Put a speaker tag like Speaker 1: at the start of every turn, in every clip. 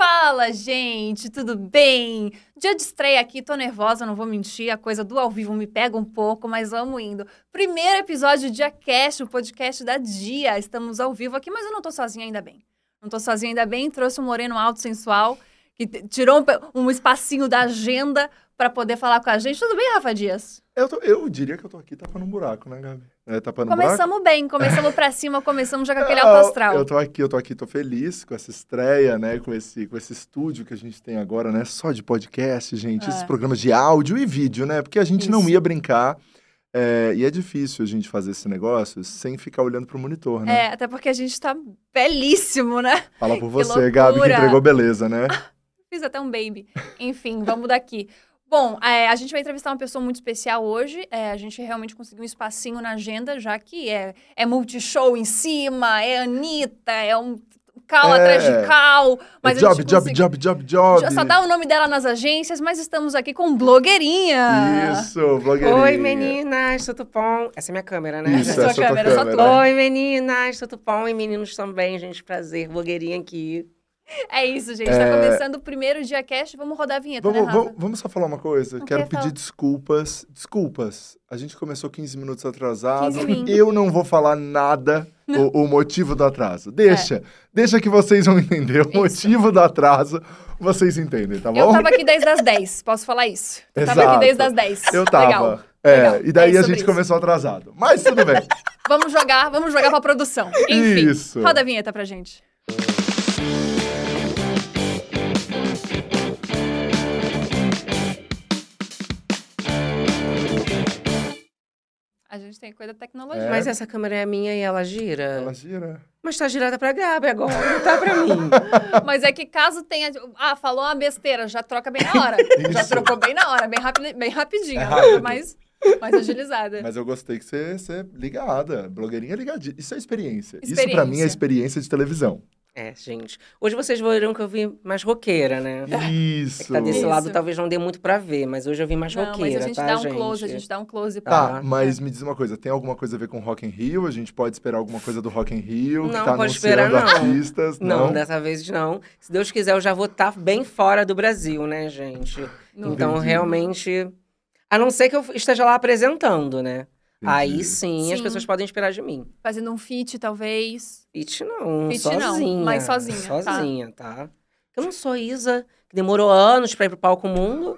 Speaker 1: Fala, gente, tudo bem? Dia de estreia aqui, tô nervosa, não vou mentir, a coisa do ao vivo me pega um pouco, mas vamos indo. Primeiro episódio do Dia Cast, o podcast da Dia. Estamos ao vivo aqui, mas eu não tô sozinha ainda bem. Não tô sozinha ainda bem, trouxe um moreno alto sensual que t- tirou um pe- um espacinho da agenda pra poder falar com a gente. Tudo bem, Rafa Dias?
Speaker 2: Eu, tô- eu diria que eu tô aqui tapando um buraco, né, Gabi? É, tapando um buraco?
Speaker 1: Começamos bem, começamos pra cima, começamos já com aquele
Speaker 2: Eu-
Speaker 1: alto astral.
Speaker 2: Eu tô aqui, eu tô aqui, tô feliz com essa estreia, né? Com esse, com esse estúdio que a gente tem agora, né? Só de podcast, gente.
Speaker 1: É.
Speaker 2: Esses programas de áudio e vídeo, né? Porque a gente não
Speaker 1: Isso.
Speaker 2: ia brincar. é, e é difícil a gente fazer esse negócio sem ficar olhando pro monitor,
Speaker 1: É,
Speaker 2: né?
Speaker 1: até porque a gente tá belíssimo, né?
Speaker 2: Fala por
Speaker 1: que
Speaker 2: você, Gabi, que
Speaker 1: loucura.
Speaker 2: entregou beleza, né?
Speaker 1: Fiz até um baby. Enfim, vamos daqui. Bom, é, a gente vai entrevistar uma pessoa muito especial hoje. É, a gente realmente conseguiu um espacinho na agenda, já que é, é multishow em cima, é Anitta, é um cal
Speaker 2: É.
Speaker 1: atrás de cal. Mas
Speaker 2: É
Speaker 1: a
Speaker 2: job,
Speaker 1: gente
Speaker 2: job,
Speaker 1: conseguiu-
Speaker 2: job, job, job.
Speaker 1: Só dá o nome dela nas agências, mas estamos aqui com blogueirinha.
Speaker 2: Isso, blogueirinha.
Speaker 3: Oi, meninas, tudo bom? Essa é minha câmera, né?
Speaker 2: Isso,
Speaker 1: Sua
Speaker 2: essa é a tua
Speaker 1: câmera, só
Speaker 2: câmera.
Speaker 1: tua.
Speaker 3: Oi, meninas, tudo bom? E meninos também, gente, prazer. Blogueirinha aqui.
Speaker 1: É isso, gente. Tá começando o primeiro dia cast. Vamos rodar a vinheta,
Speaker 2: Vamos,
Speaker 1: né, Rafa?
Speaker 2: vamos, vamos só falar uma coisa?
Speaker 1: O
Speaker 2: Quero
Speaker 1: quê?
Speaker 2: pedir
Speaker 1: Fala.
Speaker 2: desculpas. Desculpas. A gente começou 15 minutos atrasado.
Speaker 1: 15 minutos.
Speaker 2: Eu não vou falar nada o, o motivo do atraso. Deixa. Deixa que vocês vão entender o
Speaker 1: É. Isso.
Speaker 2: motivo do atraso. Vocês entendem, tá
Speaker 1: Eu
Speaker 2: bom?
Speaker 1: tava aqui 10 das 10, posso falar isso? Eu tava aqui
Speaker 2: Exato.
Speaker 1: 10 das 10.
Speaker 2: Eu tava.
Speaker 1: Legal.
Speaker 2: É,
Speaker 1: legal.
Speaker 2: e daí
Speaker 1: É
Speaker 2: a
Speaker 1: sobre
Speaker 2: gente
Speaker 1: isso.
Speaker 2: começou atrasado. Mas tudo bem.
Speaker 1: Vamos jogar, vamos jogar pra produção. Enfim,
Speaker 2: Isso.
Speaker 1: roda a vinheta pra gente. A gente tem coisa da tecnologia.
Speaker 2: É.
Speaker 3: Mas essa câmera é minha e ela gira?
Speaker 2: Ela gira.
Speaker 3: Mas tá girada pra Gabi agora, não tá pra mim.
Speaker 1: Mas é que caso tenha. Ah, falou uma besteira, já troca bem na hora. Já
Speaker 2: Isso.
Speaker 1: trocou bem na hora, bem, rápido, bem rapidinho.
Speaker 2: É rápido.
Speaker 1: Mas mais agilizada.
Speaker 2: Mas eu gostei que você, você é ligada. Blogueirinha ligadinha. Isso é experiência. Isso pra
Speaker 1: Experiência.
Speaker 2: mim é experiência de televisão.
Speaker 3: É, gente. Hoje vocês verão que eu vim mais roqueira, né? É que
Speaker 2: Isso.
Speaker 3: tá desse
Speaker 1: Isso.
Speaker 3: lado talvez não dê muito pra ver, mas hoje eu vim mais
Speaker 1: Não,
Speaker 3: roqueira,
Speaker 1: mas a gente
Speaker 3: tá,
Speaker 1: dá um
Speaker 3: gente?
Speaker 1: close, a gente dá um close.
Speaker 3: Tá.
Speaker 2: Tá, mas me diz uma coisa, tem alguma coisa a ver com Rock in Rio? A gente pode esperar alguma coisa do Rock in Rio? que
Speaker 3: Não,
Speaker 2: tá
Speaker 3: pode esperar,
Speaker 2: anunciando
Speaker 3: não.
Speaker 2: artistas?
Speaker 3: Não, né? dessa vez não. Se Deus quiser, eu já vou estar bem fora do Brasil, né, gente?
Speaker 1: No-
Speaker 3: Então,
Speaker 2: Entendi.
Speaker 3: realmente. A não ser que eu esteja lá apresentando, né? Aí
Speaker 2: Entendi.
Speaker 3: sim, as
Speaker 1: Sim.
Speaker 3: pessoas podem esperar de mim.
Speaker 1: Fazendo um feat, talvez.
Speaker 3: It não,
Speaker 1: Fit não,
Speaker 3: sozinha.
Speaker 1: mas sozinha, tá.
Speaker 3: Sozinha, tá? Eu não sou Isa, que demorou anos pra ir pro palco mundo.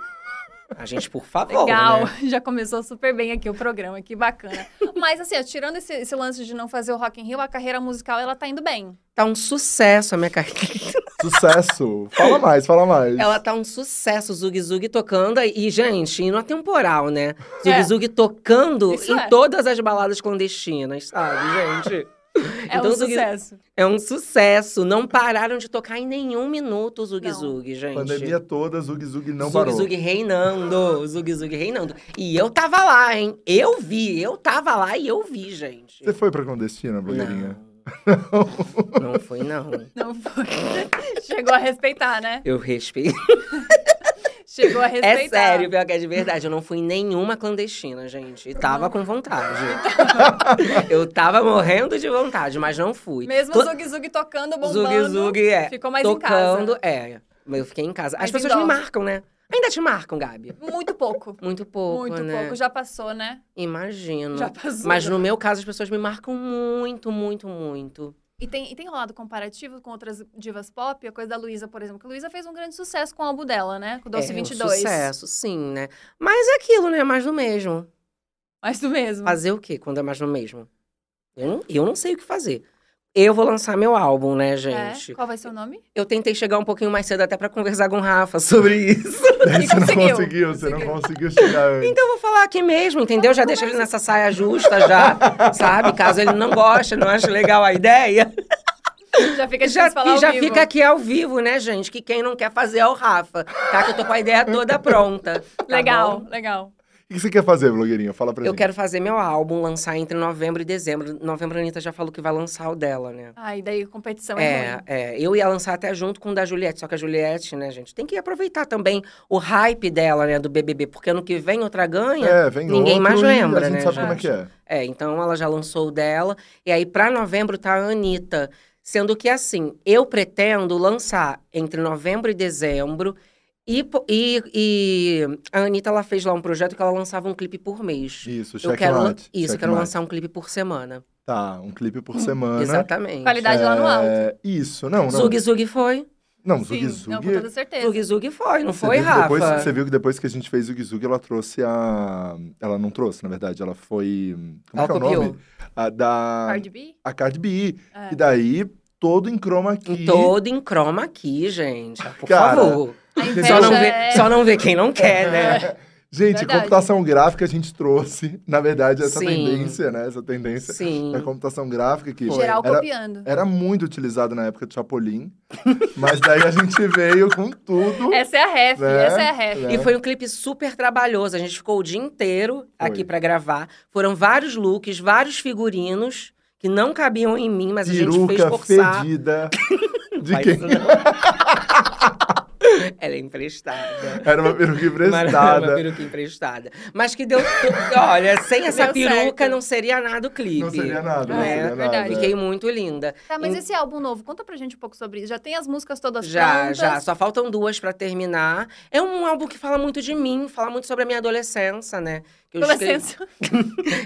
Speaker 3: A gente, por favor.
Speaker 1: Legal,
Speaker 3: né?
Speaker 1: já começou super bem aqui o programa, que bacana. Mas assim, ó, tirando esse, esse lance de não fazer o Rock in Rio, a carreira musical, ela tá indo bem.
Speaker 3: Tá um sucesso a minha carreira.
Speaker 2: Sucesso! fala mais, fala mais.
Speaker 3: Ela tá um sucesso, Zug Zug tocando. E, gente, e no atemporal, né? Zug
Speaker 1: É.
Speaker 3: Zug tocando
Speaker 1: Isso
Speaker 3: em
Speaker 1: é.
Speaker 3: todas as baladas clandestinas, sabe, gente?
Speaker 1: É
Speaker 3: Então,
Speaker 1: um
Speaker 3: Zug-
Speaker 1: sucesso.
Speaker 3: É um sucesso. Não pararam de tocar em nenhum minuto o Zug
Speaker 1: Não.
Speaker 3: Zug, gente.
Speaker 2: Pandemia toda, Zug Zug não
Speaker 3: Zug
Speaker 2: parou.
Speaker 3: Zug reinando, Zug Zug reinando. E eu tava lá, hein? Eu vi, eu tava lá e eu vi, gente.
Speaker 2: Você foi pra clandestina, blogueirinha?
Speaker 3: Não, não foi, não.
Speaker 1: Não foi. Chegou a respeitar, né?
Speaker 3: Eu respeito.
Speaker 1: Chegou a respeitar.
Speaker 3: É sério, pior que é de verdade. Eu não fui em nenhuma clandestina, gente. E tava com vontade. eu tava morrendo de vontade, mas não fui.
Speaker 1: Mesmo
Speaker 3: To-
Speaker 1: o Zug Zug tocando,
Speaker 3: Zug
Speaker 1: bombando.
Speaker 3: Zug, é.
Speaker 1: Ficou mais
Speaker 3: tocando,
Speaker 1: em então
Speaker 3: é. Mas eu fiquei em casa.
Speaker 1: Mais
Speaker 3: As pessoas me
Speaker 1: indosa.
Speaker 3: marcam, né? Ainda te marcam, Gabi?
Speaker 1: casa. Muito pouco.
Speaker 3: Muito pouco,
Speaker 1: muito
Speaker 3: né?
Speaker 1: pouco. Já passou, né?
Speaker 3: Imagino.
Speaker 1: Já passou.
Speaker 3: Mas no meu caso, as pessoas me marcam muito, muito, muito.
Speaker 1: E tem, e tem rolado comparativo com outras divas pop? A coisa da Luísa, por exemplo. Que a Luísa fez um grande sucesso com o álbum dela, né? Com o Doce
Speaker 3: é, um
Speaker 1: 22.
Speaker 3: sucesso, sim, né? Mas é aquilo, né? Mais do mesmo.
Speaker 1: Uhum. Mas do mesmo.
Speaker 3: Fazer o quê quando é mais do mesmo? Eu não, eu não sei o que fazer. Eu vou lançar meu álbum, né, gente?
Speaker 1: É? Qual vai ser o nome?
Speaker 3: Eu tentei chegar um pouquinho mais cedo até pra conversar com o Rafa sobre isso.
Speaker 2: Daí
Speaker 1: E
Speaker 2: você não
Speaker 1: conseguiu,
Speaker 2: conseguiu, você não
Speaker 1: conseguiu.
Speaker 2: conseguiu chegar antes.
Speaker 3: Então eu vou falar aqui mesmo, entendeu? Já deixa ele nessa saia justa já, sabe? Caso ele não goste, não ache legal a ideia.
Speaker 1: Já fica difícil
Speaker 3: já,
Speaker 1: falar
Speaker 3: e
Speaker 1: ao
Speaker 3: já
Speaker 1: vivo.
Speaker 3: fica aqui ao vivo, né, gente? Que quem não quer fazer é o Rafa. Tá? Que eu tô com a ideia toda pronta. tá
Speaker 1: Legal,
Speaker 3: bom?
Speaker 1: legal.
Speaker 2: O que você quer fazer, blogueirinha? Fala pra
Speaker 3: Eu
Speaker 2: gente.
Speaker 3: quero fazer meu álbum, lançar entre novembro e dezembro. Novembro a Anitta já falou que vai lançar o dela, né?
Speaker 1: Ai, daí competição é,
Speaker 3: É,
Speaker 1: ruim.
Speaker 3: é, eu ia lançar até junto com o da Juliette, só que a Juliette, né, gente, tem que aproveitar também o hype dela, né, do BBB, porque ano que vem outra ganha.
Speaker 2: É, vem
Speaker 3: Ninguém
Speaker 2: outro
Speaker 3: mais
Speaker 2: e
Speaker 3: lembra,
Speaker 2: a gente
Speaker 3: né,
Speaker 2: sabe como é
Speaker 3: gente?
Speaker 2: que é.
Speaker 3: É, então ela já lançou o dela, e aí pra novembro tá a Anitta. Sendo que, assim, eu pretendo lançar entre novembro e dezembro. E, po- e- e a Anitta, ela fez lá um projeto que ela lançava um clipe por mês.
Speaker 2: Isso,
Speaker 3: eu quero, lan-
Speaker 2: checkmate.
Speaker 3: isso, eu quero
Speaker 2: checkmate.
Speaker 3: lançar Hum, um clipe por semana.
Speaker 2: Tá, um clipe por semana.
Speaker 3: Exatamente.
Speaker 1: Qualidade lá no alto.
Speaker 2: É, isso, não, não.
Speaker 3: Zug Zug é foi.
Speaker 2: Não,
Speaker 1: Sim,
Speaker 2: Zug
Speaker 1: não,
Speaker 2: Zug.
Speaker 1: com toda certeza.
Speaker 3: Zug Zug foi, não
Speaker 2: Você
Speaker 3: foi,
Speaker 2: viu que depois-
Speaker 3: Rafa?
Speaker 2: você viu que depois que a gente fez o Zug, ela trouxe a. Ela não trouxe, na verdade, ela foi. Como
Speaker 3: Ela
Speaker 2: que é
Speaker 3: copiou.
Speaker 2: o nome? A da.
Speaker 1: Cardi B?
Speaker 2: A Card B.
Speaker 1: É.
Speaker 2: E daí, todo em chroma key.
Speaker 3: Em Todo em croma aqui, gente. Por
Speaker 2: Cara,
Speaker 3: favor.
Speaker 1: A inveja
Speaker 3: Só não, vê,
Speaker 1: é...
Speaker 3: só não vê quem não quer, né?
Speaker 2: Gente,
Speaker 1: Verdade.
Speaker 2: computação gráfica a gente trouxe, na verdade, essa
Speaker 3: Sim.
Speaker 2: tendência, né? Essa tendência
Speaker 3: Sim.
Speaker 2: da computação gráfica que
Speaker 1: Geral
Speaker 2: era,
Speaker 1: copiando.
Speaker 2: era muito utilizada na época do Chapolin. mas daí a gente veio com tudo.
Speaker 1: Essa é a ref,
Speaker 2: né?
Speaker 1: essa é a ref.
Speaker 2: Né?
Speaker 3: E foi um clipe super trabalhoso. A gente ficou o dia inteiro aqui pra gravar. Foram vários looks, vários figurinos que não cabiam em mim, mas a gente fez
Speaker 2: peruca
Speaker 3: forçar.
Speaker 2: fedida. De
Speaker 3: Faz
Speaker 2: quem?
Speaker 3: isso não. Ela é emprestada.
Speaker 2: Era uma peruca
Speaker 3: Maravilha, Uma
Speaker 2: emprestada.
Speaker 3: peruca emprestada. Mas que deu. tudo. Olha, sem essa
Speaker 1: Deu
Speaker 3: peruca
Speaker 1: certo.
Speaker 3: não seria nada o clipe.
Speaker 2: Não seria nada, não
Speaker 3: É,
Speaker 2: seria nada.
Speaker 1: verdade.
Speaker 3: Fiquei muito linda.
Speaker 1: Tá, mas
Speaker 3: Em-
Speaker 1: esse álbum novo, conta pra gente um pouco sobre isso. Já tem as músicas todas
Speaker 3: Já,
Speaker 1: prontas?
Speaker 3: já. Só faltam duas pra terminar. É um álbum que fala muito de mim, fala muito sobre a minha adolescência, né? Que eu escrevi,
Speaker 1: Adolescência.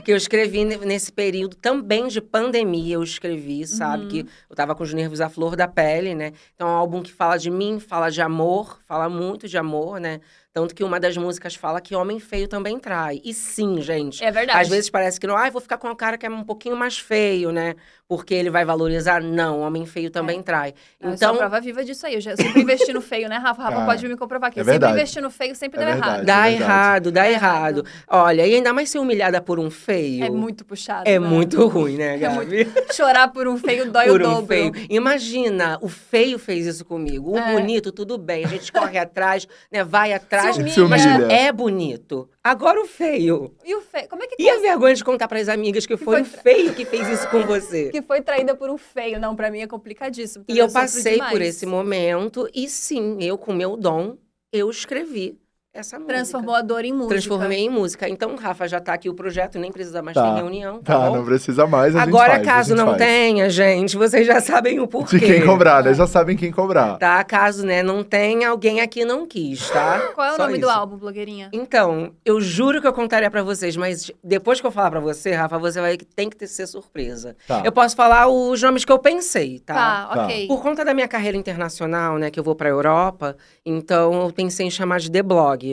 Speaker 3: que eu escrevi ne- nesse período também de pandemia, eu escrevi, sabe?
Speaker 1: Uhum.
Speaker 3: Que eu tava com os nervos à flor da pele, né? Então é um álbum que fala de mim, fala de amor, fala muito de amor, né? Tanto que uma das músicas fala que homem feio também trai. E sim, gente.
Speaker 1: É verdade.
Speaker 3: Às vezes parece que não, ah, eu vou ficar com um cara que é um pouquinho mais feio, né? Porque ele vai valorizar. Não, homem feio também trai.
Speaker 1: Ah, Eu sou
Speaker 3: então,
Speaker 1: a prova viva disso aí. Eu já sempre investi no feio, né, Rafa? Rafa
Speaker 2: Cara,
Speaker 1: pode me comprovar aqui.
Speaker 2: é
Speaker 1: Eu sempre
Speaker 2: verdade.
Speaker 1: investi no feio, sempre
Speaker 2: É
Speaker 1: deu errado.
Speaker 2: verdade.
Speaker 3: Dá
Speaker 2: verdade.
Speaker 3: errado, dá
Speaker 1: É
Speaker 3: errado. Olha, e ainda mais ser humilhada por um feio.
Speaker 1: É muito puxado.
Speaker 3: é
Speaker 1: né?
Speaker 3: muito ruim, né,
Speaker 1: É muito-
Speaker 3: Gabi?
Speaker 1: Chorar por um feio dói
Speaker 3: por
Speaker 1: o
Speaker 3: um
Speaker 1: dobro.
Speaker 3: feio. Imagina, o feio fez isso comigo. O
Speaker 1: É.
Speaker 3: bonito, tudo bem. A gente corre atrás, né? Vai atrás.
Speaker 1: Se
Speaker 2: Se
Speaker 1: humilha.
Speaker 3: Mas
Speaker 2: humilha.
Speaker 3: é bonito. Agora o feio.
Speaker 1: E o feio? Como é que
Speaker 3: E a
Speaker 1: tá?
Speaker 3: vergonha de contar pras amigas que foi
Speaker 1: foi
Speaker 3: o feio que fez isso com você?
Speaker 1: Que foi traída por um feio. Não, pra mim é complicadíssimo.
Speaker 3: E
Speaker 1: também
Speaker 3: eu
Speaker 1: sofro
Speaker 3: passei por
Speaker 1: demais.
Speaker 3: esse momento. E sim, eu com meu dom, eu escrevi essa música.
Speaker 1: Transformou a dor em música.
Speaker 3: Transformei em música. Então, Rafa, já tá aqui o projeto, nem precisa mais
Speaker 2: Tá.
Speaker 3: ter reunião, tá,
Speaker 2: Tá,
Speaker 3: bom?
Speaker 2: não precisa mais. A
Speaker 3: Agora,
Speaker 2: gente faz, a
Speaker 3: caso
Speaker 2: gente
Speaker 3: não
Speaker 2: faz.
Speaker 3: tenha, gente, vocês já sabem o porquê.
Speaker 2: De quem cobrar, né? Já sabem quem cobrar.
Speaker 3: Tá, caso né, não tenha, alguém aqui não quis, tá?
Speaker 1: Qual é o
Speaker 3: Só
Speaker 1: nome do
Speaker 3: isso.
Speaker 1: álbum, blogueirinha?
Speaker 3: Então, eu juro que eu contaria pra vocês, mas depois que eu falar pra você, Rafa, você vai tem que ter ser surpresa.
Speaker 2: Tá.
Speaker 3: Eu posso falar os nomes que eu pensei, tá?
Speaker 1: Tá,
Speaker 2: Tá.
Speaker 1: ok.
Speaker 3: Por conta da minha carreira internacional, né, que eu vou pra Europa, então eu pensei em chamar de The Blog.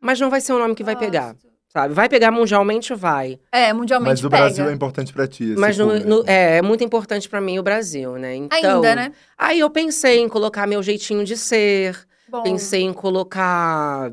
Speaker 3: Mas não vai ser um nome que vai pegar,
Speaker 1: Gosto.
Speaker 3: sabe? Vai pegar mundialmente, vai.
Speaker 1: É, mundialmente
Speaker 2: Mas o
Speaker 1: pega.
Speaker 2: Brasil é importante pra ti. esse
Speaker 3: Mas no-
Speaker 2: público.
Speaker 3: no- é, é muito importante pra mim o Brasil, né? Então,
Speaker 1: Ainda, né?
Speaker 3: Aí eu pensei em colocar meu jeitinho de ser,
Speaker 1: Bom,
Speaker 3: pensei em colocar.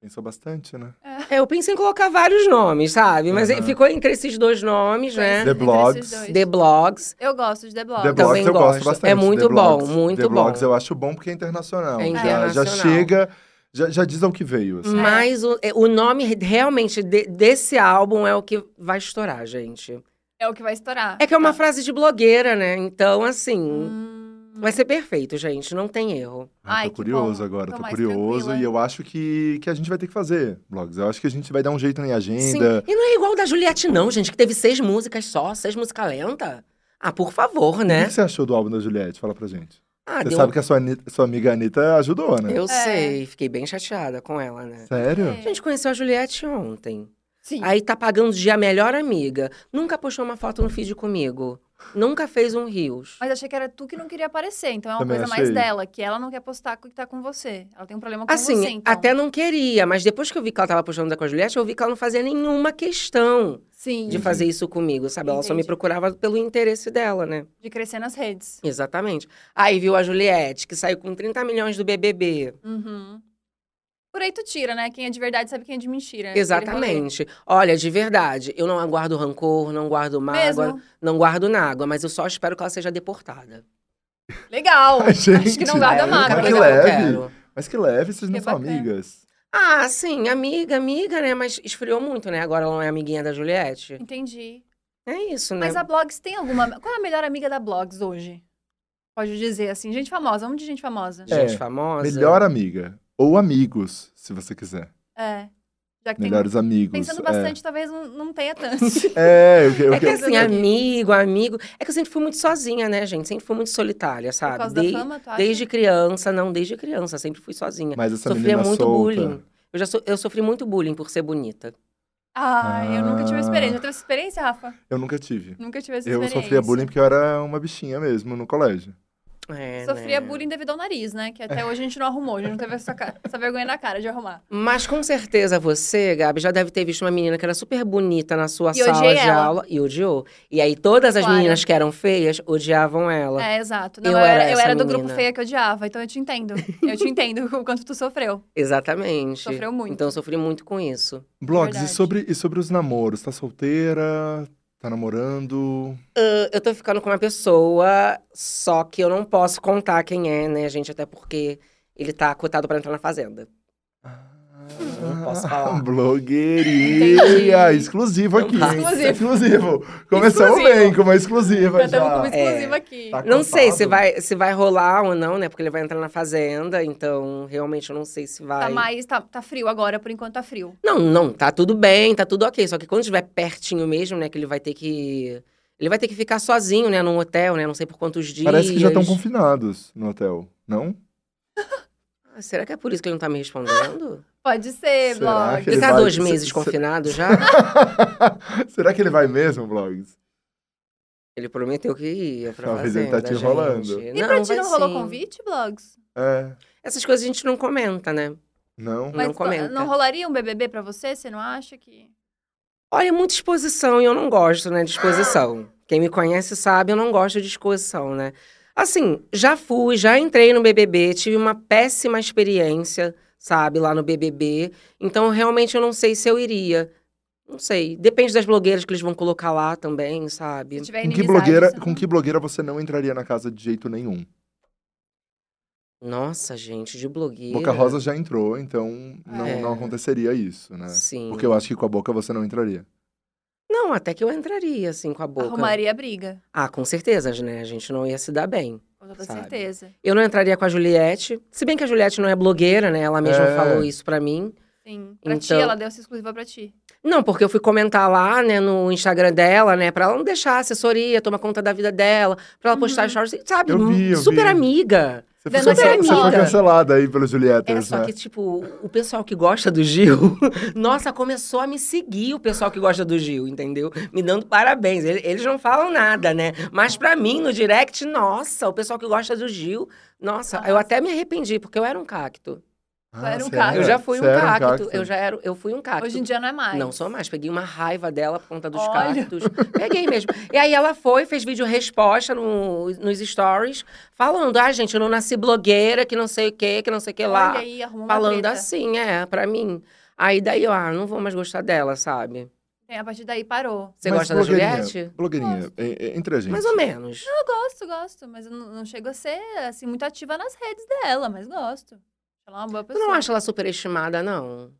Speaker 2: Pensou bastante, né?
Speaker 3: É, eu pensei em colocar vários nomes, sabe? Mas
Speaker 2: Aham.
Speaker 3: aí ficou entre esses dois nomes, né?
Speaker 1: Entre
Speaker 2: The
Speaker 1: esses
Speaker 2: Blogs,
Speaker 1: dois.
Speaker 3: The Blogs.
Speaker 1: Eu gosto de The Blog.
Speaker 2: The
Speaker 3: Também
Speaker 2: Blogs eu gosto
Speaker 3: gosto.
Speaker 2: bastante.
Speaker 3: É
Speaker 2: The
Speaker 3: muito bom,
Speaker 2: Blogs-
Speaker 3: muito
Speaker 2: The Blogs
Speaker 3: bom.
Speaker 2: eu acho bom porque é internacional.
Speaker 3: É
Speaker 2: Já- Já,
Speaker 3: internacional.
Speaker 2: chega, já, já diz ao que veio.
Speaker 1: Hum.
Speaker 2: assim.
Speaker 3: Mas o, é, o nome realmente de- desse álbum é o que vai estourar, gente.
Speaker 1: É o que vai estourar.
Speaker 3: É que é uma
Speaker 1: Tá.
Speaker 3: frase de blogueira, né? Então, assim,
Speaker 1: Hum,
Speaker 3: vai ser perfeito, gente. Não tem erro.
Speaker 2: Ah,
Speaker 1: Ai,
Speaker 2: tô
Speaker 1: que
Speaker 2: curioso
Speaker 1: bom.
Speaker 2: agora,
Speaker 1: Tô
Speaker 2: tô,
Speaker 1: mais
Speaker 2: curioso
Speaker 1: tranquila.
Speaker 2: e eu acho que, que a gente vai ter que fazer blogs. Eu acho que a gente vai dar um jeito na
Speaker 3: Sim.
Speaker 2: agenda.
Speaker 3: E não é igual o da Juliette, não, gente, que teve seis músicas só, seis músicas lenta. Ah, por favor,
Speaker 2: O que
Speaker 3: né?
Speaker 2: que você achou do álbum da Juliette? Fala pra gente.
Speaker 3: Ah,
Speaker 2: você
Speaker 3: deu
Speaker 2: sabe que a sua, Ani- sua amiga Anitta ajudou, né?
Speaker 3: Eu
Speaker 1: É.
Speaker 3: sei, fiquei bem chateada com ela, né?
Speaker 2: Sério?
Speaker 1: É.
Speaker 3: A gente conheceu a Juliette ontem.
Speaker 1: Sim.
Speaker 3: Aí tá pagando de a melhor amiga. Nunca postou uma foto no feed comigo. Nunca fez um rios.
Speaker 1: Mas achei que era tu que não queria aparecer, então é uma
Speaker 2: Também
Speaker 1: coisa mais
Speaker 2: achei.
Speaker 1: dela, que ela não quer postar que tá com você. Ela tem um problema com
Speaker 3: Assim,
Speaker 1: você, então.
Speaker 3: até não queria, mas depois que eu vi que ela tava postando com a Juliette, eu vi que ela não fazia nenhuma questão
Speaker 1: Sim,
Speaker 3: de
Speaker 1: de,
Speaker 2: Entendi.
Speaker 3: fazer isso comigo, sabe? Ela só me
Speaker 1: Uhum. Entendi.
Speaker 3: procurava pelo interesse dela, né?
Speaker 1: crescer nas redes.
Speaker 3: Exatamente. Aí viu a Juliette, que saiu com 30 milhões do BBB.
Speaker 1: Uhum. Por aí tu tira, né? Quem é de verdade sabe quem é de mentira. né?
Speaker 3: Exatamente. Olha, de verdade, eu não aguardo rancor, não guardo
Speaker 1: Aquele rolê. Mesmo?
Speaker 3: mágoa, não guardo nágua, mas eu só espero que ela seja deportada.
Speaker 1: Legal.
Speaker 2: Ai, gente. né?
Speaker 1: Acho que não guarda
Speaker 3: É a única
Speaker 1: mágoa. né?
Speaker 2: Mas que
Speaker 3: coisa eu
Speaker 2: leve.
Speaker 3: quero.
Speaker 2: Mas que leve, vocês não
Speaker 1: Que
Speaker 2: são
Speaker 1: é bacana.
Speaker 2: amigas.
Speaker 3: Ah, sim, amiga, amiga, né? Mas esfriou muito, né? Agora ela não é amiguinha da Juliette.
Speaker 1: Entendi.
Speaker 3: É isso, né?
Speaker 1: Mas a Blogs tem alguma. Qual é a melhor amiga da Blogs hoje? Pode dizer assim, gente famosa, um de gente famosa.
Speaker 3: Gente
Speaker 2: É,
Speaker 3: famosa.
Speaker 2: Melhor amiga. Ou amigos, se você quiser.
Speaker 1: É. Já que tem.
Speaker 2: Melhores amigos.
Speaker 1: Pensando
Speaker 2: é.
Speaker 1: bastante, talvez não, não tenha tanto.
Speaker 2: É, eu, que- eu,
Speaker 3: É que
Speaker 2: que-
Speaker 3: assim,
Speaker 1: eu-
Speaker 3: amigo, amigo. É que eu sempre fui muito sozinha, né, gente? Sempre fui muito solitária,
Speaker 1: Por
Speaker 3: sabe?
Speaker 1: causa
Speaker 3: De-
Speaker 1: da fama, tu acha?
Speaker 3: Tá, desde criança, não, desde criança, sempre fui sozinha.
Speaker 2: Mas essa
Speaker 3: Sofria
Speaker 2: menina
Speaker 3: muito
Speaker 2: solta.
Speaker 3: bullying. Eu já so- eu sofri muito bullying por ser bonita.
Speaker 1: Ai, eu nunca tive
Speaker 2: Ah.
Speaker 1: experiência. Já teve essa experiência, Rafa?
Speaker 2: Eu nunca tive.
Speaker 1: Nunca tive essa
Speaker 2: Eu
Speaker 1: experiência.
Speaker 2: sofria bullying porque eu era uma bichinha mesmo no colégio.
Speaker 3: É,
Speaker 1: Sofria
Speaker 3: né?
Speaker 1: bullying devido ao nariz, né? Que
Speaker 2: É.
Speaker 1: até hoje a gente não arrumou. A gente não teve essa, ca- essa vergonha na cara de arrumar.
Speaker 3: Mas com certeza você, Gabi, já deve ter visto uma menina que era super bonita na sua
Speaker 1: E
Speaker 3: sala
Speaker 1: odiei
Speaker 3: de
Speaker 1: ela.
Speaker 3: aula e odiou. E aí todas as
Speaker 1: Claro.
Speaker 3: meninas que eram feias odiavam ela.
Speaker 1: É, exato. Não,
Speaker 3: Eu
Speaker 1: eu, era,
Speaker 3: era
Speaker 1: eu
Speaker 3: essa
Speaker 1: era do grupo
Speaker 3: menina.
Speaker 1: feia que odiava, então eu te entendo. Eu te entendo o quanto tu sofreu.
Speaker 3: Exatamente.
Speaker 1: Sofreu muito.
Speaker 3: Então eu sofri muito com isso.
Speaker 2: Blogs, e
Speaker 1: Verdade.
Speaker 2: sobre, e sobre os namoros? Tá solteira? Tá namorando?
Speaker 3: Eu- Eu tô ficando com uma pessoa, só que eu não posso contar quem é, né, gente? Até porque ele tá cotado pra entrar na fazenda. Não posso falar.
Speaker 2: Blogueirinha!
Speaker 1: Entendi.
Speaker 2: Exclusivo aqui.
Speaker 3: Não
Speaker 2: hein?
Speaker 1: passa.
Speaker 2: Exclusivo. Começamos
Speaker 1: Exclusivo.
Speaker 2: bem com uma exclusiva
Speaker 1: Já
Speaker 2: já.
Speaker 1: estamos com
Speaker 3: é,
Speaker 1: uma exclusiva aqui.
Speaker 2: Tá
Speaker 3: Não sei se
Speaker 2: cotado?
Speaker 3: vai, se vai rolar ou não, né? Porque ele vai entrar na fazenda, então realmente eu não sei se vai.
Speaker 1: Tá mais. Tá, tá frio agora, por enquanto tá frio.
Speaker 3: Não, não, tá tudo bem, tá tudo ok. Só que quando estiver pertinho mesmo, né, que ele vai ter que. Ele vai ter que ficar sozinho, né, num hotel, né? Não sei por quantos dias.
Speaker 2: Parece que já estão confinados no hotel, não?
Speaker 3: Ah, Será que é por isso que ele não tá me respondendo?
Speaker 1: Pode ser,
Speaker 2: Será
Speaker 1: blog.
Speaker 2: que
Speaker 3: Ele
Speaker 2: ele
Speaker 3: tá
Speaker 2: vai-
Speaker 3: dois
Speaker 2: se-
Speaker 3: meses
Speaker 2: se-
Speaker 3: confinado já?
Speaker 2: Será que ele vai mesmo, Blogs?
Speaker 3: Ele prometeu que ia pra
Speaker 2: Talvez ele
Speaker 3: fazenda,
Speaker 2: tá te enrolando.
Speaker 3: gente.
Speaker 1: E pra ti
Speaker 3: vai
Speaker 1: não rolou
Speaker 3: sim.
Speaker 1: convite, blogs?
Speaker 2: É,
Speaker 3: Essas coisas a gente não comenta, né?
Speaker 2: não?
Speaker 3: Não comenta.
Speaker 1: não rolaria um BBB pra você? Você não acha que.
Speaker 3: Olha, é muita exposição e eu não gosto, né, de exposição. Quem me conhece sabe, eu não gosto de exposição, né? Assim, já fui, já entrei no BBB, tive uma péssima experiência, sabe, lá no BBB. Então, realmente, eu não sei se eu iria. Não sei. Depende das blogueiras que eles vão colocar lá também, sabe?
Speaker 1: Se tiver
Speaker 2: Com que,
Speaker 1: inimizade,
Speaker 2: blogueira,
Speaker 1: você não-
Speaker 2: com que blogueira você não entraria na casa de jeito nenhum?
Speaker 3: Nossa, gente, de blogueira.
Speaker 2: Boca Rosa já entrou, então não,
Speaker 3: É.
Speaker 2: não aconteceria isso, né?
Speaker 3: Sim.
Speaker 2: Porque eu acho que com a boca você não entraria.
Speaker 3: Não, até que eu entraria, assim, com a boca.
Speaker 1: Arrumaria briga.
Speaker 3: Ah, com certeza, né? A gente não ia se dar bem.
Speaker 1: Com toda
Speaker 3: Sabe.
Speaker 1: certeza.
Speaker 3: Eu não entraria com a Juliette. Se bem que a Juliette não é blogueira, né? Ela mesma
Speaker 2: É.
Speaker 3: falou isso pra mim.
Speaker 1: Sim. Pra ti,
Speaker 3: Então-
Speaker 1: ela deu essa exclusiva pra ti.
Speaker 3: Não, porque eu fui comentar lá, né, no Instagram dela, né, pra ela não deixar a assessoria, tomar conta da vida dela, pra ela postar
Speaker 1: Uhum.
Speaker 3: stories, sabe?
Speaker 2: Eu vi, eu
Speaker 3: super
Speaker 2: vi.
Speaker 3: amiga.
Speaker 2: Você foi,
Speaker 1: Dando
Speaker 2: cancel-
Speaker 3: aquela
Speaker 2: você foi
Speaker 3: amiga.
Speaker 2: cancelada aí pelo
Speaker 3: É
Speaker 2: Julietas,
Speaker 3: só
Speaker 2: né?
Speaker 3: que, tipo, o pessoal que gosta do Gil, nossa, começou a me seguir o pessoal que gosta do Gil, entendeu? Me dando parabéns. Ele- Eles não falam nada, né? Mas pra mim, no direct, nossa, o pessoal que gosta do Gil, nossa, eu
Speaker 1: Nossa.
Speaker 3: até me arrependi, porque eu era um cacto.
Speaker 1: Eu era um
Speaker 2: Ah, você
Speaker 1: cacto.
Speaker 3: Eu já fui um
Speaker 2: você era
Speaker 3: cacto, eu já era, eu fui um cacto.
Speaker 1: Hoje em dia não é mais.
Speaker 3: Não sou mais. Peguei uma raiva dela por conta dos
Speaker 1: Olha.
Speaker 3: cactos. Peguei mesmo. E aí ela foi, fez vídeo resposta no- nos stories, falando: ah, gente, eu não nasci blogueira, que não sei o quê, que não sei o que lá.
Speaker 1: Olha aí, arrumou uma
Speaker 3: falando
Speaker 1: treta.
Speaker 3: assim, é, pra mim. Aí daí eu, ah, não vou mais gostar dela, sabe?
Speaker 1: É, a partir daí parou.
Speaker 3: Você
Speaker 2: Mas
Speaker 3: gosta da
Speaker 2: blogueirinha,
Speaker 3: Juliette?
Speaker 2: Blogueirinha, é, é, entre a gente.
Speaker 3: Mais ou menos.
Speaker 1: Eu gosto, gosto. Mas eu não, não chego a ser, assim, muito ativa nas redes dela. Mas gosto. Ela é uma boa
Speaker 3: Eu
Speaker 1: pessoa.
Speaker 3: não acho ela superestimada, não.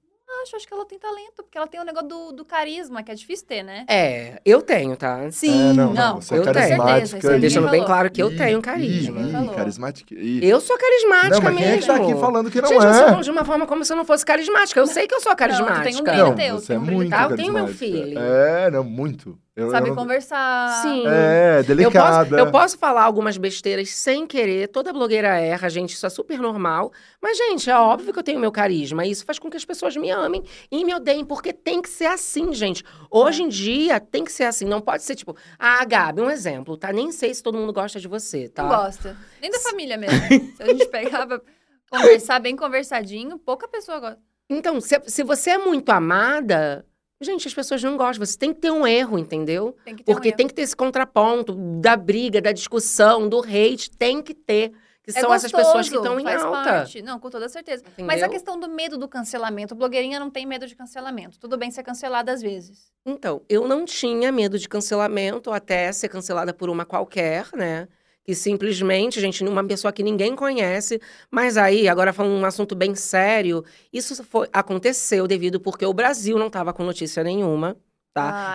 Speaker 1: acho, acho que ela tem talento. Porque ela tem o negócio do, do carisma, que é difícil ter, né?
Speaker 3: É, eu tenho, tá?
Speaker 2: É, não, não,
Speaker 1: não,
Speaker 2: você é
Speaker 3: eu tenho.
Speaker 2: carismática.
Speaker 1: Certeza, isso aí
Speaker 2: e-
Speaker 3: Deixando bem
Speaker 1: falou.
Speaker 3: claro que eu
Speaker 2: e-
Speaker 3: tenho
Speaker 1: Ninguém
Speaker 3: carisma.
Speaker 2: E,
Speaker 1: falou.
Speaker 2: e, carismática. E...
Speaker 3: Eu sou carismática
Speaker 2: não, mas quem
Speaker 3: mesmo.
Speaker 2: é que tá aqui falando que não
Speaker 3: Gente, você
Speaker 2: é?
Speaker 3: falando de uma forma como se eu não fosse carismática. Eu sei que eu sou carismática.
Speaker 1: tem um brilho
Speaker 2: Não,
Speaker 1: teu,
Speaker 2: você
Speaker 1: tem
Speaker 2: é
Speaker 1: um brilho
Speaker 2: muito
Speaker 3: teu.
Speaker 2: carismática.
Speaker 3: Eu tenho meu feeling.
Speaker 2: É, não, muito. Eu,
Speaker 1: Sabe
Speaker 2: eu não...
Speaker 1: conversar.
Speaker 3: Sim.
Speaker 2: É,
Speaker 3: Eu posso,
Speaker 2: delicada.
Speaker 3: eu posso falar algumas besteiras sem querer, toda blogueira erra, gente, isso é super normal. Mas, gente, é óbvio que eu tenho meu carisma. e Isso faz com que as pessoas me amem e me odeiem, porque tem que ser assim, gente. Hoje em dia tem que ser assim. Não pode ser tipo, ah, Gabi, um exemplo, tá? Nem sei se todo mundo gosta de você,
Speaker 1: Não
Speaker 3: tá?
Speaker 1: gosta. Nem da família mesmo. Se a gente pegar pra conversar bem conversadinho, pouca pessoa gosta.
Speaker 3: Então, se, se você é muito amada, gente, as pessoas não gostam. Você tem que ter um erro, entendeu?
Speaker 1: Tem que ter um
Speaker 3: Porque
Speaker 1: erro.
Speaker 3: tem que ter esse contraponto da briga, da discussão, do hate, tem que ter. Que
Speaker 1: É
Speaker 3: são essas
Speaker 1: gostoso,
Speaker 3: pessoas que estão em
Speaker 1: faz
Speaker 3: alta.
Speaker 1: parte. Não, com toda certeza. Mas a
Speaker 3: Entendeu?
Speaker 1: questão do medo do cancelamento, blogueirinha não tem medo de cancelamento. Tudo bem ser cancelada às vezes.
Speaker 3: Então, eu não tinha medo de cancelamento, até ser cancelada por uma qualquer, né? Que simplesmente, gente, uma pessoa que ninguém conhece. Mas aí, agora falando um assunto bem sério, isso foi, aconteceu devido porque o Brasil não estava com notícia nenhuma. tá?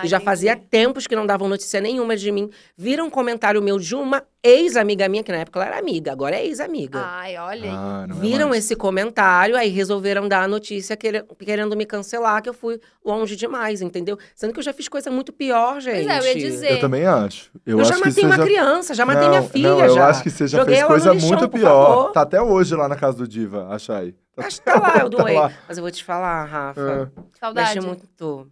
Speaker 1: Ah,
Speaker 3: e já
Speaker 1: entendi.
Speaker 3: fazia tempos que não davam notícia nenhuma de mim. Viram um comentário meu de uma ex-amiga minha, que na época ela era amiga, agora é ex-amiga.
Speaker 1: Ai, olha. aí.
Speaker 2: Ah, não é
Speaker 3: Viram
Speaker 2: mais.
Speaker 3: esse comentário, aí resolveram dar a notícia quere- querendo me cancelar, que eu fui longe demais, entendeu? Sendo que eu já fiz coisa muito pior, gente.
Speaker 1: Pois é, eu ia dizer.
Speaker 2: Eu também acho. Eu,
Speaker 3: Eu,
Speaker 2: acho
Speaker 3: já
Speaker 2: que
Speaker 3: matei
Speaker 2: você
Speaker 3: uma
Speaker 2: já...
Speaker 3: criança, já matei minha
Speaker 2: Não,
Speaker 3: filha,
Speaker 2: não, eu
Speaker 3: já.
Speaker 2: acho que você já
Speaker 3: Joguei
Speaker 2: fez
Speaker 3: ela no
Speaker 2: coisa
Speaker 3: lixão,
Speaker 2: muito
Speaker 3: por
Speaker 2: pior.
Speaker 3: favor.
Speaker 2: Tá até hoje lá na casa do Diva, acha aí.
Speaker 3: Mas tá lá, eu
Speaker 2: Tá
Speaker 3: doei.
Speaker 2: lá.
Speaker 3: Mas eu vou te falar, Rafa.
Speaker 2: Ah,
Speaker 1: Saudade.
Speaker 3: mexe muito.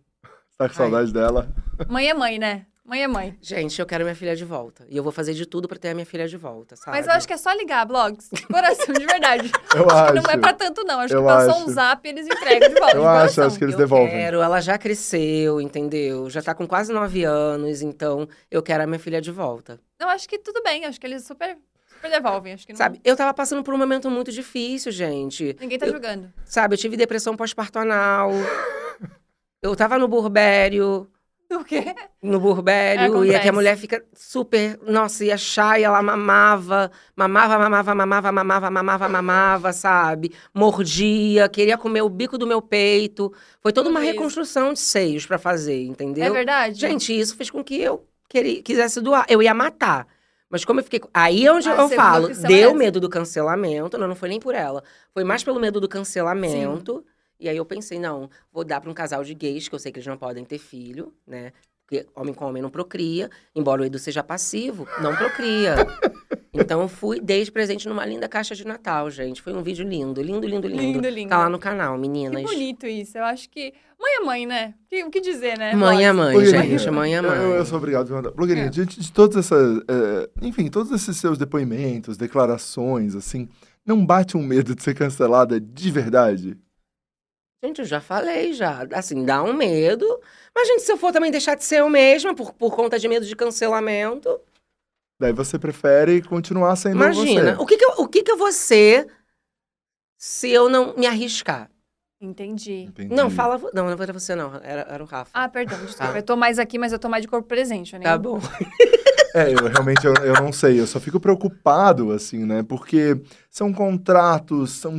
Speaker 2: tá com saudade dela?
Speaker 1: Mãe é mãe, né? Mãe é mãe.
Speaker 3: Gente, eu quero minha filha de volta. E eu vou fazer de tudo pra ter a minha filha de volta, sabe?
Speaker 1: Mas eu acho que é só ligar, blogs. Coração, de verdade.
Speaker 2: Eu
Speaker 1: Acho
Speaker 2: acho.
Speaker 1: que não é pra tanto, não. Acho
Speaker 2: Eu
Speaker 1: que passou
Speaker 2: acho.
Speaker 1: um zap e eles entregam de volta.
Speaker 2: Eu
Speaker 1: de
Speaker 2: acho,
Speaker 1: coração.
Speaker 2: acho que eles
Speaker 3: eu
Speaker 2: devolvem.
Speaker 3: quero, ela já cresceu, entendeu? Já tá com quase nove anos, então eu quero a minha filha de volta.
Speaker 1: Não, acho que tudo bem. Acho que eles super, super devolvem. Acho que não-
Speaker 3: Sabe, eu tava passando por um momento muito difícil, gente.
Speaker 1: ninguém tá
Speaker 3: eu-
Speaker 1: julgando.
Speaker 3: Sabe, eu tive depressão pós-parto anal. eu tava no Burbério.
Speaker 1: O quê?
Speaker 3: no Burbério, e é que
Speaker 1: acontece.
Speaker 3: a mulher fica super, nossa, ia achar, e ela mamava, mamava, mamava, mamava, mamava, mamava, mamava, sabe? Mordia, queria comer o bico do meu peito. Foi toda
Speaker 1: Tudo
Speaker 3: uma
Speaker 1: isso.
Speaker 3: reconstrução de seios pra fazer, entendeu?
Speaker 1: É verdade?
Speaker 3: Gente, isso fez com que eu queria, quisesse doar. Eu ia matar. Mas como eu fiquei. com- Aí é onde
Speaker 1: Ah,
Speaker 3: eu
Speaker 1: você viu a
Speaker 3: falo,
Speaker 1: opção
Speaker 3: deu
Speaker 1: essa.
Speaker 3: medo do cancelamento. Não, não foi nem por ela. Foi mais pelo medo do cancelamento. E aí eu pensei, não, vou dar pra um casal de gays, que eu sei que eles não podem ter filho, né? Porque homem com homem não procria. Embora o Edu seja passivo, não procria. então eu fui, dei de presente numa linda caixa de Natal, gente. Foi um vídeo lindo, lindo, lindo, lindo.
Speaker 1: lindo, lindo.
Speaker 3: Tá lá no canal,
Speaker 1: Que
Speaker 3: meninas.
Speaker 1: bonito isso. Eu acho que. Mãe é mãe, né? Que- O que dizer, né?
Speaker 3: Mãe é mãe,
Speaker 2: Blogueirinha,
Speaker 3: gente. Mãe é
Speaker 2: eu-
Speaker 3: mãe.
Speaker 2: Eu, eu sou obrigado a perguntar. Blogueirinha,
Speaker 1: É.
Speaker 2: diante de todas essas. eh, enfim, todos esses seus depoimentos, declarações, assim, não bate um medo de ser cancelada de verdade?
Speaker 3: Gente, eu já falei, já. Assim, dá um medo. Mas, gente, se eu for também deixar de ser eu mesma, por, por conta de medo de cancelamento.
Speaker 2: Daí você prefere continuar sendo
Speaker 3: imagina,
Speaker 2: você.
Speaker 3: o, que, que, eu, o que, que eu vou ser se eu não me arriscar?
Speaker 1: Entendi.
Speaker 2: Entendi.
Speaker 3: Não, fala. vo- Não, não era você, não. Era, era o Rafa.
Speaker 1: Ah, perdão, desculpa.
Speaker 3: Tá.
Speaker 1: Eu tô mais aqui, mas eu tô mais de corpo presente, né?
Speaker 3: tá bom.
Speaker 2: É, eu realmente eu, eu não sei. Eu só fico preocupado, assim, né? Porque são contratos, são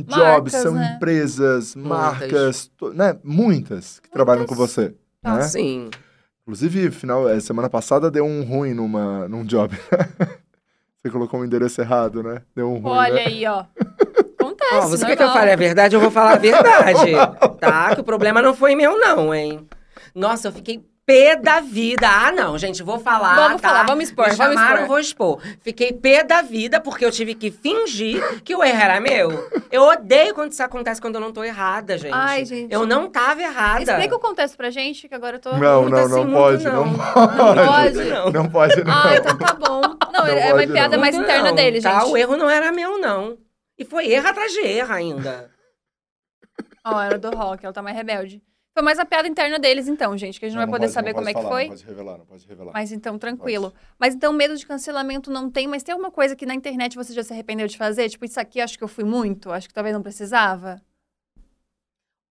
Speaker 1: Marcas,
Speaker 2: jobs, são
Speaker 1: né?
Speaker 2: empresas,
Speaker 3: Muitas.
Speaker 2: marcas, to- né? Muitas que trabalham com
Speaker 1: Muitas.
Speaker 2: você.
Speaker 1: Tá.
Speaker 2: né?
Speaker 3: Sim.
Speaker 2: Inclusive, final, eh, semana passada deu um ruim numa, num job. você colocou o endereço errado, né? Deu um ruim.
Speaker 1: Olha
Speaker 2: né?
Speaker 1: aí, ó. Acontece.
Speaker 3: Ó, você quer que eu
Speaker 1: normal.
Speaker 3: fale a verdade? Eu vou falar a verdade. tá? Que o problema não foi meu, não, hein? Nossa, eu fiquei pé da vida. Ah, não, gente, vou falar.
Speaker 1: Vamos
Speaker 3: tá?
Speaker 1: falar, vamos expor,
Speaker 3: Me
Speaker 1: vamos
Speaker 3: chamaram,
Speaker 1: expor.
Speaker 3: vou expor. Fiquei pé da vida porque eu tive que fingir que o erro era meu. Eu odeio quando isso acontece quando eu não tô errada, gente.
Speaker 1: Ai, gente.
Speaker 3: Eu não tava errada.
Speaker 1: Explica o contexto pra gente, que agora eu tô.
Speaker 2: Não,
Speaker 3: Muito
Speaker 2: não,
Speaker 3: assim,
Speaker 2: não
Speaker 3: muito
Speaker 2: pode,
Speaker 3: não.
Speaker 2: não
Speaker 1: Não
Speaker 2: pode.
Speaker 1: pode.
Speaker 3: Não.
Speaker 2: Não pode, não.
Speaker 1: Ah, então tá bom. Não,
Speaker 2: Não
Speaker 1: é
Speaker 2: pode,
Speaker 1: uma
Speaker 2: não.
Speaker 1: piada mais
Speaker 3: Muito
Speaker 1: interna
Speaker 3: não,
Speaker 1: dele,
Speaker 3: tá? O
Speaker 1: gente.
Speaker 3: erro não era meu, não. E foi erro atrás de erro ainda.
Speaker 1: Ó, era do rock, ela tá mais rebelde. Foi mais a piada interna deles, então, gente, que a gente não, vai poder
Speaker 2: pode,
Speaker 1: saber
Speaker 2: não
Speaker 1: como
Speaker 2: pode
Speaker 1: é que
Speaker 2: falar,
Speaker 1: foi.
Speaker 2: Não pode revelar, não pode revelar.
Speaker 1: Mas então, tranquilo. Mas então, medo de cancelamento não tem, mas tem alguma coisa que na internet você já se arrependeu de fazer? Tipo, isso aqui acho que eu fui muito, acho que talvez não precisava.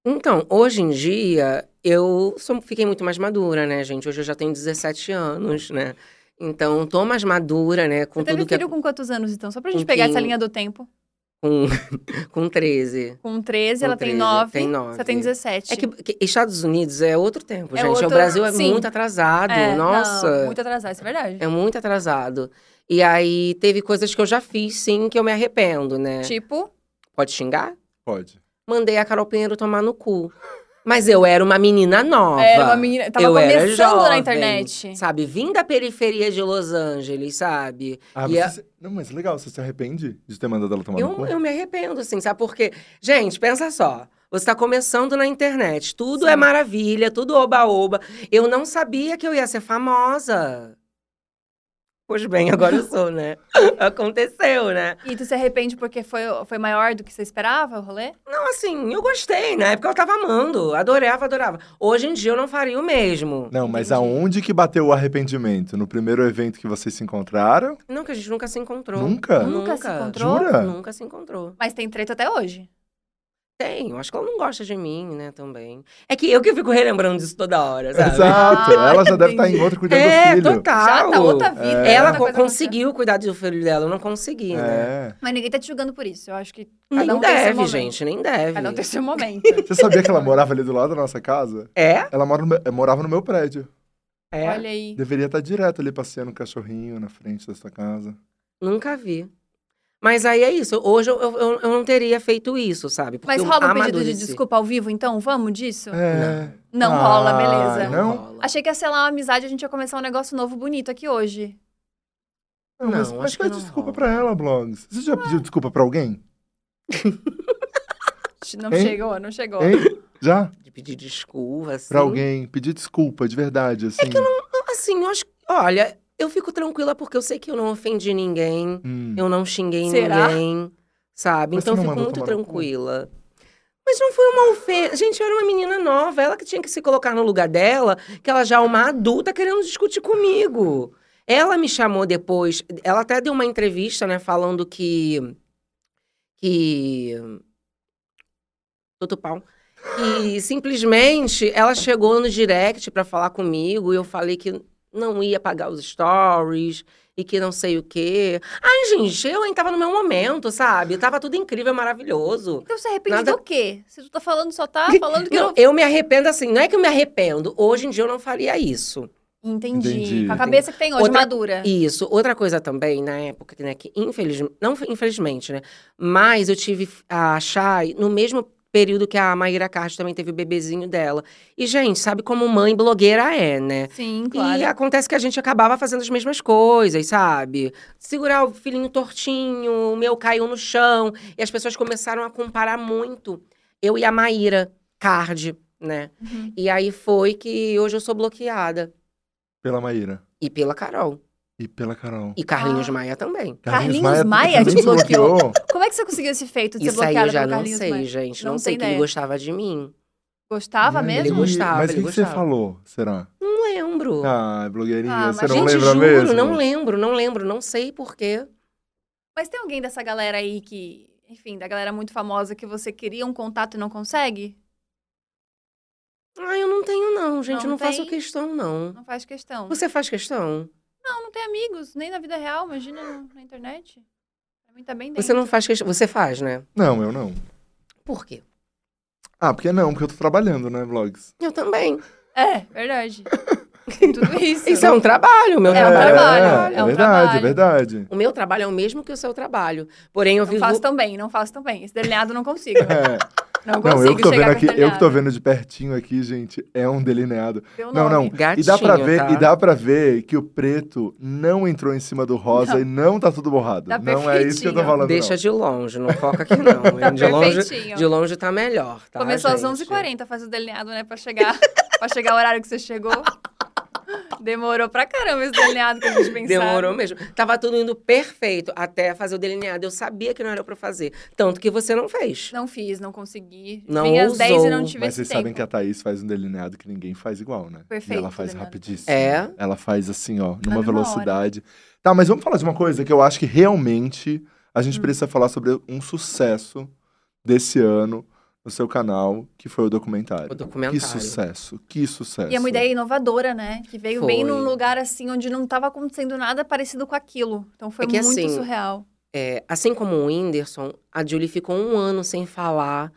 Speaker 3: Então, hoje em dia, eu sou- fiquei muito mais madura, né, gente? Hoje eu já tenho 17 anos, né? Então, tô mais madura, né? Com
Speaker 1: Você teve
Speaker 3: tudo que.
Speaker 1: filho com quantos anos, então? Só pra gente
Speaker 3: Com
Speaker 1: pegar essa
Speaker 3: 15.
Speaker 1: linha do tempo.
Speaker 3: Com, com 13.
Speaker 1: Com 13,
Speaker 3: Com
Speaker 1: ela
Speaker 3: 13,
Speaker 1: tem 9.
Speaker 3: tem nove.
Speaker 1: Você tem 17.
Speaker 3: É que, que Estados Unidos é outro tempo,
Speaker 1: É
Speaker 3: gente.
Speaker 1: outro-
Speaker 3: O Brasil é
Speaker 1: sim.
Speaker 3: muito atrasado.
Speaker 1: É,
Speaker 3: Nossa.
Speaker 1: Não, muito atrasado, isso é verdade.
Speaker 3: É muito atrasado. E aí, teve coisas que eu já fiz, sim, que eu me arrependo, né?
Speaker 1: Tipo,
Speaker 3: Pode xingar?
Speaker 2: Pode.
Speaker 3: Mandei a Carol Pinheiro tomar no cu. Mas eu era uma menina nova.
Speaker 1: era É, uma menina. Tava
Speaker 3: eu era
Speaker 1: começando na
Speaker 3: jovem,
Speaker 1: internet.
Speaker 3: Sabe, vim da periferia de Los Angeles, sabe?
Speaker 2: Ah,
Speaker 3: E
Speaker 2: você
Speaker 3: a-
Speaker 2: se- Não, mas legal, você se arrepende de ter mandado ela tomar no cu?
Speaker 3: Eu, eu me arrependo, assim, sabe? Porque, gente, pensa só. Você tá começando na internet, tudo
Speaker 1: Sim.
Speaker 3: é maravilha, tudo oba-oba. Eu não sabia que eu ia ser famosa. Pois bem, agora eu sou, né? Aconteceu, né?
Speaker 1: E tu se arrepende porque foi, foi maior do que você esperava o rolê?
Speaker 3: Não, assim, eu gostei. Na época eu tava amando, adorava, adorava. Hoje em dia eu não faria o mesmo.
Speaker 2: Não, mas
Speaker 1: Entendi.
Speaker 2: aonde que bateu o arrependimento? No primeiro evento que vocês se encontraram?
Speaker 3: Não, que a gente nunca se encontrou.
Speaker 2: Nunca?
Speaker 1: Nunca se encontrou?
Speaker 2: Jura?
Speaker 3: Nunca se encontrou.
Speaker 1: Mas tem treta até hoje.
Speaker 3: Tem, eu acho que ela não gosta de mim, né, também. É que eu que fico relembrando disso toda hora, sabe?
Speaker 2: Exato,
Speaker 1: Ah,
Speaker 2: ela já deve estar em
Speaker 1: entendi.
Speaker 2: outra cuidando
Speaker 3: É,
Speaker 2: do filho.
Speaker 3: total.
Speaker 1: Já tá outra vida.
Speaker 3: é. Ela
Speaker 1: outra
Speaker 3: co-
Speaker 1: coisa
Speaker 3: conseguiu cuidar do filho dela, eu não consegui, né?
Speaker 2: É.
Speaker 1: acontecendo. Mas ninguém tá te julgando por isso. Eu acho que cada
Speaker 3: Nem
Speaker 1: um tem seu
Speaker 3: deve,
Speaker 1: momento.
Speaker 3: gente, nem deve.
Speaker 1: Cada um tem seu momento.
Speaker 2: Você sabia que ela morava ali do lado da nossa casa?
Speaker 3: É?
Speaker 2: Ela mora no meu- eh, morava no meu prédio.
Speaker 3: É.
Speaker 1: Olha aí.
Speaker 2: Deveria estar direto ali passeando o cachorrinho na frente da sua casa.
Speaker 3: Nunca vi. Mas aí é isso. Hoje eu, eu, eu- eu não teria feito isso, sabe? Porque
Speaker 1: Mas
Speaker 3: eu
Speaker 1: rola o pedido de
Speaker 3: amadureci.
Speaker 1: desculpa ao vivo, então? Vamos disso?
Speaker 2: É.
Speaker 1: Não
Speaker 2: Ah,
Speaker 1: rola, beleza.
Speaker 2: não?
Speaker 3: rola. um
Speaker 1: Achei que ia ser lá uma amizade, a gente ia começar um negócio novo bonito aqui hoje.
Speaker 2: Não, mas,
Speaker 3: Não,
Speaker 2: mas
Speaker 3: acho que
Speaker 2: pede
Speaker 3: não
Speaker 2: desculpa
Speaker 3: rola.
Speaker 2: pra ela, Blogs. Você já pediu desculpa pra alguém?
Speaker 1: Não
Speaker 2: Hein?
Speaker 1: chegou, não chegou.
Speaker 2: Hein? Já?
Speaker 3: De pedir desculpa, assim.
Speaker 2: Pra alguém. Pedir desculpa, de verdade, assim.
Speaker 3: Não, Assim, eu acho. Olha, eu fico tranquila porque eu sei que eu não ofendi ninguém.
Speaker 2: Hum.
Speaker 3: Eu não xinguei
Speaker 1: Será?
Speaker 3: ninguém, sabe?
Speaker 2: Mas
Speaker 3: então eu
Speaker 2: você não mandou
Speaker 3: fico muito
Speaker 2: tomar no cu?
Speaker 3: tranquila. Mas não foi uma ofensa. Gente, eu era uma menina nova, ela que tinha que se colocar no lugar dela, que ela já é uma adulta querendo discutir comigo. Ela me chamou depois, ela até deu uma entrevista, né, falando que. que. Tudo pau. Que simplesmente ela chegou no direct pra falar comigo e eu falei que não ia pagar os stories e que não sei o quê. Ai, gente, eu ainda tava no meu momento, sabe? Tava tudo incrível, maravilhoso.
Speaker 1: Então você é arrependido
Speaker 3: Nada-
Speaker 1: do quê? Se tu tá falando, só tá falando que
Speaker 3: Não,
Speaker 1: eu
Speaker 3: eu me arrependo assim. Não é que eu me arrependo. Hoje em dia eu não faria isso.
Speaker 1: não... Entendi.
Speaker 2: Entendi.
Speaker 1: Com a cabeça que tem hoje,
Speaker 3: Outra-
Speaker 1: madura.
Speaker 3: Isso. Outra coisa também, na época, né, que infelizmente, não infelizmente, né, mas eu tive a Chay no mesmo período que a Maíra Castro também teve o bebezinho dela. E, gente, sabe como mãe blogueira é, né?
Speaker 1: Sim,
Speaker 3: E
Speaker 1: claro.
Speaker 3: acontece que a gente acabava fazendo as mesmas coisas, sabe? Segurar o filhinho tortinho, o meu caiu no chão. E as pessoas começaram a comparar muito. Eu e a Maíra, card, né?
Speaker 1: Uhum.
Speaker 3: E aí foi que hoje eu sou bloqueada.
Speaker 2: Pela Maíra.
Speaker 3: E pela Carol.
Speaker 2: E pela Carol.
Speaker 3: E Carlinhos
Speaker 1: Ah.
Speaker 3: Maia também.
Speaker 1: Carlinhos Maia tipo, te
Speaker 2: também
Speaker 1: bloqueou? Como é que você conseguiu esse feito de ser
Speaker 3: Isso aí eu
Speaker 1: bloqueada
Speaker 3: já
Speaker 1: pelo
Speaker 3: não
Speaker 1: Carlinhos
Speaker 3: sei,
Speaker 1: Maia?
Speaker 3: gente.
Speaker 1: Não
Speaker 3: Não, sei
Speaker 1: tem
Speaker 3: que ele
Speaker 1: ideia.
Speaker 3: gostava de mim.
Speaker 1: Gostava
Speaker 2: E aí?
Speaker 1: mesmo?
Speaker 3: Ele gostava,
Speaker 2: Mas o
Speaker 3: ele
Speaker 2: que, que você
Speaker 3: gostava.
Speaker 2: falou, será?
Speaker 3: Não lembro.
Speaker 2: Ah, blogueirinha,
Speaker 1: Ah,
Speaker 2: você
Speaker 1: mas-
Speaker 2: não
Speaker 3: gente,
Speaker 2: lembra
Speaker 3: juro,
Speaker 2: mesmo?
Speaker 3: não lembro, não lembro. Não sei porquê.
Speaker 1: Mas tem alguém dessa galera aí que, enfim, da galera muito famosa que você queria um contato e não consegue?
Speaker 3: Ah, eu não tenho, não, gente.
Speaker 1: Não
Speaker 3: eu não faço
Speaker 1: tem?
Speaker 3: questão, não.
Speaker 1: Não faz questão.
Speaker 3: Você faz questão?
Speaker 1: Não, não tem amigos, nem na vida real, imagina no- na internet. Pra mim tá bem dentro.
Speaker 3: Você não faz questão. Você faz, né?
Speaker 2: Não, eu não.
Speaker 3: Por quê?
Speaker 2: Ah, porque não, porque eu tô trabalhando, né, Vlogs?
Speaker 3: Eu também.
Speaker 1: É, verdade. Tem tudo isso.
Speaker 3: Isso é um trabalho, meu
Speaker 1: É um
Speaker 3: trabalho.
Speaker 1: trabalho,
Speaker 2: É,
Speaker 1: é um
Speaker 2: verdade,
Speaker 1: trabalho.
Speaker 2: é verdade.
Speaker 3: O meu trabalho é o mesmo que o seu trabalho. Porém, eu
Speaker 1: Não
Speaker 3: vivo.
Speaker 1: faço tão bem, não faço tão bem. Esse delineado eu não consigo.
Speaker 2: É.
Speaker 1: Não consigo
Speaker 2: Não, eu que tô
Speaker 1: chegar
Speaker 2: vendo
Speaker 1: com
Speaker 2: aqui,
Speaker 1: esse
Speaker 2: eu que tô
Speaker 1: delineado.
Speaker 2: vendo de pertinho aqui, gente, é um delineado.
Speaker 1: Meu
Speaker 2: Não,
Speaker 1: nome.
Speaker 2: não.
Speaker 3: Gatinho,
Speaker 2: e dá pra ver,
Speaker 3: tá?
Speaker 2: e dá para ver que o preto não entrou em cima do rosa e não tá tudo borrado.
Speaker 1: Tá
Speaker 2: não é isso que eu tô
Speaker 1: perfeitinho.
Speaker 2: falando.
Speaker 3: Deixa
Speaker 2: não.
Speaker 3: de longe, não foca aqui, não.
Speaker 1: Tá
Speaker 3: de, longe,
Speaker 1: perfeitinho.
Speaker 3: de longe tá melhor, tá?
Speaker 1: Começou às
Speaker 3: gente?
Speaker 1: 11h40 fazer o delineado, né? Pra chegar, pra chegar o horário que você chegou. Demorou pra caramba esse delineado que a gente pensava.
Speaker 3: Demorou mesmo. Tava tudo indo perfeito até fazer o delineado. Eu sabia que não era pra fazer. Tanto que você não fez.
Speaker 1: Não fiz, não consegui.
Speaker 3: Não
Speaker 1: Vim às
Speaker 3: ousou.
Speaker 1: 10 e não tive
Speaker 2: Mas
Speaker 1: esse
Speaker 2: vocês
Speaker 1: tempo.
Speaker 2: sabem que a Thaís faz um delineado que ninguém faz igual, né?
Speaker 1: Perfeito,
Speaker 2: E ela faz
Speaker 1: delineado. Tá
Speaker 2: rapidíssimo.
Speaker 3: É.
Speaker 2: Ela faz assim, ó, numa
Speaker 1: mesma
Speaker 2: velocidade. Tá, mas vamos falar de uma coisa que eu acho que realmente a gente
Speaker 1: Hum.
Speaker 2: precisa falar sobre um sucesso desse ano no seu canal, que foi o documentário.
Speaker 3: O documentário.
Speaker 2: Que sucesso, que sucesso.
Speaker 1: E é uma ideia inovadora, né? Que veio bem
Speaker 3: Foi.
Speaker 1: num lugar assim onde não estava acontecendo nada parecido com aquilo. Então foi
Speaker 3: É que,
Speaker 1: muito
Speaker 3: assim,
Speaker 1: surreal.
Speaker 3: É, assim como o Whindersson, a Julie ficou um ano sem falar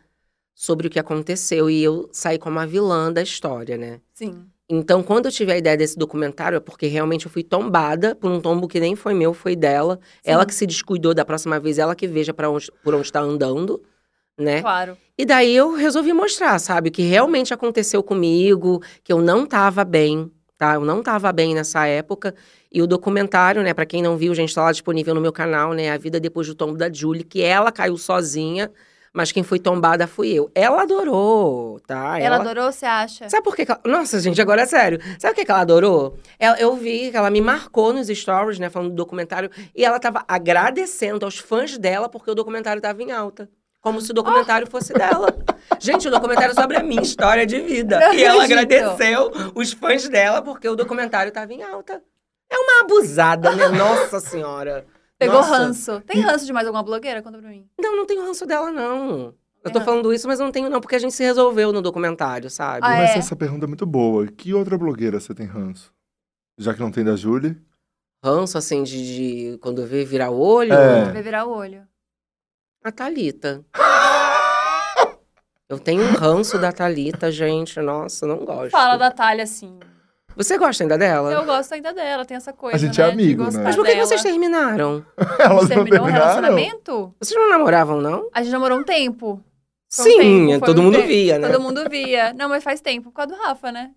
Speaker 3: sobre o que aconteceu e eu saí como a vilã da história, né?
Speaker 1: Sim.
Speaker 3: Então, quando eu tive a ideia desse documentário, é porque realmente eu fui tombada por um tombo que nem foi meu, foi dela. Ela que se descuidou da próxima vez, ela que veja para onde, por onde está andando, né?
Speaker 1: Claro.
Speaker 3: E daí eu resolvi mostrar, sabe, o que realmente aconteceu comigo, que eu não tava bem, tá? Eu não tava bem nessa época. E o documentário, né, pra quem não viu, gente, tá lá disponível no meu canal, né, A Vida Depois do Tombo da Julie, que ela caiu sozinha, mas quem foi tombada fui eu. Ela adorou, tá?
Speaker 1: Ela adorou, você acha?
Speaker 3: Sabe por que, que ela... Nossa, gente,
Speaker 1: Uhum.
Speaker 3: agora é sério. Sabe o que, que ela adorou? Ela- eu vi que ela me marcou nos stories, né, falando do documentário, e ela tava agradecendo aos fãs dela porque o documentário tava em alta. Como se o
Speaker 1: Oh.
Speaker 3: documentário fosse dela. Gente, o documentário é sobre a minha história de vida.
Speaker 1: Não
Speaker 3: e ela
Speaker 1: acredito.
Speaker 3: agradeceu os fãs dela porque o documentário tava em alta. É uma abusada, né? Nossa senhora.
Speaker 1: Pegou
Speaker 3: Nossa.
Speaker 1: ranço. Tem ranço de mais alguma blogueira? Conta pra mim.
Speaker 3: Não, não tenho ranço dela, não. Eu tô
Speaker 1: Fernanda.
Speaker 3: falando isso, mas não tenho não, porque a gente se resolveu no documentário, sabe?
Speaker 1: Ah,
Speaker 2: Mas
Speaker 1: é.
Speaker 2: essa pergunta é muito boa. Que outra blogueira você tem ranço? Já que não tem da Julie?
Speaker 3: Ranço, assim, de, de quando vê virar o olho.
Speaker 2: É.
Speaker 1: Vai virar o olho.
Speaker 3: A Thalita. Eu tenho um ranço da Thalita, gente. Nossa, não gosto.
Speaker 1: Fala da Thalia assim.
Speaker 3: Você gosta ainda dela?
Speaker 1: Eu gosto ainda dela, tem essa coisa.
Speaker 2: A gente é
Speaker 1: né, de
Speaker 2: amigo, né?
Speaker 1: gostar
Speaker 3: Mas por que que
Speaker 1: dela.
Speaker 3: vocês terminaram?
Speaker 2: Elas
Speaker 1: terminou o
Speaker 2: não terminaram?
Speaker 1: um relacionamento?
Speaker 3: Vocês não namoravam, não?
Speaker 1: A gente namorou um tempo. Foi um
Speaker 3: Sim,
Speaker 1: tempo, foi
Speaker 3: todo
Speaker 1: um
Speaker 3: mundo
Speaker 1: tempo.
Speaker 3: via, né?
Speaker 1: Todo mundo via. Não, mas faz tempo por causa do Rafa, né?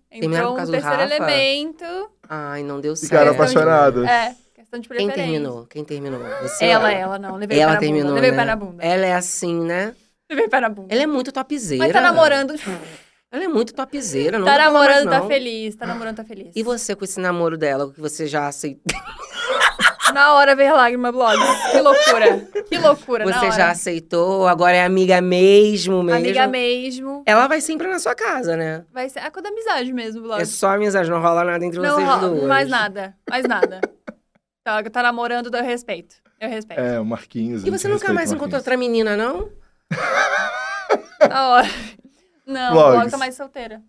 Speaker 1: Entrou
Speaker 3: Terminaram por
Speaker 1: um
Speaker 3: causa do
Speaker 1: terceiro
Speaker 3: Rafa?
Speaker 1: elemento.
Speaker 3: Ai, não deu certo.
Speaker 2: Ficaram
Speaker 1: É.
Speaker 2: apaixonadas.
Speaker 1: É, questão de
Speaker 3: Quem
Speaker 1: preferência.
Speaker 3: terminou? Quem terminou? Você ou
Speaker 1: Ela, ela, não. Levei
Speaker 3: Ela
Speaker 1: o pé na
Speaker 3: terminou,
Speaker 1: bunda. Levei o
Speaker 3: né?
Speaker 1: pé na bunda.
Speaker 3: Ela é assim, né?
Speaker 1: Levei o pé na bunda.
Speaker 3: Ela é muito topzeira.
Speaker 1: Mas tá namorando.
Speaker 3: Ela é muito topzeira. Não
Speaker 1: Tá
Speaker 3: dá pra mais,
Speaker 1: namorando, tá
Speaker 3: não.
Speaker 1: feliz. Tá namorando, tá feliz.
Speaker 3: E você com esse namoro dela, o que você já aceitou?
Speaker 1: Na hora ver lágrima blog. Que loucura. Que loucura, na
Speaker 3: Você
Speaker 1: hora.
Speaker 3: já aceitou, agora é amiga mesmo mesmo.
Speaker 1: Amiga mesmo.
Speaker 3: Ela vai sempre na sua casa, né?
Speaker 1: Vai ser a coisa da amizade mesmo, blog.
Speaker 3: É só amizade, não rola nada entre
Speaker 1: Não
Speaker 3: vocês
Speaker 1: rola-
Speaker 3: duas.
Speaker 1: mais nada. Mais nada. tá, tá namorando, eu respeito. Eu respeito.
Speaker 2: É, o Marquinhos.
Speaker 3: E você nunca mais encontrou outra menina, não?
Speaker 1: Na hora. Não,
Speaker 2: Blogs.
Speaker 1: blog tá mais solteira.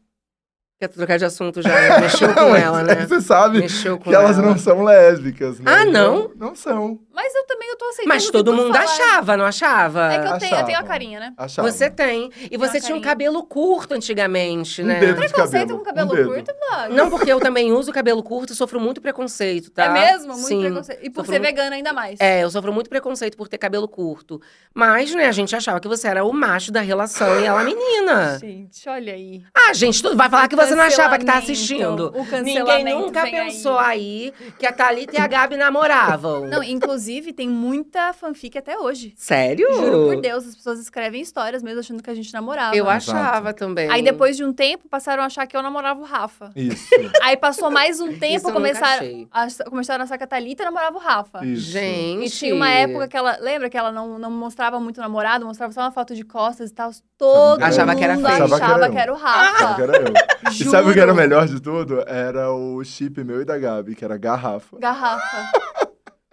Speaker 3: Quer trocar de assunto já? Mexeu com ela, né?
Speaker 2: é Você sabe
Speaker 3: Mexeu com
Speaker 2: que elas
Speaker 3: ela.
Speaker 2: não são lésbicas, né?
Speaker 3: Ah,
Speaker 2: Então, Não são.
Speaker 1: Mas eu também eu tô aceitando.
Speaker 3: Mas
Speaker 1: o que
Speaker 3: todo
Speaker 1: tu
Speaker 3: mundo
Speaker 1: falar.
Speaker 3: achava, não achava?
Speaker 1: É que eu tenho, eu tenho a
Speaker 2: Ah, Achava.
Speaker 1: carinha, né?
Speaker 2: Achavam.
Speaker 3: Você tá tem. E você
Speaker 1: uma
Speaker 3: tinha um
Speaker 1: carinha.
Speaker 3: cabelo curto antigamente,
Speaker 2: Um
Speaker 3: né?
Speaker 2: dedo de
Speaker 1: Preconceito tá
Speaker 2: cabelo.
Speaker 1: com cabelo
Speaker 2: um dedo.
Speaker 1: curto, blog.
Speaker 3: Não, porque eu também uso cabelo curto e sofro muito preconceito, tá?
Speaker 1: É mesmo? Muito
Speaker 3: Sim.
Speaker 1: preconceito. E por
Speaker 3: Sofro
Speaker 1: ser
Speaker 3: muito-
Speaker 1: vegana ainda mais.
Speaker 3: É, eu sofro muito preconceito por ter cabelo curto. Mas, né, a gente achava que você era o macho da relação e ela a menina.
Speaker 1: Gente, olha aí.
Speaker 3: Ah, gente, tu vai falar que você não achava que tá
Speaker 1: Cancelamento.
Speaker 3: assistindo.
Speaker 1: O
Speaker 3: Ninguém
Speaker 1: cancelamento
Speaker 3: nunca
Speaker 1: vem aí.
Speaker 3: pensou aí. que a Thalita e a Gabi namoravam.
Speaker 1: Não, inclusive tem muita fanfic até hoje.
Speaker 3: Sério?
Speaker 1: Juro por Deus, as pessoas escrevem histórias mesmo achando que a gente namorava.
Speaker 3: Eu
Speaker 2: Exato.
Speaker 3: achava também.
Speaker 1: Aí depois de um tempo passaram a achar que eu namorava o Rafa.
Speaker 2: Isso,
Speaker 1: Aí passou mais um
Speaker 3: Isso
Speaker 1: tempo,
Speaker 3: eu nunca
Speaker 1: começaram,
Speaker 3: achei.
Speaker 1: a, começaram a achar que a Thalita namorava o Rafa.
Speaker 2: isso.
Speaker 3: Gente.
Speaker 1: E tinha uma época que ela. Lembra que ela não, não mostrava muito o namorado, mostrava só uma foto de costas e tal. Todo
Speaker 3: Achava
Speaker 1: mundo
Speaker 3: que era feio.
Speaker 1: achava
Speaker 2: Achava que
Speaker 1: que
Speaker 2: era
Speaker 1: era o Rafa.
Speaker 2: Sabe que era eu. E
Speaker 1: Juro.
Speaker 2: sabe o que era o melhor de tudo? Era o chip meu e da Gabi, que era garrafa.
Speaker 1: Garrafa.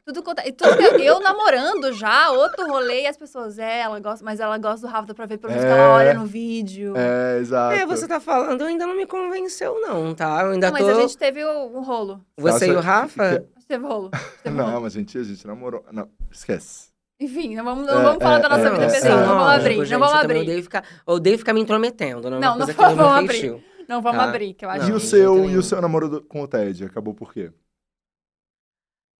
Speaker 1: Tudo conta. E tudo que eu, eu namorando já, outro rolê, e as pessoas, é, ela gosta, mas ela gosta do Rafa, dá pra ver pelo menos que
Speaker 2: É.
Speaker 1: ela olha no vídeo.
Speaker 2: É, exato.
Speaker 3: É, você tá falando, ainda não me convenceu, não, tá? Eu ainda
Speaker 1: Não, mas
Speaker 3: tô.
Speaker 1: a gente teve um rolo.
Speaker 3: Você
Speaker 2: Acha
Speaker 3: e o Rafa?
Speaker 1: A gente teve rolo. A
Speaker 3: tá
Speaker 1: gente teve rolo.
Speaker 2: Não, mas gente, a gente namorou. Não, esquece.
Speaker 1: Enfim, não vamos, não
Speaker 2: É,
Speaker 1: vamos falar da
Speaker 2: é,
Speaker 1: nossa
Speaker 2: é,
Speaker 1: vida
Speaker 2: é,
Speaker 1: pessoal.
Speaker 2: é,
Speaker 1: não vamos
Speaker 2: é.
Speaker 1: abrir,
Speaker 3: lógico,
Speaker 1: não
Speaker 3: gente,
Speaker 1: vamos
Speaker 3: eu também
Speaker 1: abrir.
Speaker 3: Odeio ficar, odeio ficar me intrometendo, não é uma
Speaker 1: Não, não
Speaker 3: coisa que eu
Speaker 1: vamos
Speaker 3: não
Speaker 1: abrir.
Speaker 3: feitio.
Speaker 1: Não vamos
Speaker 2: Ah.
Speaker 3: Tá.
Speaker 1: abrir, que eu
Speaker 3: Não,
Speaker 1: acho.
Speaker 2: e o
Speaker 3: de
Speaker 2: seu
Speaker 3: jeito nenhum.
Speaker 2: e o seu namoro do- com o Ted acabou por quê?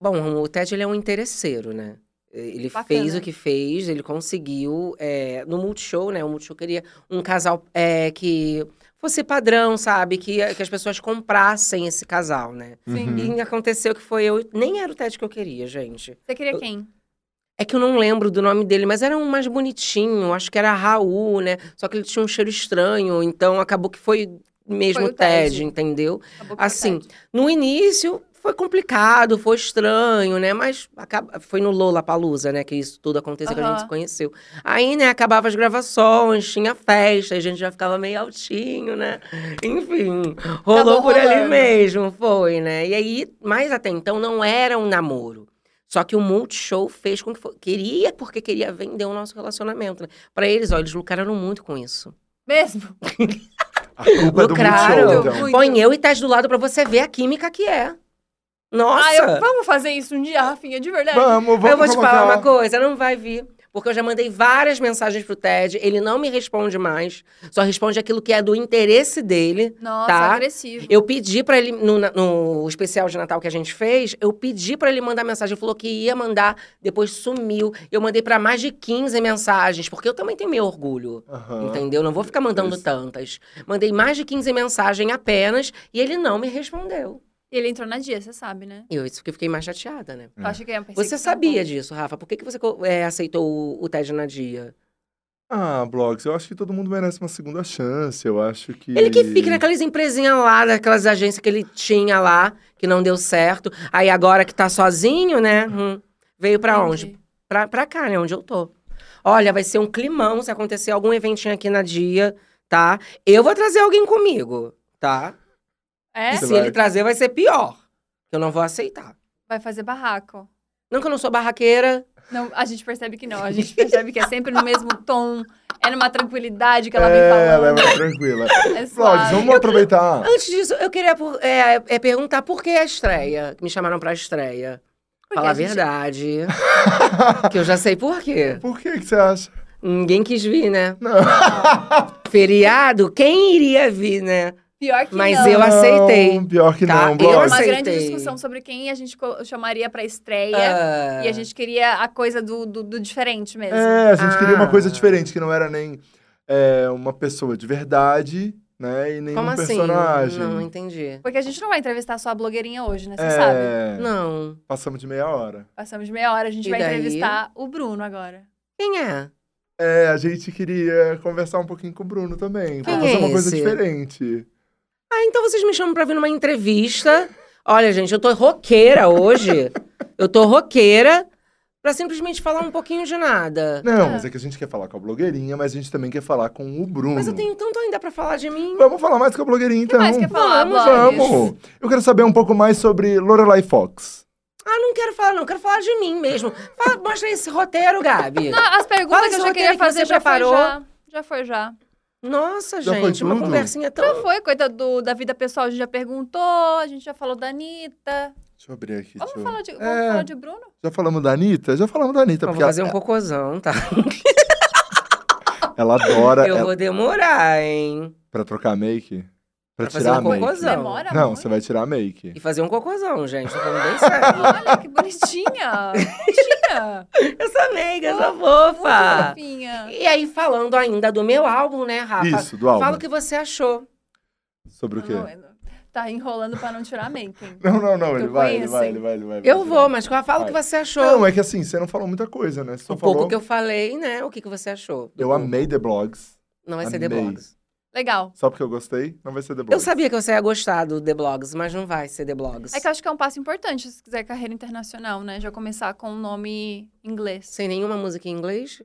Speaker 3: Bom, o Ted ele é um interesseiro, né? Ele
Speaker 1: Bacana.
Speaker 3: fez o que fez, ele conseguiu. é, no Multishow, né? O Multishow queria um casal é, que fosse padrão, sabe? Que, que as pessoas comprassem esse casal, né?
Speaker 1: Sim.
Speaker 2: Uhum.
Speaker 3: E aconteceu que foi eu. Nem era o Ted que eu queria, gente.
Speaker 1: Você queria quem?
Speaker 3: É que eu não lembro do nome dele, mas era um mais bonitinho. Acho que era Raul, né? Só que ele tinha um cheiro estranho, então acabou que foi mesmo
Speaker 1: Foi
Speaker 3: o
Speaker 1: o Ted.
Speaker 3: Ted, entendeu?
Speaker 1: Acabou que foi
Speaker 3: Assim,
Speaker 1: Ted.
Speaker 3: No início foi complicado, foi estranho, né? Mas acaba- foi no Lola Palusa, né? Que isso tudo aconteceu, que a gente
Speaker 1: Aham.
Speaker 3: se conheceu. Aí, né, acabava as gravações, tinha festa, a gente já ficava meio altinho, né? Enfim, rolou
Speaker 1: Acabou
Speaker 3: por ali
Speaker 1: rolando.
Speaker 3: mesmo, foi, né? E aí, mas até então não era um namoro. Só que o Multishow fez com que fo- queria, porque queria vender o nosso relacionamento. Né? Para eles, ó, eles lucraram muito com isso.
Speaker 1: Mesmo?
Speaker 2: A culpa é do
Speaker 3: Lucraram.
Speaker 2: Multishow, então.
Speaker 1: Muito.
Speaker 3: Põe eu e Tás do lado pra você ver a química que é. Nossa!
Speaker 1: Ah, eu- vamos fazer isso um dia, Rafinha, de verdade?
Speaker 2: Vamos, vamos
Speaker 3: eu vou te
Speaker 2: colocar.
Speaker 3: falar uma coisa, não vai vir. Porque eu já mandei várias mensagens pro Ted, ele não me responde mais, só responde aquilo que é do interesse dele.
Speaker 1: Nossa,
Speaker 3: Tá.
Speaker 1: agressivo.
Speaker 3: Eu pedi pra ele, no, na- no especial de Natal que a gente fez, eu pedi pra ele mandar mensagem. Ele falou que ia mandar, depois sumiu. Eu mandei pra mais de 15 mensagens, porque eu também tenho meu orgulho.
Speaker 2: Aham.
Speaker 3: Entendeu? Não vou ficar mandando
Speaker 2: Isso.
Speaker 3: tantas. Mandei mais de 15 mensagens apenas e ele não me respondeu.
Speaker 1: E ele entrou na dia, você sabe, né?
Speaker 3: E eu isso que eu fiquei mais chateada, né?
Speaker 1: Eu acho que é uma
Speaker 3: Você
Speaker 1: perseguição
Speaker 3: sabia disso, Rafa? Por que, que você co- eh, aceitou o, o Ted na dia?
Speaker 2: Ah, Blogs, eu acho que todo mundo merece uma segunda chance. Eu acho que.
Speaker 3: Ele que fica naquelas empresinhas lá, naquelas agências que ele tinha lá, que não deu certo. Aí agora que tá sozinho, né? hum, veio pra
Speaker 1: Uhum. Entendi.
Speaker 3: onde? Pra, pra cá, né? Onde eu tô. Olha, vai ser um climão se acontecer algum eventinho aqui na dia, tá? Eu vou trazer alguém comigo, tá?
Speaker 1: É?
Speaker 3: E se
Speaker 2: Vai.
Speaker 3: ele trazer, vai ser pior. Eu não vou aceitar.
Speaker 1: Vai fazer barraco.
Speaker 3: Não que eu não sou barraqueira.
Speaker 1: Não, a gente percebe que não. A gente percebe que é sempre no mesmo tom. É numa tranquilidade que ela vem
Speaker 2: é, ela é
Speaker 1: falando.
Speaker 2: mais tranquila.
Speaker 1: É
Speaker 2: Flores,
Speaker 1: suave.
Speaker 2: vamos aproveitar.
Speaker 3: Antes disso, eu queria por- é, é, perguntar por que a estreia? Que me chamaram pra estreia.
Speaker 1: Porque
Speaker 3: Falar a
Speaker 1: a gente-
Speaker 3: verdade. que eu já sei por quê.
Speaker 2: Por que, que você acha?
Speaker 3: Ninguém quis vir, né?
Speaker 2: Não.
Speaker 3: Feriado, quem iria vir, né?
Speaker 1: Pior que
Speaker 3: Mas
Speaker 1: não.
Speaker 3: eu aceitei.
Speaker 2: Não, pior que
Speaker 3: Tá,
Speaker 2: não, assim,
Speaker 3: eu
Speaker 1: Teve
Speaker 2: Flores.
Speaker 1: uma
Speaker 3: aceitei.
Speaker 1: grande discussão sobre quem a gente co- chamaria pra estreia.
Speaker 3: Ah,
Speaker 1: E a gente queria a coisa do, do, do diferente mesmo.
Speaker 2: É, a gente queria uma
Speaker 3: Ah.
Speaker 2: coisa diferente, que não era nem é, uma pessoa de verdade, né? E nem
Speaker 3: Como
Speaker 2: um
Speaker 3: assim?
Speaker 2: personagem.
Speaker 3: Não, entendi.
Speaker 1: Porque a gente não vai entrevistar só a blogueirinha hoje, né? Você sabe.
Speaker 2: é,
Speaker 3: Não.
Speaker 2: passamos de meia hora.
Speaker 1: Passamos de meia hora, a gente
Speaker 3: E
Speaker 1: vai
Speaker 3: daí?
Speaker 1: entrevistar o Bruno agora.
Speaker 3: Quem é?
Speaker 2: É, a gente queria conversar um pouquinho com o Bruno também, pra
Speaker 3: Quem
Speaker 2: fazer
Speaker 3: é
Speaker 2: uma coisa
Speaker 3: esse?
Speaker 2: diferente.
Speaker 3: Ah, então vocês me chamam pra vir numa entrevista. Olha, gente, eu tô roqueira hoje. eu tô roqueira pra simplesmente falar um pouquinho de nada.
Speaker 2: Não,
Speaker 1: É.
Speaker 2: mas é que a gente quer falar com a blogueirinha, mas a gente também quer falar com o Bruno.
Speaker 3: Ah. Mas eu tenho tanto ainda pra falar de mim.
Speaker 2: Vamos falar mais com a blogueirinha
Speaker 1: O que
Speaker 2: então.
Speaker 1: mais quer falar,
Speaker 3: vamos,
Speaker 1: Blogs?
Speaker 2: Vamos! Eu quero saber um pouco mais sobre Lorelai Fox.
Speaker 3: Ah, não quero falar, não. Quero falar de mim mesmo. Fala- mostra esse roteiro, Gabi.
Speaker 1: Ah, As perguntas
Speaker 3: Fala
Speaker 1: que eu
Speaker 3: esse
Speaker 1: já queria
Speaker 3: roteiro que você
Speaker 1: fazer já
Speaker 3: preparou.
Speaker 1: foi já. Já foi já.
Speaker 3: Nossa,
Speaker 2: Já foi
Speaker 3: gente, uma
Speaker 2: tudo?
Speaker 3: conversinha
Speaker 1: Já
Speaker 3: tão.
Speaker 1: foi, coisa do, da vida pessoal, a gente já perguntou, a gente já falou da Anitta.
Speaker 2: Deixa eu abrir aqui.
Speaker 1: Vamos
Speaker 2: deixa eu-
Speaker 1: falar de, vamos
Speaker 2: É.
Speaker 1: falar de Bruno?
Speaker 2: Já falamos da Anitta? Já falamos da Anitta,
Speaker 3: Eu vou
Speaker 2: Então, porque ela, é
Speaker 3: fazer um cocôzão, tá?
Speaker 2: ela adora
Speaker 3: Eu
Speaker 2: ela...
Speaker 3: vou demorar, hein?
Speaker 2: pra trocar make. Pra,
Speaker 3: Pra fazer
Speaker 2: tirar
Speaker 3: um
Speaker 2: make.
Speaker 3: cocôzão. Não.
Speaker 1: Demora
Speaker 2: Não,
Speaker 1: muito.
Speaker 2: você vai tirar make.
Speaker 3: E fazer um cocôzão, gente. Tô falando bem sério.
Speaker 1: Olha, que bonitinha. Bonitinha.
Speaker 3: essa nega, essa
Speaker 1: Muito
Speaker 3: fofa.
Speaker 1: fofinha.
Speaker 3: E aí, falando ainda do meu álbum, né, Rafa?
Speaker 2: Isso, do álbum.
Speaker 3: Fala o que você achou.
Speaker 2: Sobre o quê?
Speaker 1: Não, não- Tá enrolando pra não tirar making.
Speaker 2: Não, não, não, ele
Speaker 1: Eu
Speaker 2: vai, ele
Speaker 1: conheço,
Speaker 2: vai,
Speaker 1: hein?
Speaker 2: ele vai, ele vai. ele
Speaker 3: Eu
Speaker 2: vai.
Speaker 3: vou, mas fala o que
Speaker 2: Vai.
Speaker 3: você achou.
Speaker 2: Não, é que assim, você não falou muita coisa, né? Você só
Speaker 3: o Um pouco
Speaker 2: falou.
Speaker 3: que eu falei, né? O que, que você achou?
Speaker 2: Eu amei The Blogs.
Speaker 3: Não vai ser The
Speaker 2: amei.
Speaker 3: Blogs.
Speaker 1: Legal.
Speaker 2: Só porque eu gostei, não vai ser The Blogs.
Speaker 3: Eu sabia que você ia gostar do The Blogs, mas não vai ser The Blogs.
Speaker 1: É que eu acho que é um passo importante se quiser carreira internacional, né? Já começar com um nome inglês.
Speaker 3: Sem nenhuma música em inglês.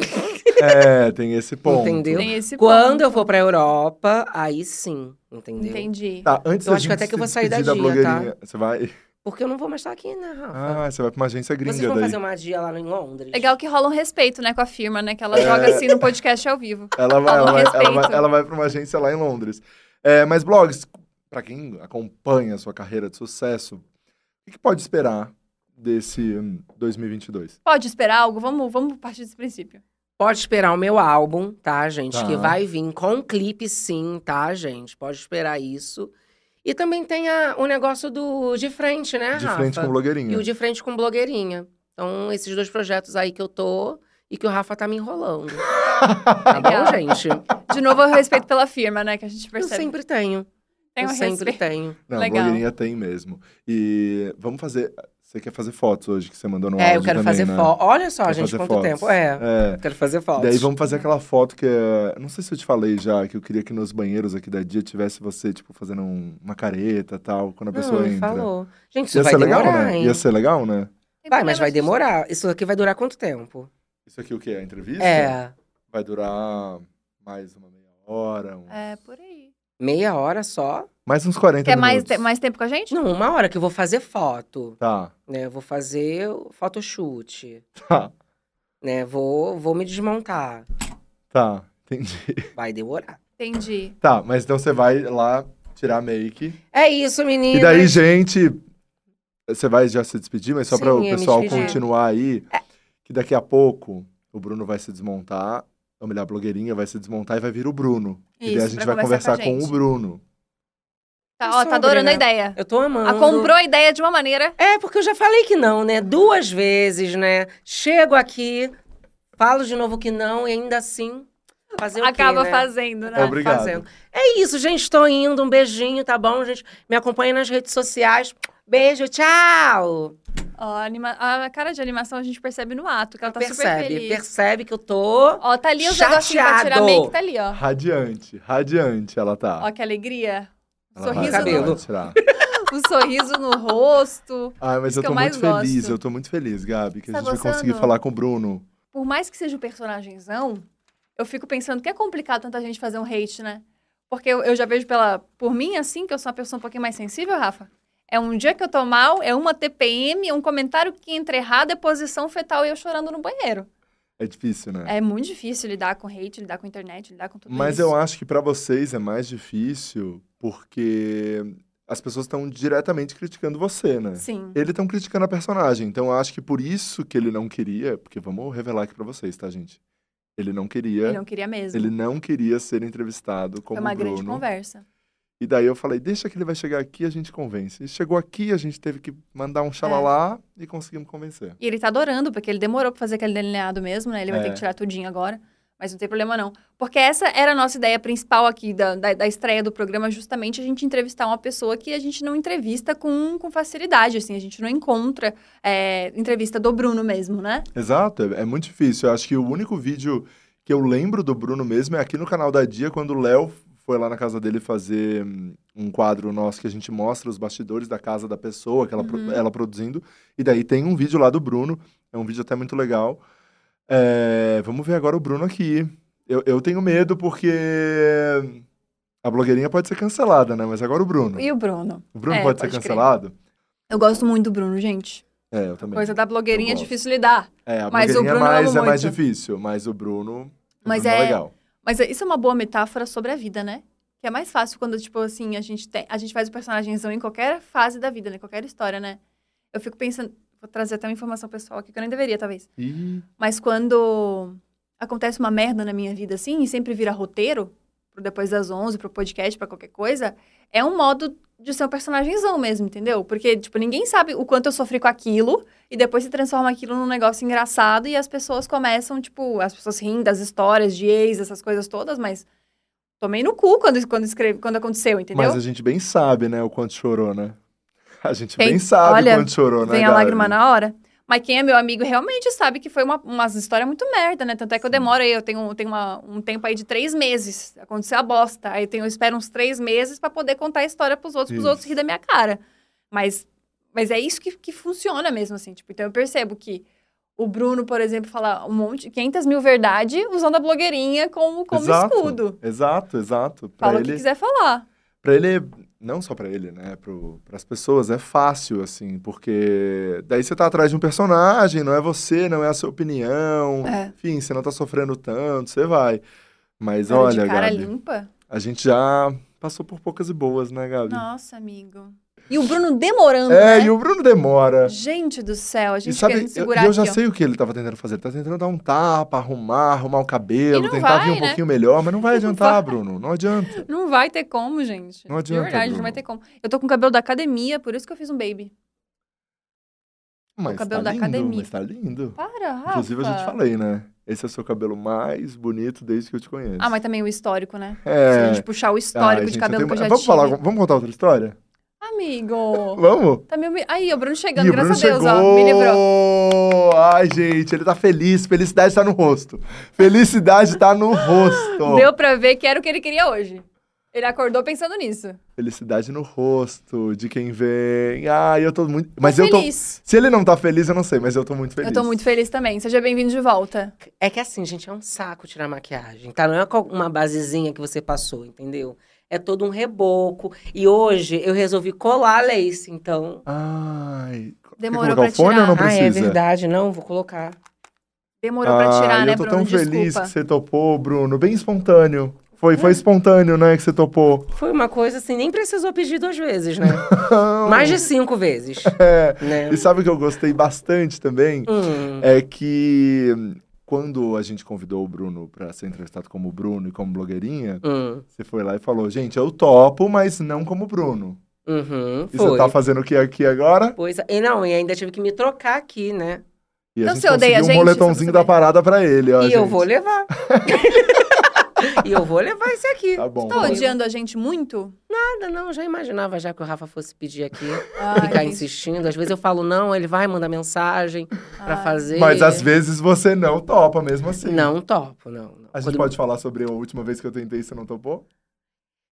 Speaker 2: É, tem esse ponto.
Speaker 3: Entendeu? Eu-
Speaker 1: Tem esse
Speaker 3: Quando
Speaker 1: ponto.
Speaker 3: eu for pra Europa, aí sim, entendeu?
Speaker 1: Entendi.
Speaker 2: Tá, antes
Speaker 3: Eu
Speaker 2: da
Speaker 3: acho que
Speaker 2: gente
Speaker 3: até que
Speaker 2: se
Speaker 3: eu vou sair da
Speaker 2: despedir
Speaker 3: Gia, tá?
Speaker 2: blogueirinha, Você vai.
Speaker 3: Porque eu não vou mais estar aqui, né, Rafa?
Speaker 2: Ah, você vai pra uma agência
Speaker 3: Vocês
Speaker 2: gringa
Speaker 3: vão
Speaker 2: daí.
Speaker 3: fazer uma dia lá em Londres?
Speaker 1: Legal que rola um respeito, né, com a firma, né? Que
Speaker 2: É.
Speaker 1: ela joga assim no podcast ao vivo.
Speaker 2: Ela vai,
Speaker 1: Fala
Speaker 2: ela, vai, ela,
Speaker 1: respeito.
Speaker 2: vai, ela vai pra uma agência lá em Londres. É, mas blogs, pra quem acompanha a sua carreira de sucesso, o que, que pode esperar desse hum, 2022?
Speaker 1: Pode esperar algo? Vamos, vamos partir desse princípio.
Speaker 3: Pode esperar o meu álbum, tá, gente?
Speaker 2: Tá.
Speaker 3: Que vai vir com um clipe, sim, tá, gente? Pode esperar isso. E também tem a- o negócio do De Frente, né,
Speaker 2: de
Speaker 3: Rafa?
Speaker 2: frente com blogueirinha.
Speaker 3: E o De Frente com Blogueirinha. Então, esses dois projetos aí que eu tô e que o Rafa tá me enrolando. tá bom,
Speaker 1: Legal.
Speaker 3: gente?
Speaker 1: De novo, o respeito pela firma, né? Que a gente
Speaker 3: Eu
Speaker 1: percebe.
Speaker 3: sempre tenho.
Speaker 1: Tem um
Speaker 3: eu sempre
Speaker 1: respeito.
Speaker 3: tenho.
Speaker 2: Não,
Speaker 1: Legal.
Speaker 2: blogueirinha tem mesmo. E vamos fazer. Você quer fazer fotos hoje que você mandou no
Speaker 3: É, eu
Speaker 2: áudio
Speaker 3: quero
Speaker 2: também,
Speaker 3: fazer
Speaker 2: né?
Speaker 3: foto. Olha só,
Speaker 2: Quer
Speaker 3: gente,
Speaker 2: fazer
Speaker 3: quanto
Speaker 2: fotos.
Speaker 3: tempo. É,
Speaker 2: É.
Speaker 3: eu quero fazer fotos.
Speaker 2: Daí vamos fazer aquela foto que é. Não sei se eu te falei já que eu queria que nos banheiros aqui da dia tivesse você, tipo, fazendo um- uma careta e tal, quando a pessoa
Speaker 3: Não, me
Speaker 2: entra.
Speaker 3: Hum, falou. Gente, isso
Speaker 2: Ia
Speaker 3: vai
Speaker 2: ser
Speaker 3: demorar,
Speaker 2: legal, né?
Speaker 3: hein?
Speaker 2: Ia ser legal, né?
Speaker 1: Tem
Speaker 3: Vai,
Speaker 1: problema
Speaker 3: mas vai
Speaker 1: disso.
Speaker 3: demorar. Isso aqui vai durar quanto tempo?
Speaker 2: Isso aqui o quê? A entrevista?
Speaker 3: É,
Speaker 2: Vai durar mais uma meia hora. um-
Speaker 1: É, por aí.
Speaker 3: meia hora só.
Speaker 2: Mais uns 40
Speaker 1: Quer mais,
Speaker 2: minutos.
Speaker 1: te- mais tempo com a gente?
Speaker 3: Não, uma hora que eu vou fazer foto,
Speaker 2: Tá,
Speaker 3: né? Eu vou fazer o photoshoot,
Speaker 2: tá,
Speaker 3: né? Vou, vou me desmontar.
Speaker 2: tá. Entendi.
Speaker 3: Vai demorar.
Speaker 1: Entendi.
Speaker 2: Tá, mas então você vai lá tirar make.
Speaker 3: É isso, menina.
Speaker 2: E daí, gente, você vai já se despedir, mas só para o
Speaker 3: Sim, é, me
Speaker 2: pessoal
Speaker 3: despedir.
Speaker 2: continuar aí,
Speaker 1: É.
Speaker 2: que daqui a pouco o Bruno vai se desmontar, ou melhor, a blogueirinha vai se desmontar e vai vir o Bruno. e daí a
Speaker 1: Isso,
Speaker 2: gente
Speaker 1: pra
Speaker 2: vai
Speaker 1: conversar com
Speaker 2: conversar
Speaker 1: a
Speaker 2: com, o
Speaker 1: gente.
Speaker 2: Bruno.
Speaker 1: Tá, ó,
Speaker 3: É
Speaker 1: tá adorando
Speaker 3: sobre,
Speaker 1: a
Speaker 3: né?
Speaker 1: ideia.
Speaker 3: Eu tô amando.
Speaker 1: A Ah, comprou a ideia de uma maneira.
Speaker 3: É, porque eu já falei que não, né? Duas vezes, né? Chego aqui, falo de novo que não e ainda assim fazer o quê,
Speaker 1: acaba
Speaker 3: né?
Speaker 1: fazendo, né?
Speaker 2: Obri- Obrigado.
Speaker 3: fazendo. É isso, gente. Tô indo. Um beijinho, tá bom, gente? Me acompanha nas redes sociais. Beijo, tchau!
Speaker 1: Ó, anima- a cara de animação a gente percebe no ato, que ela tá super
Speaker 3: percebe,
Speaker 1: feliz.
Speaker 3: percebe que eu tô.
Speaker 1: Ó, tá ali os negocinhos pra tirar
Speaker 3: Chateado.
Speaker 1: make, tá ali, ó.
Speaker 2: Radiante, radiante ela tá.
Speaker 1: Ó, que alegria. O
Speaker 2: Ela vai,
Speaker 1: sorriso,
Speaker 2: ela vai
Speaker 3: Cabelo.
Speaker 2: tirar.
Speaker 1: no, o sorriso no rosto.
Speaker 2: Ah, mas
Speaker 1: Isso
Speaker 2: eu
Speaker 1: que
Speaker 2: tô
Speaker 1: eu
Speaker 2: muito
Speaker 1: mais
Speaker 2: feliz,
Speaker 1: gosto.
Speaker 2: eu tô muito feliz, Gabi, que
Speaker 1: Tá
Speaker 2: a gente vai conseguir
Speaker 1: gostando?
Speaker 2: falar com o Bruno.
Speaker 1: Por mais que seja um personagemzão, eu fico pensando que é complicado tanta gente fazer um hate, né? Porque eu, eu já vejo pela, por mim, assim, que eu sou uma pessoa um pouquinho mais sensível, Rafa. É um dia que eu tô mal, é uma TPM, é um comentário que entra errado, é posição fetal e eu chorando no banheiro.
Speaker 2: É difícil, né?
Speaker 1: É muito difícil lidar com hate, lidar com internet, lidar com tudo
Speaker 2: Mas
Speaker 1: isso.
Speaker 2: eu acho que pra vocês é mais difícil porque as pessoas estão diretamente criticando você, né?
Speaker 1: Sim.
Speaker 2: Ele estão criticando a personagem, então eu acho que por isso que ele não queria, porque vamos revelar aqui pra vocês, tá, gente? Ele não queria,
Speaker 1: Ele não queria mesmo.
Speaker 2: ele não queria ser entrevistado como
Speaker 1: Foi uma
Speaker 2: o Bruno.
Speaker 1: grande conversa.
Speaker 2: E daí eu falei, deixa que ele vai chegar aqui, a gente convence. E chegou aqui, a gente teve que mandar
Speaker 1: É.
Speaker 2: um xalalá e conseguimos convencer.
Speaker 1: E ele tá adorando, porque ele demorou pra fazer aquele delineado mesmo, né? Ele vai
Speaker 2: É.
Speaker 1: ter que tirar tudinho agora. Mas não tem problema, não. Porque essa era a nossa ideia principal aqui da, da, da estreia do programa, justamente a gente entrevistar uma pessoa que a gente não entrevista com, com facilidade, assim. A gente não encontra é, entrevista do Bruno mesmo, né?
Speaker 2: Exato, é é muito difícil. Eu acho que o único vídeo que eu lembro do Bruno mesmo é aqui no canal da Dia, quando o Léo foi lá na casa dele fazer hum, um quadro nosso que a gente mostra os bastidores da casa da pessoa, que ela, pro-
Speaker 1: Uhum.
Speaker 2: ela produzindo. E daí tem um vídeo lá do Bruno, é um vídeo até muito legal. É, vamos ver agora o Bruno aqui. Eu, eu tenho medo porque a blogueirinha pode ser cancelada, né? Mas agora o Bruno.
Speaker 1: E o Bruno?
Speaker 2: O Bruno
Speaker 1: É,
Speaker 2: pode ser
Speaker 1: pode crer.
Speaker 2: cancelado?
Speaker 1: Eu gosto muito do Bruno, gente.
Speaker 2: É, eu também.
Speaker 1: Coisa da blogueirinha é
Speaker 2: Eu gosto.
Speaker 1: difícil lidar.
Speaker 2: É, a
Speaker 1: Mas o
Speaker 2: blogueirinha é
Speaker 1: Bruno eu
Speaker 2: mais,
Speaker 1: amo
Speaker 2: é mais
Speaker 1: muito.
Speaker 2: difícil, mas o Bruno, o
Speaker 1: Mas
Speaker 2: Bruno
Speaker 1: é-
Speaker 2: legal.
Speaker 1: Mas é- isso é uma boa metáfora sobre a vida, né? Que é mais fácil quando, tipo assim, a gente, tem, a gente faz o personagemzão em qualquer fase da vida, né? Qualquer história, né? Eu fico pensando... Vou trazer até uma informação pessoal aqui que eu nem deveria, talvez.
Speaker 2: E
Speaker 1: Mas quando acontece uma merda na minha vida, assim, e sempre vira roteiro, pro Depois das 11, pro podcast, pra qualquer coisa, é um modo de ser um personagemzão mesmo, entendeu? Porque, tipo, ninguém sabe o quanto eu sofri com aquilo, e depois se transforma aquilo num negócio engraçado, e as pessoas começam, tipo, as pessoas riem das histórias de ex, essas coisas todas, mas tomei no cu quando, quando, escrevi, quando aconteceu, entendeu?
Speaker 2: Mas a gente bem sabe, né, o quanto chorou, né? A gente
Speaker 1: Quem-
Speaker 2: bem sabe
Speaker 1: Olha,
Speaker 2: o quanto chorou, né,
Speaker 1: Vem a
Speaker 2: Gabi?
Speaker 1: lágrima na hora. Mas quem é meu amigo realmente sabe que foi uma, uma história muito merda, né? Tanto é que eu
Speaker 2: Sim.
Speaker 1: demoro aí, eu tenho, eu tenho uma- um tempo aí de três meses. Aconteceu a bosta. Aí eu, tenho, eu espero uns três meses pra poder contar a história pros outros, pros
Speaker 2: Isso.
Speaker 1: outros rir da minha cara. Mas, mas é isso que, que funciona mesmo, assim. Tipo, então eu percebo que o Bruno, por exemplo, fala um monte, 500 mil verdade, usando a blogueirinha como, como
Speaker 2: Exato.
Speaker 1: escudo.
Speaker 2: Exato, exato. Pra
Speaker 1: Fala o
Speaker 2: ele,
Speaker 1: que quiser falar.
Speaker 2: pra ele, não só pra ele, né, pro, pras pessoas, é fácil, assim, porque daí você tá atrás de um personagem, não é você, não é a sua opinião,
Speaker 1: É.
Speaker 2: enfim, você não tá sofrendo tanto, você vai. Mas
Speaker 1: Cara
Speaker 2: olha,
Speaker 1: de cara
Speaker 2: Gabi,
Speaker 1: limpa.
Speaker 2: a gente já passou por poucas e boas, né, Gabi?
Speaker 1: Nossa, amigo. E o Bruno demorando,
Speaker 2: é,
Speaker 1: né?
Speaker 2: e o Bruno demora.
Speaker 1: Gente do céu, a
Speaker 2: E
Speaker 1: gente
Speaker 2: sabe,
Speaker 1: querendo
Speaker 2: eu,
Speaker 1: segurar
Speaker 2: e eu já
Speaker 1: aqui, ó.
Speaker 2: sei o que ele tava tentando fazer. Ele tá tentando dar um tapa, arrumar, arrumar o
Speaker 1: E
Speaker 2: cabelo,
Speaker 1: não
Speaker 2: tentar vir
Speaker 1: vai,
Speaker 2: um
Speaker 1: né?
Speaker 2: pouquinho melhor, mas não vai
Speaker 1: Não
Speaker 2: adiantar,
Speaker 1: vai.
Speaker 2: Bruno. Não adianta.
Speaker 1: Não vai ter como, gente.
Speaker 2: Não adianta,
Speaker 1: De verdade,
Speaker 2: Bruno.
Speaker 1: não vai ter como. Eu tô com o cabelo da academia, por isso que eu fiz um baby.
Speaker 2: Mas
Speaker 1: cabelo
Speaker 2: tá
Speaker 1: da
Speaker 2: lindo,
Speaker 1: academia.
Speaker 2: mas tá lindo.
Speaker 1: Para, Rafa.
Speaker 2: Inclusive, eu já te falei, né? Esse é o seu cabelo mais bonito desde que eu te conheço.
Speaker 1: Ah, mas também o histórico, né? Se a
Speaker 2: É.
Speaker 1: gente puxar o
Speaker 2: Ai,
Speaker 1: histórico de
Speaker 2: gente, eu
Speaker 1: cabelo
Speaker 2: tenho-
Speaker 1: que eu já
Speaker 2: vamos
Speaker 1: tive.
Speaker 2: falar, vamos contar outra história?
Speaker 1: Amigo.
Speaker 2: Vamos?
Speaker 1: Tá meio... Aí, o Bruno chegando,
Speaker 2: Ih, o
Speaker 1: graças
Speaker 2: Bruno
Speaker 1: a Deus, ó. Me livrou.
Speaker 2: chegou! Ai, gente, ele tá feliz. Felicidade tá no rosto. Felicidade tá no rosto.
Speaker 1: Deu pra ver que era o que ele queria hoje. Ele acordou pensando nisso.
Speaker 2: Felicidade no rosto de quem vem. Ai, eu tô muito. Mas eu tô.
Speaker 1: feliz.
Speaker 2: Se ele não tá feliz, eu não sei, mas eu tô muito feliz.
Speaker 1: Eu tô muito feliz também. Seja bem-vindo de volta.
Speaker 3: É que assim, gente, é um saco tirar maquiagem, tá? Não é qual- uma basezinha que você passou, entendeu? É todo um reboco. E hoje eu resolvi colar a lace, então.
Speaker 2: Ai.
Speaker 1: Demorou
Speaker 2: Quer colocar
Speaker 1: pra
Speaker 2: o fone
Speaker 1: tirar.
Speaker 2: ou não
Speaker 1: Ah,
Speaker 3: Ah,
Speaker 2: precisa?
Speaker 3: é verdade, não, vou colocar.
Speaker 1: Demorou pra tirar,
Speaker 2: Ai,
Speaker 1: né,
Speaker 2: eu tô
Speaker 1: Bruno?
Speaker 2: tão feliz
Speaker 1: Desculpa.
Speaker 2: que você topou, Bruno. Bem espontâneo. Foi,
Speaker 1: É.
Speaker 2: foi espontâneo, né, que você topou.
Speaker 3: Foi uma coisa assim, nem precisou pedir duas vezes, né?
Speaker 2: Não.
Speaker 3: Mais de cinco vezes.
Speaker 2: É.
Speaker 3: né?
Speaker 2: E sabe o que eu gostei bastante também?
Speaker 3: Hum.
Speaker 2: É que hum, quando a gente convidou o Bruno pra ser entrevistado como Bruno e como blogueirinha,
Speaker 3: Hum.
Speaker 2: você foi lá e falou, gente, eu topo, mas não como Bruno.
Speaker 3: Uhum.
Speaker 2: E
Speaker 3: Foi.
Speaker 2: você tá fazendo o que aqui agora?
Speaker 3: Pois é. E não, e ainda tive que me trocar aqui, né?
Speaker 2: E
Speaker 1: Então
Speaker 2: a gente
Speaker 1: você odeia a gente,
Speaker 2: conseguiu um
Speaker 1: só pra
Speaker 2: moletomzinho
Speaker 1: saber.
Speaker 2: da parada pra ele, ó,
Speaker 3: e eu
Speaker 2: Ah, gente.
Speaker 3: vou levar. e eu vou levar esse aqui.
Speaker 2: Tá bom.
Speaker 1: Tá odiando a gente muito?
Speaker 3: Nada, não. Já imaginava já que o Rafa fosse pedir aqui.
Speaker 1: Ai,
Speaker 3: ficar
Speaker 1: gente.
Speaker 3: insistindo. Às vezes eu falo não, ele vai mandar mensagem pra
Speaker 1: Ai.
Speaker 3: fazer.
Speaker 2: Mas às vezes você não topa mesmo assim.
Speaker 3: Não topo, não. não.
Speaker 2: A gente
Speaker 3: Quando-
Speaker 2: pode falar sobre a última vez que eu tentei e você não topou?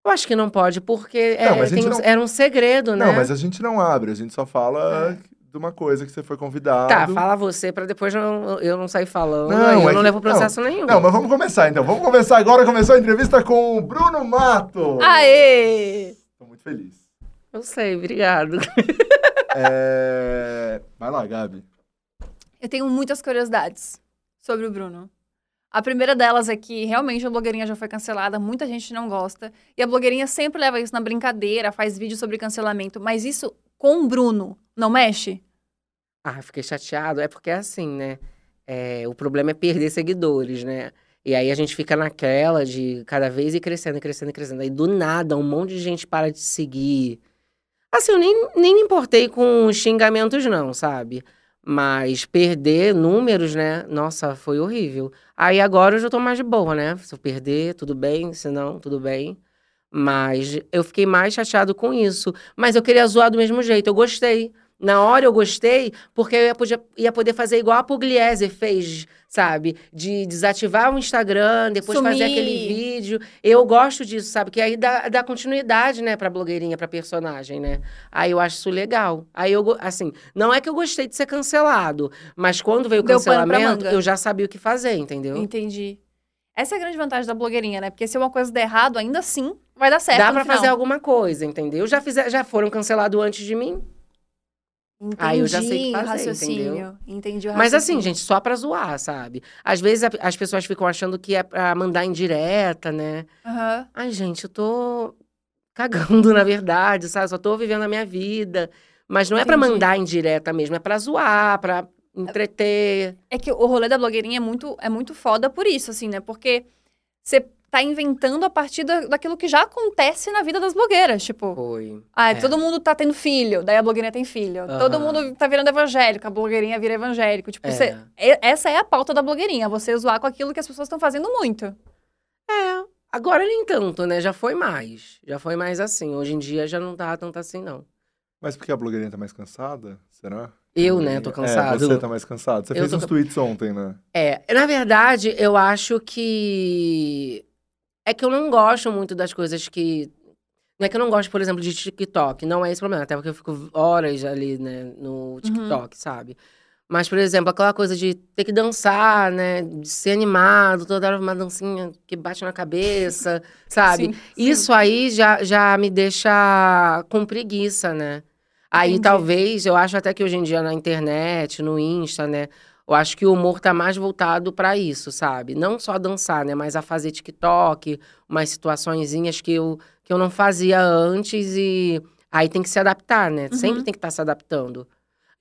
Speaker 3: Eu acho que não pode, porque é,
Speaker 2: Não, mas a
Speaker 3: tem
Speaker 2: gente
Speaker 3: um-
Speaker 2: não-
Speaker 3: era um segredo, né? É.
Speaker 2: Não, mas a gente não abre, a gente só fala de uma coisa que você foi convidado.
Speaker 3: Tá, fala você pra depois eu não, eu não sair falando.
Speaker 2: é Não,
Speaker 3: aí eu
Speaker 2: é
Speaker 3: não
Speaker 2: que-
Speaker 3: levo processo nenhum.
Speaker 2: Não, mas vamos começar então. Vamos começar agora. Começou a entrevista com o Bruno Mato.
Speaker 1: Aê!
Speaker 2: Tô muito feliz.
Speaker 3: Eu sei, obrigado.
Speaker 2: É... Vai lá, Gabi.
Speaker 1: Eu tenho muitas curiosidades sobre o Bruno. A primeira delas é que realmente a blogueirinha já foi cancelada, muita gente não gosta. E a blogueirinha sempre leva isso na brincadeira, faz vídeo sobre cancelamento, mas isso com o Bruno não mexe?
Speaker 3: Ah, fiquei chateado. É porque é assim, né? É, o problema é perder seguidores, né? E aí a gente fica naquela de cada vez ir crescendo, crescendo, crescendo. Aí do nada um monte de gente para de seguir. Assim, eu nem, nem me importei com os xingamentos, não, sabe? Mas perder números, né? Nossa, foi horrível. Aí agora eu já tô mais de boa, né? Se eu perder, tudo bem. Se não, tudo bem. Mas eu fiquei mais chateado com isso. Mas eu queria zoar do mesmo jeito. Eu gostei. Na hora eu gostei, porque eu ia, podia- ia poder fazer igual a Pugliese fez, sabe? De desativar o Instagram, depois fazer
Speaker 1: Sumir.
Speaker 3: aquele vídeo. Eu gosto disso, sabe? Que aí dá, dá continuidade, né, pra blogueirinha, pra personagem, né? Aí eu acho isso legal. Aí eu, go- assim, não é que eu gostei de ser cancelado, mas quando veio o
Speaker 1: Deu pano pra
Speaker 3: cancelamento,
Speaker 1: manga. Então,
Speaker 3: eu já sabia o que fazer, entendeu?
Speaker 1: Entendi. Essa é a grande vantagem da blogueirinha, né? Porque se uma coisa der errado, ainda assim vai dar certo.
Speaker 3: Dá
Speaker 1: no
Speaker 3: pra
Speaker 1: final.
Speaker 3: fazer alguma coisa, entendeu? Já, fizer, já foram cancelados antes de mim.
Speaker 1: Entendi
Speaker 3: Ah, eu já sei o que fazer,
Speaker 1: o raciocínio.
Speaker 3: entendeu?
Speaker 1: Entendi o raciocínio.
Speaker 3: Mas assim, gente, só pra zoar, sabe? Às vezes a- as pessoas ficam achando que é pra mandar indireta, né?
Speaker 1: Aham.
Speaker 3: Ai, gente, eu tô cagando, na verdade, sabe? Só tô vivendo a minha vida. Mas não é pra
Speaker 1: Entendi.
Speaker 3: mandar indireta mesmo, é pra zoar, pra entreter.
Speaker 1: É que o rolê da blogueirinha é muito, é muito foda por isso, assim, né? Porque você tá inventando a partir da- daquilo que já acontece na vida das blogueiras. Tipo,
Speaker 3: Foi.
Speaker 1: ah,
Speaker 3: É.
Speaker 1: todo mundo tá tendo filho, daí a blogueirinha tem filho. Todo
Speaker 3: Aham.
Speaker 1: mundo tá virando evangélico, a blogueirinha vira evangélico. Tipo,
Speaker 3: É.
Speaker 1: você- e- essa é a pauta da blogueirinha, você zoar com aquilo que as pessoas estão fazendo muito.
Speaker 3: É. Agora nem tanto, né? Já foi mais. Já foi mais assim. Hoje em dia já não tá tanto assim, não.
Speaker 2: Mas porque a blogueirinha tá mais cansada? Será?
Speaker 3: Eu, né, tô
Speaker 2: É,
Speaker 3: cansado.
Speaker 2: você tá mais cansado. Você
Speaker 3: Eu
Speaker 2: fez
Speaker 3: tô
Speaker 2: uns
Speaker 3: ca-
Speaker 2: tweets ontem, né?
Speaker 3: É, na verdade, eu acho que. É que eu não gosto muito das coisas que. Não é que eu não gosto, por exemplo, de TikTok. Não é esse o problema. Até porque eu fico horas ali, né, no TikTok, sabe? Mas, por exemplo, aquela coisa de ter que dançar, né? De ser animado, toda hora uma dancinha que bate na cabeça, sabe?
Speaker 1: Sim,
Speaker 3: Isso aí já, já me deixa com preguiça, né? Aí
Speaker 1: Entendi.
Speaker 3: talvez, eu acho até que hoje em dia na internet, no Insta, né? Eu acho que o humor tá mais voltado pra isso, sabe? Não só dançar, né? Mas a fazer TikTok, umas situaçõezinhas que eu, que eu não fazia antes e aí tem que se adaptar, né?
Speaker 1: Uhum.
Speaker 3: Sempre tem que estar se adaptando.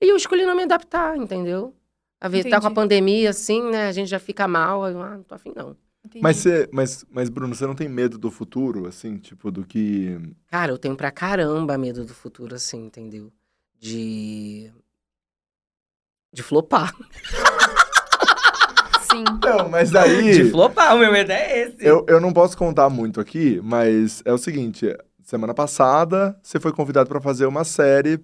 Speaker 3: E eu escolhi não me adaptar, entendeu? A ver, tá com a
Speaker 1: Entendi.
Speaker 3: pandemia assim, né? A gente já fica mal, aí eu, ah, não tô afim não.
Speaker 1: entendi.
Speaker 2: Mas, você, mas, mas, Bruno, você não tem medo do futuro, assim? Tipo, do que...
Speaker 3: Cara, eu tenho pra caramba medo do futuro, assim, entendeu? De. De flopar.
Speaker 1: Sim.
Speaker 2: Não, mas daí...
Speaker 3: De flopar, o meu medo é esse.
Speaker 2: Eu, eu não posso contar muito aqui, mas é o seguinte: semana passada você foi convidado pra fazer uma série,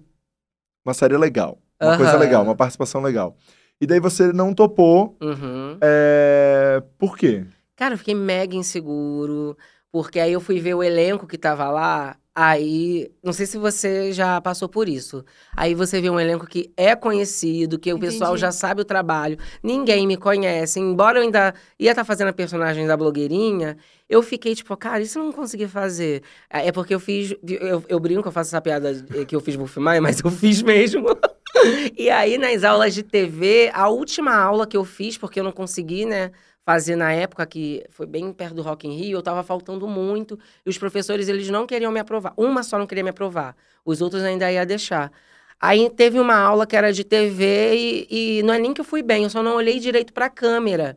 Speaker 2: uma série legal, uma
Speaker 3: Aham.
Speaker 2: coisa legal, uma participação legal. E daí você não topou,
Speaker 3: Uhum.
Speaker 2: é... por quê?
Speaker 3: Cara, eu fiquei mega inseguro, porque aí eu fui ver o elenco que tava lá. Aí, não sei se você já passou por isso. Aí você vê um elenco que é conhecido, que o pessoal
Speaker 1: Entendi.
Speaker 3: já sabe o trabalho, ninguém me conhece. Embora eu ainda ia estar fazendo a personagem da blogueirinha, eu fiquei tipo, cara, isso eu não consegui fazer. É porque eu fiz. Eu, eu brinco, eu faço essa piada de- que eu fiz Buffimai, mas eu fiz mesmo. e aí, nas aulas de TV, a última aula que eu fiz, porque eu não consegui, né? Fazer na época que foi bem perto do Rock in Rio, eu tava faltando muito. E os professores, eles não queriam me aprovar. Uma só não queria me aprovar. Os outros ainda ia deixar. Aí teve uma aula que era de TV e, e não é nem que eu fui bem, eu só não olhei direito pra câmera.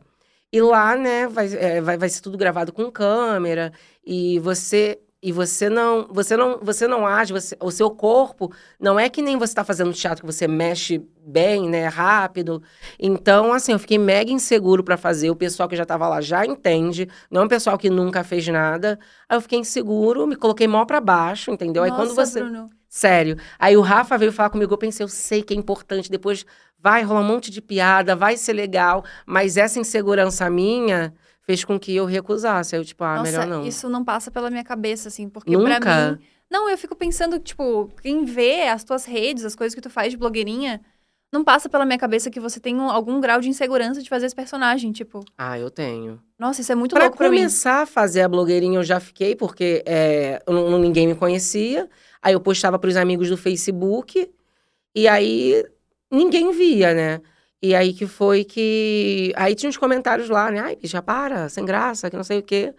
Speaker 3: E lá, né, vai, é, vai, vai ser tudo gravado com câmera e você e você não você não você não age você- o seu corpo não é que nem você está fazendo teatro que você mexe bem né rápido então assim eu fiquei mega inseguro para fazer o pessoal que já estava lá já entende não é um pessoal que nunca fez nada aí eu fiquei inseguro me coloquei mó para baixo entendeu aí quando
Speaker 1: Nossa,
Speaker 3: você
Speaker 1: Bruno.
Speaker 3: Sério. Aí o Rafa veio falar comigo, eu pensei, eu sei que é importante, depois vai rolar um monte de piada, vai ser legal, mas essa insegurança minha fez com que eu recusasse. Aí eu, tipo, ah,
Speaker 1: Nossa,
Speaker 3: melhor não.
Speaker 1: isso não passa pela minha cabeça, assim, porque pra
Speaker 3: Nunca?
Speaker 1: mim. Não, eu fico pensando, tipo, quem vê as tuas redes, as coisas que tu faz de blogueirinha, não passa pela minha cabeça que você tem um- algum grau de insegurança de fazer esse personagem. Tipo,
Speaker 3: Ah, eu tenho.
Speaker 1: nossa, isso é muito
Speaker 3: Pra
Speaker 1: louco pra mim.
Speaker 3: começar a fazer a blogueirinha, eu já fiquei, porque é, eu não- ninguém me conhecia. Aí eu postava pros amigos do Facebook. E aí ninguém via, né? E aí que foi que. Aí tinha uns comentários lá, né? Ai, já para, sem graça, que não sei o quê.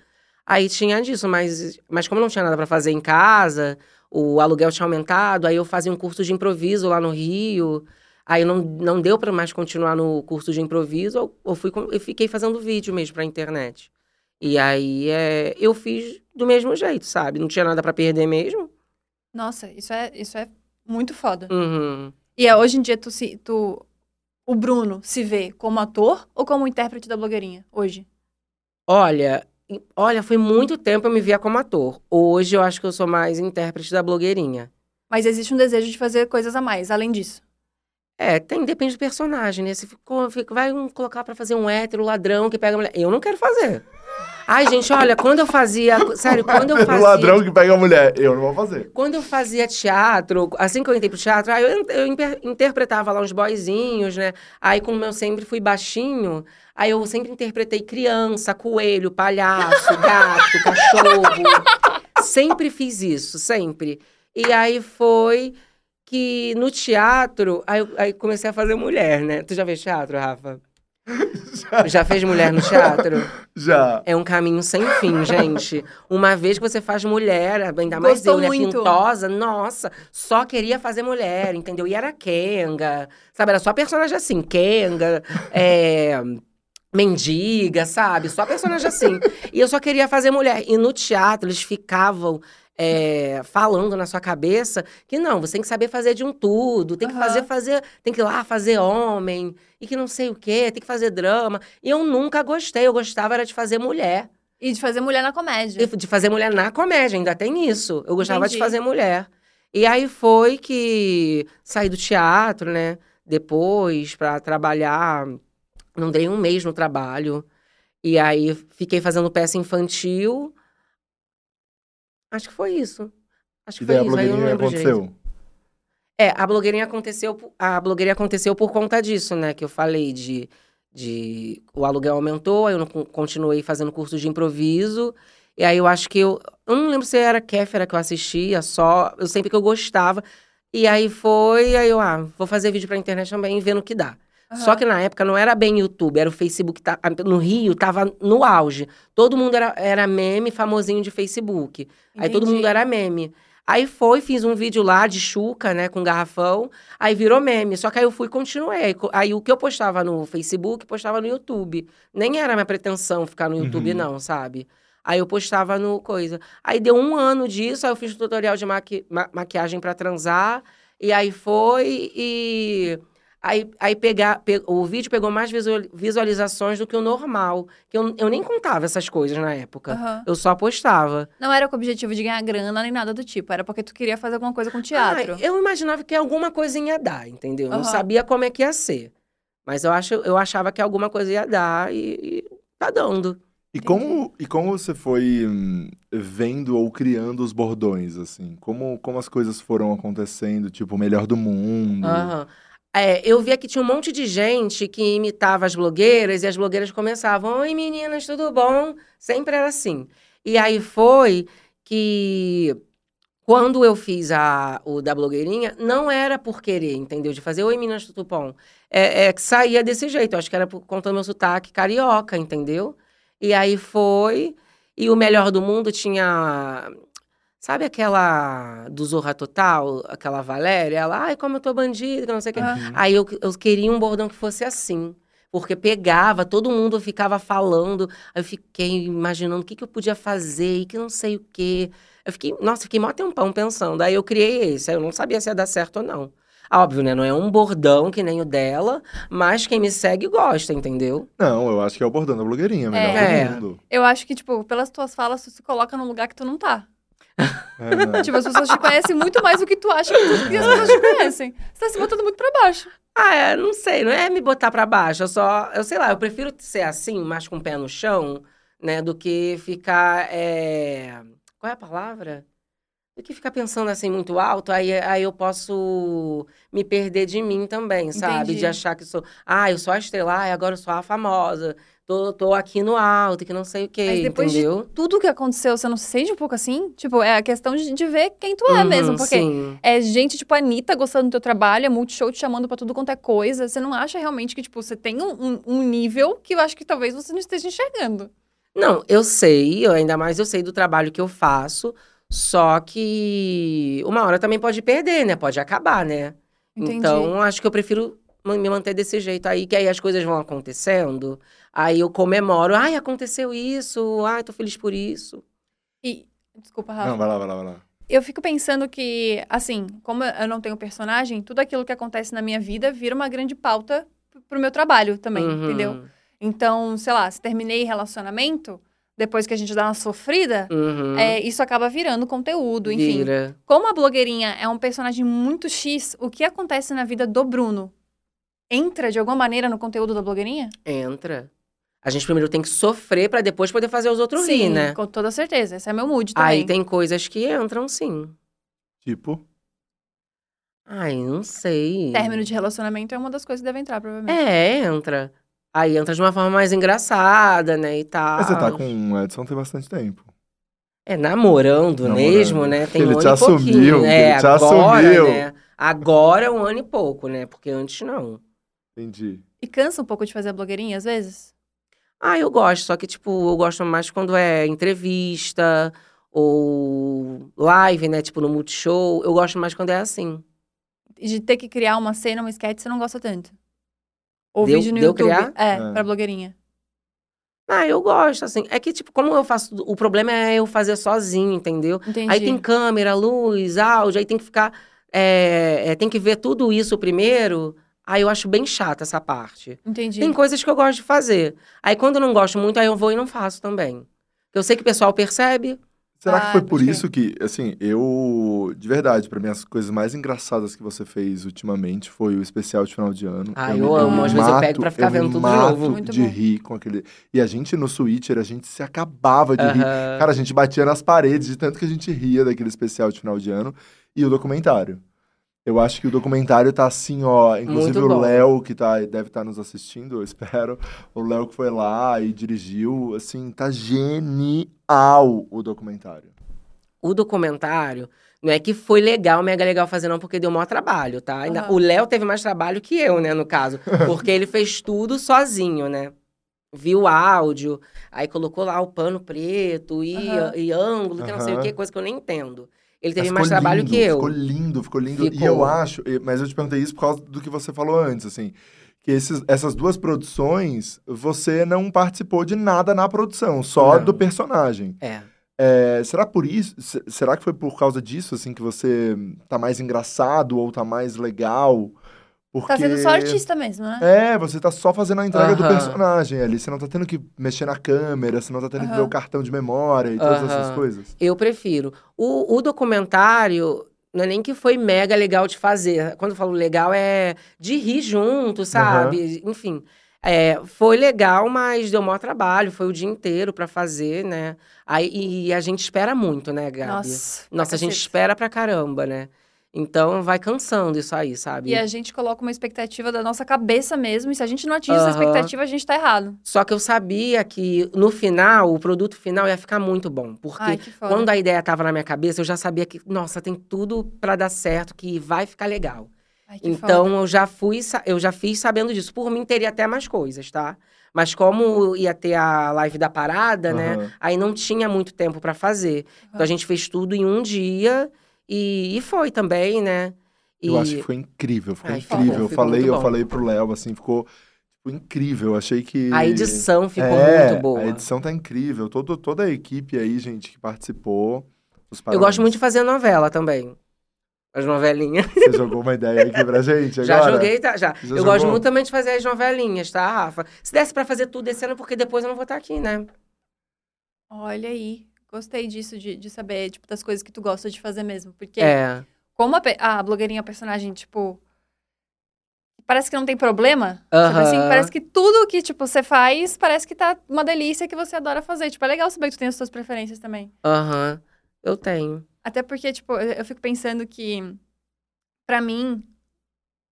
Speaker 3: Aí tinha disso, mas, mas como não tinha nada pra fazer em casa, o aluguel tinha aumentado, aí eu fazia um curso de improviso lá no Rio. Aí não, não deu pra mais continuar no curso de improviso, eu, eu, fui, com- eu fiquei fazendo vídeo mesmo pra internet. E aí é, eu fiz do mesmo jeito, sabe? Não tinha nada pra perder mesmo.
Speaker 1: Nossa, isso é, isso é muito foda.
Speaker 3: Uhum.
Speaker 1: E é, hoje em dia, tu, se, tu, o Bruno se vê como ator ou como intérprete da blogueirinha? Hoje.
Speaker 3: Olha, e- olha, foi muito tempo eu me via como ator. Hoje eu acho que eu sou mais intérprete da blogueirinha.
Speaker 1: Mas existe um desejo de fazer coisas a mais, além disso.
Speaker 3: É, tem, depende do personagem, né? Se ficou, fica- vai um colocar pra fazer um hétero ladrão que pega a mulher. Eu não quero fazer. Ai, gente, olha, quando eu fazia. Sério, quando eu
Speaker 2: O
Speaker 3: fazia.
Speaker 2: ladrão que pega a mulher. Eu não vou fazer.
Speaker 3: Quando eu fazia teatro, assim que eu entrei pro teatro, aí eu, eu imper- interpretava lá uns boyzinhos, né? Aí, como eu sempre fui baixinho, aí eu sempre interpretei criança, coelho, palhaço, gato, cachorro. Sempre fiz isso, sempre. E aí foi que no teatro, aí, eu- aí comecei a fazer mulher, né? Tu já fez teatro, Rafa? Já fez mulher no teatro?
Speaker 2: Já.
Speaker 3: É um caminho sem fim, gente. Uma vez que você faz mulher, ainda mais
Speaker 1: Gostou
Speaker 3: eu, né,
Speaker 1: muito.
Speaker 3: pintosa, nossa, só queria fazer mulher, entendeu? E era Kenga, sabe? Era só personagem assim, Kenga, é, mendiga, sabe? Só personagem assim. E eu só queria fazer mulher. E no teatro, eles ficavam é, falando na sua cabeça que não, você tem que saber fazer de um tudo, tem que
Speaker 1: Aham.
Speaker 3: fazer, fazer, tem que ir lá fazer homem, e que não sei o quê, tem que fazer drama. E eu nunca gostei, eu gostava era de fazer mulher.
Speaker 1: E de fazer mulher na comédia.
Speaker 3: E De fazer mulher na comédia, ainda tem isso. Eu gostava
Speaker 1: Entendi.
Speaker 3: de fazer mulher. E aí foi que saí do teatro, né? Depois, pra trabalhar. Não dei um mês no trabalho. E aí fiquei fazendo peça infantil. Acho que foi isso. Acho que
Speaker 2: E daí a
Speaker 3: foi isso. um Aí eu não
Speaker 2: blogueirinha
Speaker 3: lembro direito.
Speaker 2: aconteceu.
Speaker 3: É, a blogueirinha aconteceu, po- a blogueirinha aconteceu por conta disso, né? Que eu falei de, de o aluguel aumentou, aí eu não con- continuei fazendo curso de improviso. E aí eu acho que eu, eu não lembro se era Kéfera que eu assistia, só eu sempre que eu gostava. E aí foi, aí eu ah, vou fazer vídeo pra internet também, vendo o que dá.
Speaker 1: Aham.
Speaker 3: Só que na época não era bem YouTube, era o Facebook. tá- a- no Rio tava no auge. Todo mundo era, era meme famosinho de Facebook. Aí todo
Speaker 1: Entendi.
Speaker 3: mundo era meme. Aí foi, fiz um vídeo lá de Chuca, né, com garrafão. Aí virou meme. Só que aí eu fui e continuei. Aí co- Aí o que eu postava no Facebook, postava no YouTube. Nem era minha pretensão ficar no YouTube,
Speaker 2: Uhum.
Speaker 3: não, sabe? Aí eu postava no coisa. Aí deu um ano disso, aí eu fiz um tutorial de maqui- ma- maquiagem pra transar. E aí foi e. Aí, aí pegar, pe- o vídeo pegou mais visual- visualizações do que o normal. Que eu, eu nem contava essas coisas na época.
Speaker 1: Aham.
Speaker 3: Eu só postava.
Speaker 1: Não era com o objetivo de ganhar grana nem nada do tipo. Era porque tu queria fazer alguma coisa com teatro.
Speaker 3: Ah, eu imaginava que alguma coisinha ia dar, entendeu? Eu
Speaker 1: Aham.
Speaker 3: Não sabia como é que ia ser. Mas eu, acho, eu achava que alguma coisa ia dar e, e tá dando.
Speaker 2: E como, e como você foi hum, vendo ou criando os bordões, assim? Como, como as coisas foram acontecendo, tipo, o melhor do mundo?
Speaker 3: Aham. É, eu via que tinha um monte de gente que imitava as blogueiras e as blogueiras começavam: Oi meninas, tudo bom? Sempre era assim. E aí foi que quando eu fiz a, o da blogueirinha, não era por querer, entendeu? De fazer Oi meninas, tudo bom? É, é que saía desse jeito. Eu acho que era por conta do meu sotaque carioca, entendeu? E aí foi. E o melhor do mundo tinha. Sabe aquela do Zorra Total, aquela Valéria? Ela, ai, como eu tô bandida, que não sei o quê.
Speaker 1: Aham.
Speaker 2: Uhum.
Speaker 3: Aí eu, eu queria um bordão que fosse assim. Porque pegava, todo mundo ficava falando. Aí eu fiquei imaginando o que, que eu podia fazer e que não sei o quê. Eu fiquei, nossa, fiquei mó tempão pensando. Aí eu criei esse. Aí eu não sabia se ia dar certo ou não. Óbvio, né? Não é um bordão que nem o dela, mas quem me segue gosta, entendeu?
Speaker 2: Não, eu acho que é o bordão da blogueirinha, o melhor
Speaker 1: É.
Speaker 2: do mundo.
Speaker 1: Eu acho que, tipo, pelas tuas falas, tu se coloca num lugar que tu não tá.
Speaker 2: É, né?
Speaker 1: Tipo, as pessoas te conhecem muito mais do que tu acha que, tu- que as pessoas te conhecem. Você tá se botando muito pra baixo.
Speaker 3: Ah, é, não sei, não é me botar pra baixo. Eu só, eu sei lá, eu prefiro ser assim, mais com o pé no eh, chão, né? Do que ficar. é, Qual é a palavra? do que ficar pensando assim muito alto, aí, aí eu posso me perder de mim também, sabe?
Speaker 1: Entendi.
Speaker 3: De achar que sou, ah, eu sou a estrela, ah, agora eu sou a famosa, tô, tô aqui no alto, que não sei o quê,
Speaker 1: Mas depois de
Speaker 3: entendeu?
Speaker 1: Tudo que aconteceu, você não se sente um pouco assim? Tipo, é a questão de, de ver quem tu é mesmo.
Speaker 3: Uhum,
Speaker 1: Porque
Speaker 3: Sim.
Speaker 1: é gente, tipo, a Anitta gostando do teu trabalho, é Multishow te chamando pra tudo quanto é coisa. Você não acha realmente que, tipo, você tem um, um- um nível que eu acho que talvez você não esteja enxergando.
Speaker 3: Não, eu sei, eu- ainda mais eu sei do trabalho que eu faço, só que uma hora também pode perder, né? Pode acabar, né?
Speaker 1: Entendi.
Speaker 3: Então, acho que eu prefiro ma- me manter desse jeito aí, que aí as coisas vão acontecendo, aí eu comemoro, ai, aconteceu isso, ai, tô feliz por isso.
Speaker 1: E. Desculpa, Rafa.
Speaker 2: Não, vai lá, vai lá, vai lá.
Speaker 1: Eu fico pensando que, assim, como eu não tenho personagem, tudo aquilo que acontece na minha vida vira uma grande pauta p- pro meu trabalho também,
Speaker 3: Uhum.
Speaker 1: entendeu? Então, sei lá, se terminei relacionamento, depois que a gente dá uma sofrida,
Speaker 3: Uhum.
Speaker 1: é, isso acaba virando conteúdo, enfim.
Speaker 3: Vira.
Speaker 1: Como a blogueirinha é um personagem muito X, o que acontece na vida do Bruno? Entra de alguma maneira no conteúdo da blogueirinha?
Speaker 3: Entra. A gente primeiro tem que sofrer pra depois poder fazer os outros rir, né? Ah,
Speaker 1: com toda certeza. Esse é meu mood também.
Speaker 3: Aí tem coisas que entram, sim.
Speaker 2: Tipo,
Speaker 3: Ai, não sei.
Speaker 1: Término de relacionamento é uma das coisas que deve entrar, provavelmente.
Speaker 3: É, entra. Aí entra de uma forma mais engraçada, né, e tal.
Speaker 2: mas você
Speaker 1: Ah.
Speaker 2: tá com o Edson tem bastante tempo.
Speaker 3: É, namorando,
Speaker 2: Namorando.
Speaker 3: mesmo, né? Tem
Speaker 2: Ele
Speaker 3: um
Speaker 2: te
Speaker 3: ano e pouquinho,
Speaker 2: assumiu,
Speaker 3: né?
Speaker 2: ele te
Speaker 3: Agora,
Speaker 2: assumiu.
Speaker 3: Né? Agora um ano e pouco, né? Porque antes não.
Speaker 2: Entendi.
Speaker 1: E cansa um pouco de fazer a blogueirinha, às vezes?
Speaker 3: Ah, eu gosto, só que, tipo, eu gosto mais quando é entrevista ou live, né? Tipo, no Multishow. Eu gosto mais quando é assim.
Speaker 1: de ter que criar uma cena, uma sketch, você não gosta tanto. Ou
Speaker 3: Deu-
Speaker 1: vídeo no
Speaker 3: deu
Speaker 1: YouTube.
Speaker 3: criar?
Speaker 1: É,
Speaker 2: É.
Speaker 1: pra blogueirinha.
Speaker 3: Ah, eu gosto, assim. É que, tipo, como eu faço. O problema é eu fazer sozinho, entendeu?
Speaker 1: Entendi.
Speaker 3: Aí tem câmera, luz, áudio, aí tem que ficar. é, é, tem que ver tudo isso primeiro. Aí eu acho bem chata essa parte.
Speaker 1: Entendi.
Speaker 3: Tem coisas que eu gosto de fazer. Aí quando eu não gosto muito, aí eu vou e não faço também. Eu sei que o pessoal percebe.
Speaker 2: Será que
Speaker 1: Ah,
Speaker 2: foi por
Speaker 1: pode crer.
Speaker 2: isso que, assim, eu. De verdade, pra mim, as coisas mais engraçadas que você fez ultimamente foi o especial de final de ano.
Speaker 3: Ah,
Speaker 2: me-
Speaker 3: eu
Speaker 1: amo, às vezes eu
Speaker 2: mato-
Speaker 3: pego pra ficar
Speaker 2: me
Speaker 3: vendo tudo de
Speaker 2: mato
Speaker 3: novo.
Speaker 1: Muito
Speaker 2: de
Speaker 1: bom.
Speaker 2: rir com aquele. E a gente no Switcher, a gente se acabava de rir.
Speaker 3: Aham.
Speaker 2: Cara, a gente batia nas paredes de tanto que a gente ria daquele especial de final de ano. E o documentário. Eu acho que o documentário tá assim, ó. Inclusive
Speaker 3: Muito
Speaker 2: o
Speaker 3: bom.
Speaker 2: Léo, que tá, deve estar nos assistindo, eu espero. O Léo que foi lá e dirigiu. Assim, tá genial o documentário.
Speaker 3: O documentário não é que foi legal, mega legal fazer, não, porque deu maior trabalho, tá? Ainda-
Speaker 1: Aham.
Speaker 3: O Léo teve mais trabalho que eu, né, no caso. Porque ele fez tudo sozinho, né? Viu áudio, aí colocou lá o pano preto e,
Speaker 1: Aham.
Speaker 3: e ângulo, que não sei o
Speaker 2: Aham.
Speaker 3: que, coisa que eu nem entendo. Ele teve
Speaker 2: Mas
Speaker 3: mais
Speaker 2: ficou
Speaker 3: trabalho
Speaker 2: lindo,
Speaker 3: que eu.
Speaker 2: Ficou lindo, ficou lindo. E
Speaker 3: Ficou.
Speaker 2: eu acho, e- mas eu te perguntei isso por causa do que você falou antes, assim. Que esses- essas duas produções, você não participou de nada na produção, só
Speaker 3: Não.
Speaker 2: do personagem.
Speaker 3: É.
Speaker 2: É, será por isso? se- Será que foi por causa disso, assim, que você tá mais engraçado ou tá mais legal? Porque...
Speaker 1: Tá sendo só artista mesmo, né?
Speaker 2: É, você tá só fazendo a entrega do
Speaker 3: Aham.
Speaker 2: personagem ali. Você não tá tendo que mexer na câmera, você não tá tendo que ver
Speaker 1: Aham.
Speaker 2: o cartão de memória e todas essas
Speaker 3: Aham.
Speaker 2: coisas.
Speaker 3: Eu prefiro. O, o documentário não é nem que foi mega legal de fazer. Quando eu falo legal, é de rir junto, sabe? Enfim. é, foi legal, mas deu maior trabalho. Foi o dia inteiro pra fazer, né? Aí, e a gente espera muito, né, Gabi?
Speaker 1: Nossa.
Speaker 3: Nossa,
Speaker 1: pra
Speaker 3: a gente
Speaker 1: cacete.
Speaker 3: espera pra caramba, né? Então vai cansando isso aí, sabe?
Speaker 1: E é a gente coloca uma expectativa da nossa cabeça mesmo, e se a gente não atinge essa
Speaker 3: Aham.
Speaker 1: expectativa, a gente tá errado.
Speaker 3: Só que eu sabia que no final, o produto final ia ficar muito bom. Porque
Speaker 1: Ai, que foda.
Speaker 3: Quando a ideia estava na minha cabeça, eu já sabia que, nossa, tem tudo para dar certo, que vai ficar legal.
Speaker 1: Ai, que
Speaker 3: Então
Speaker 1: foda.
Speaker 3: eu já fui, sa- eu já fiz sabendo disso. Por mim teria até mais coisas, tá? Mas como ia ter a live da parada, né?
Speaker 2: Aham.
Speaker 3: Aí não tinha muito tempo para fazer. Então a gente fez tudo em um dia e, e foi também, né? E
Speaker 2: Eu acho que foi incrível, ficou
Speaker 3: Ai, ficou
Speaker 2: incrível.
Speaker 3: bom,
Speaker 2: eu
Speaker 3: ficou
Speaker 2: falei,
Speaker 3: muito
Speaker 2: eu
Speaker 3: bom.
Speaker 2: falei pro Léo, assim, ficou tipo, incrível. Achei que.
Speaker 3: a edição ficou
Speaker 2: É,
Speaker 3: muito boa.
Speaker 2: A edição tá incrível. Todo, toda a equipe aí, gente, que participou. os
Speaker 3: Eu gosto
Speaker 2: parabéns.
Speaker 3: muito de fazer novela também. As novelinhas.
Speaker 2: Você jogou uma ideia aqui pra gente agora?
Speaker 3: Já joguei, tá? Já. eu
Speaker 2: jogou?
Speaker 3: gosto muito também de fazer as novelinhas, tá, Rafa? Se desse pra fazer tudo esse ano, porque depois eu não vou estar aqui, né?
Speaker 1: Olha aí. Gostei disso, de, de saber, tipo, das coisas que tu gosta de fazer mesmo. Porque
Speaker 3: É.
Speaker 1: como a, pe- a blogueirinha é um personagem, tipo. Parece que não tem problema. Tipo
Speaker 3: Aham.
Speaker 1: assim, parece que tudo que, tipo, você faz, parece que tá uma delícia que você adora fazer. Tipo, é legal saber que tu tem as suas preferências também.
Speaker 3: Aham. Eu tenho.
Speaker 1: Até porque, tipo, eu eu fico pensando que, pra mim,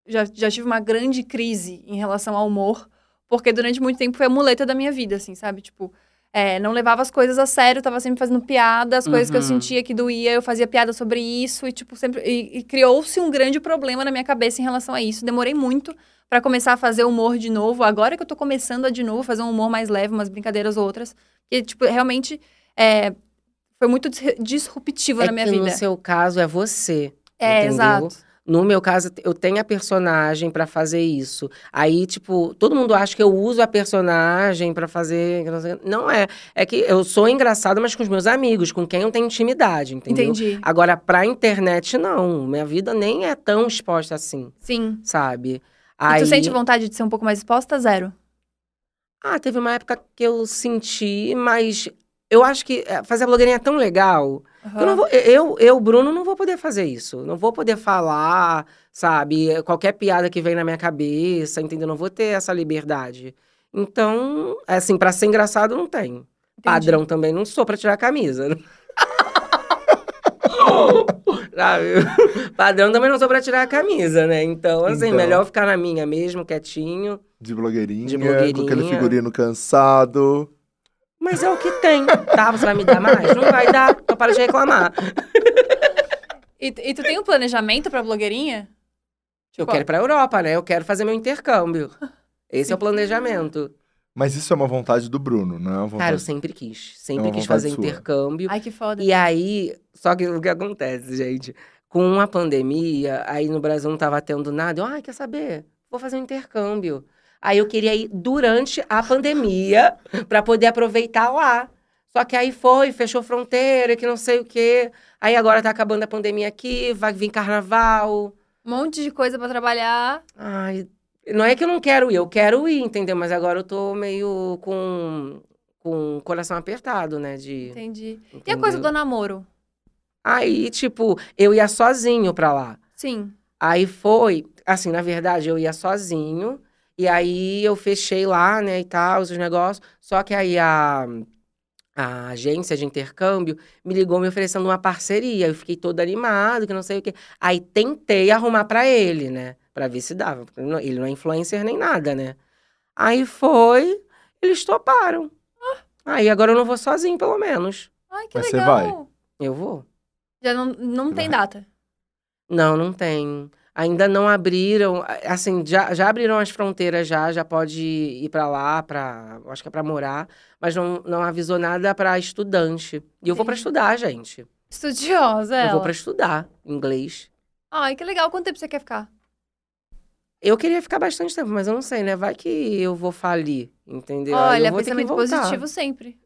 Speaker 1: já, já tive uma grande crise em relação ao humor, porque durante muito tempo foi a muleta da minha vida, assim, sabe? Tipo, é, não levava as coisas a sério, tava sempre fazendo piada, as coisas que eu
Speaker 3: Uhum.
Speaker 1: sentia que doía, eu fazia piada sobre isso, e, tipo, sempre. E, e criou-se um grande problema na minha cabeça em relação a isso. Demorei muito pra começar a fazer humor de novo. Agora que eu tô começando a de novo fazer um humor mais leve, umas brincadeiras ou outras. Porque, tipo, realmente é, foi muito dis- disruptivo
Speaker 3: É
Speaker 1: na minha
Speaker 3: que
Speaker 1: vida.
Speaker 3: no seu caso é você.
Speaker 1: É,
Speaker 3: entendeu?
Speaker 1: exato.
Speaker 3: No meu caso, eu tenho a personagem pra fazer isso. Aí, tipo, todo mundo acha que eu uso a personagem pra fazer. que não sei- Não é. É que eu sou engraçada, mas com os meus amigos, com quem eu tenho intimidade, entendeu?
Speaker 1: Entendi.
Speaker 3: Agora, pra internet, não. Minha vida nem é tão exposta assim,
Speaker 1: Sim.
Speaker 3: sabe?
Speaker 1: E tu sente vontade de ser um pouco mais exposta? Zero.
Speaker 3: Ah, teve uma época que eu senti, mas eu acho que é, fazer a blogueirinha é tão legal. Eu, não vou, eh, eu, eu, Bruno, não vou poder fazer isso. Não vou poder falar, sabe? Qualquer piada que vem na minha cabeça, entendeu? Não vou ter essa liberdade. Então, assim, pra ser engraçado, não tem.
Speaker 1: Entendi.
Speaker 3: Padrão também não sou pra tirar a camisa. né? Sabe? Padrão também não sou pra tirar a camisa, né? Então, assim,
Speaker 2: Então.
Speaker 3: melhor eu ficar na minha mesmo, quietinho.
Speaker 2: De blogueirinha,
Speaker 3: De blogueirinha.
Speaker 2: com aquele figurino cansado.
Speaker 3: Mas é o que tem, tá? Você vai me dar mais? Não vai dar, então para de reclamar.
Speaker 1: E, e tu tem um planejamento pra blogueirinha?
Speaker 3: Eu
Speaker 1: Tipo,
Speaker 3: quero ir pra Europa, né? Eu quero fazer meu intercâmbio. Esse é o planejamento.
Speaker 2: Mas isso é uma vontade do Bruno, não é uma
Speaker 3: Cara, eu
Speaker 2: vontade.
Speaker 3: sempre quis.
Speaker 2: É
Speaker 3: Sempre
Speaker 2: uma
Speaker 3: quis
Speaker 2: vontade
Speaker 3: fazer
Speaker 2: sua.
Speaker 3: intercâmbio.
Speaker 1: Ai, que foda.
Speaker 3: E é aí, só que o que acontece, gente? Com a pandemia, aí no Brasil não tava tendo nada. Eu, ah, quer saber? Vou fazer um intercâmbio. Aí eu queria ir durante a pandemia pra poder aproveitar lá. Só que aí foi, fechou fronteira, que não sei o quê. Aí agora tá acabando a pandemia aqui, vai vir carnaval.
Speaker 1: Um monte de coisa pra trabalhar.
Speaker 3: Ai, não é que eu não quero ir, eu quero ir, entendeu? Mas agora eu tô meio com, com o coração apertado, né? De,
Speaker 1: Entendi. E a coisa
Speaker 3: entendeu?
Speaker 1: do namoro?
Speaker 3: Aí, tipo, eu ia sozinho pra lá.
Speaker 1: Sim.
Speaker 3: Aí foi, assim, na verdade, eu ia sozinho. E aí eu fechei lá, né, e tal, os negócios. Só que aí a, a agência de intercâmbio me ligou me oferecendo uma parceria. Eu fiquei todo animado, que não sei o quê. Aí tentei arrumar pra ele, né, Pra ver se dava. porque ele não- Ele não é influencer nem nada, né? Aí foi, eles toparam. Aí agora eu não vou sozinho, pelo menos.
Speaker 1: Ai, que
Speaker 2: Mas você
Speaker 1: legal.
Speaker 3: Eu vou.
Speaker 1: Já não, não tem
Speaker 2: Vai.
Speaker 1: data.
Speaker 3: Não, não tem. Ainda não abriram, a- assim, já, já abriram as fronteiras já, já pode ir pra lá, para, acho que é pra morar, mas não, não avisou nada pra estudante. E eu vou
Speaker 1: Entendi.
Speaker 3: pra
Speaker 1: É,
Speaker 3: estudar, gente.
Speaker 1: Estudiosa ela.
Speaker 3: Eu vou pra estudar inglês.
Speaker 1: Ai, que legal. Quanto tempo você quer ficar?
Speaker 3: Eu queria ficar bastante tempo, mas eu não sei, né? Vai que eu vou falir, entendeu? Aí eu
Speaker 1: Olha,
Speaker 3: vou ter que
Speaker 1: pensamento
Speaker 3: voltar.
Speaker 1: positivo sempre.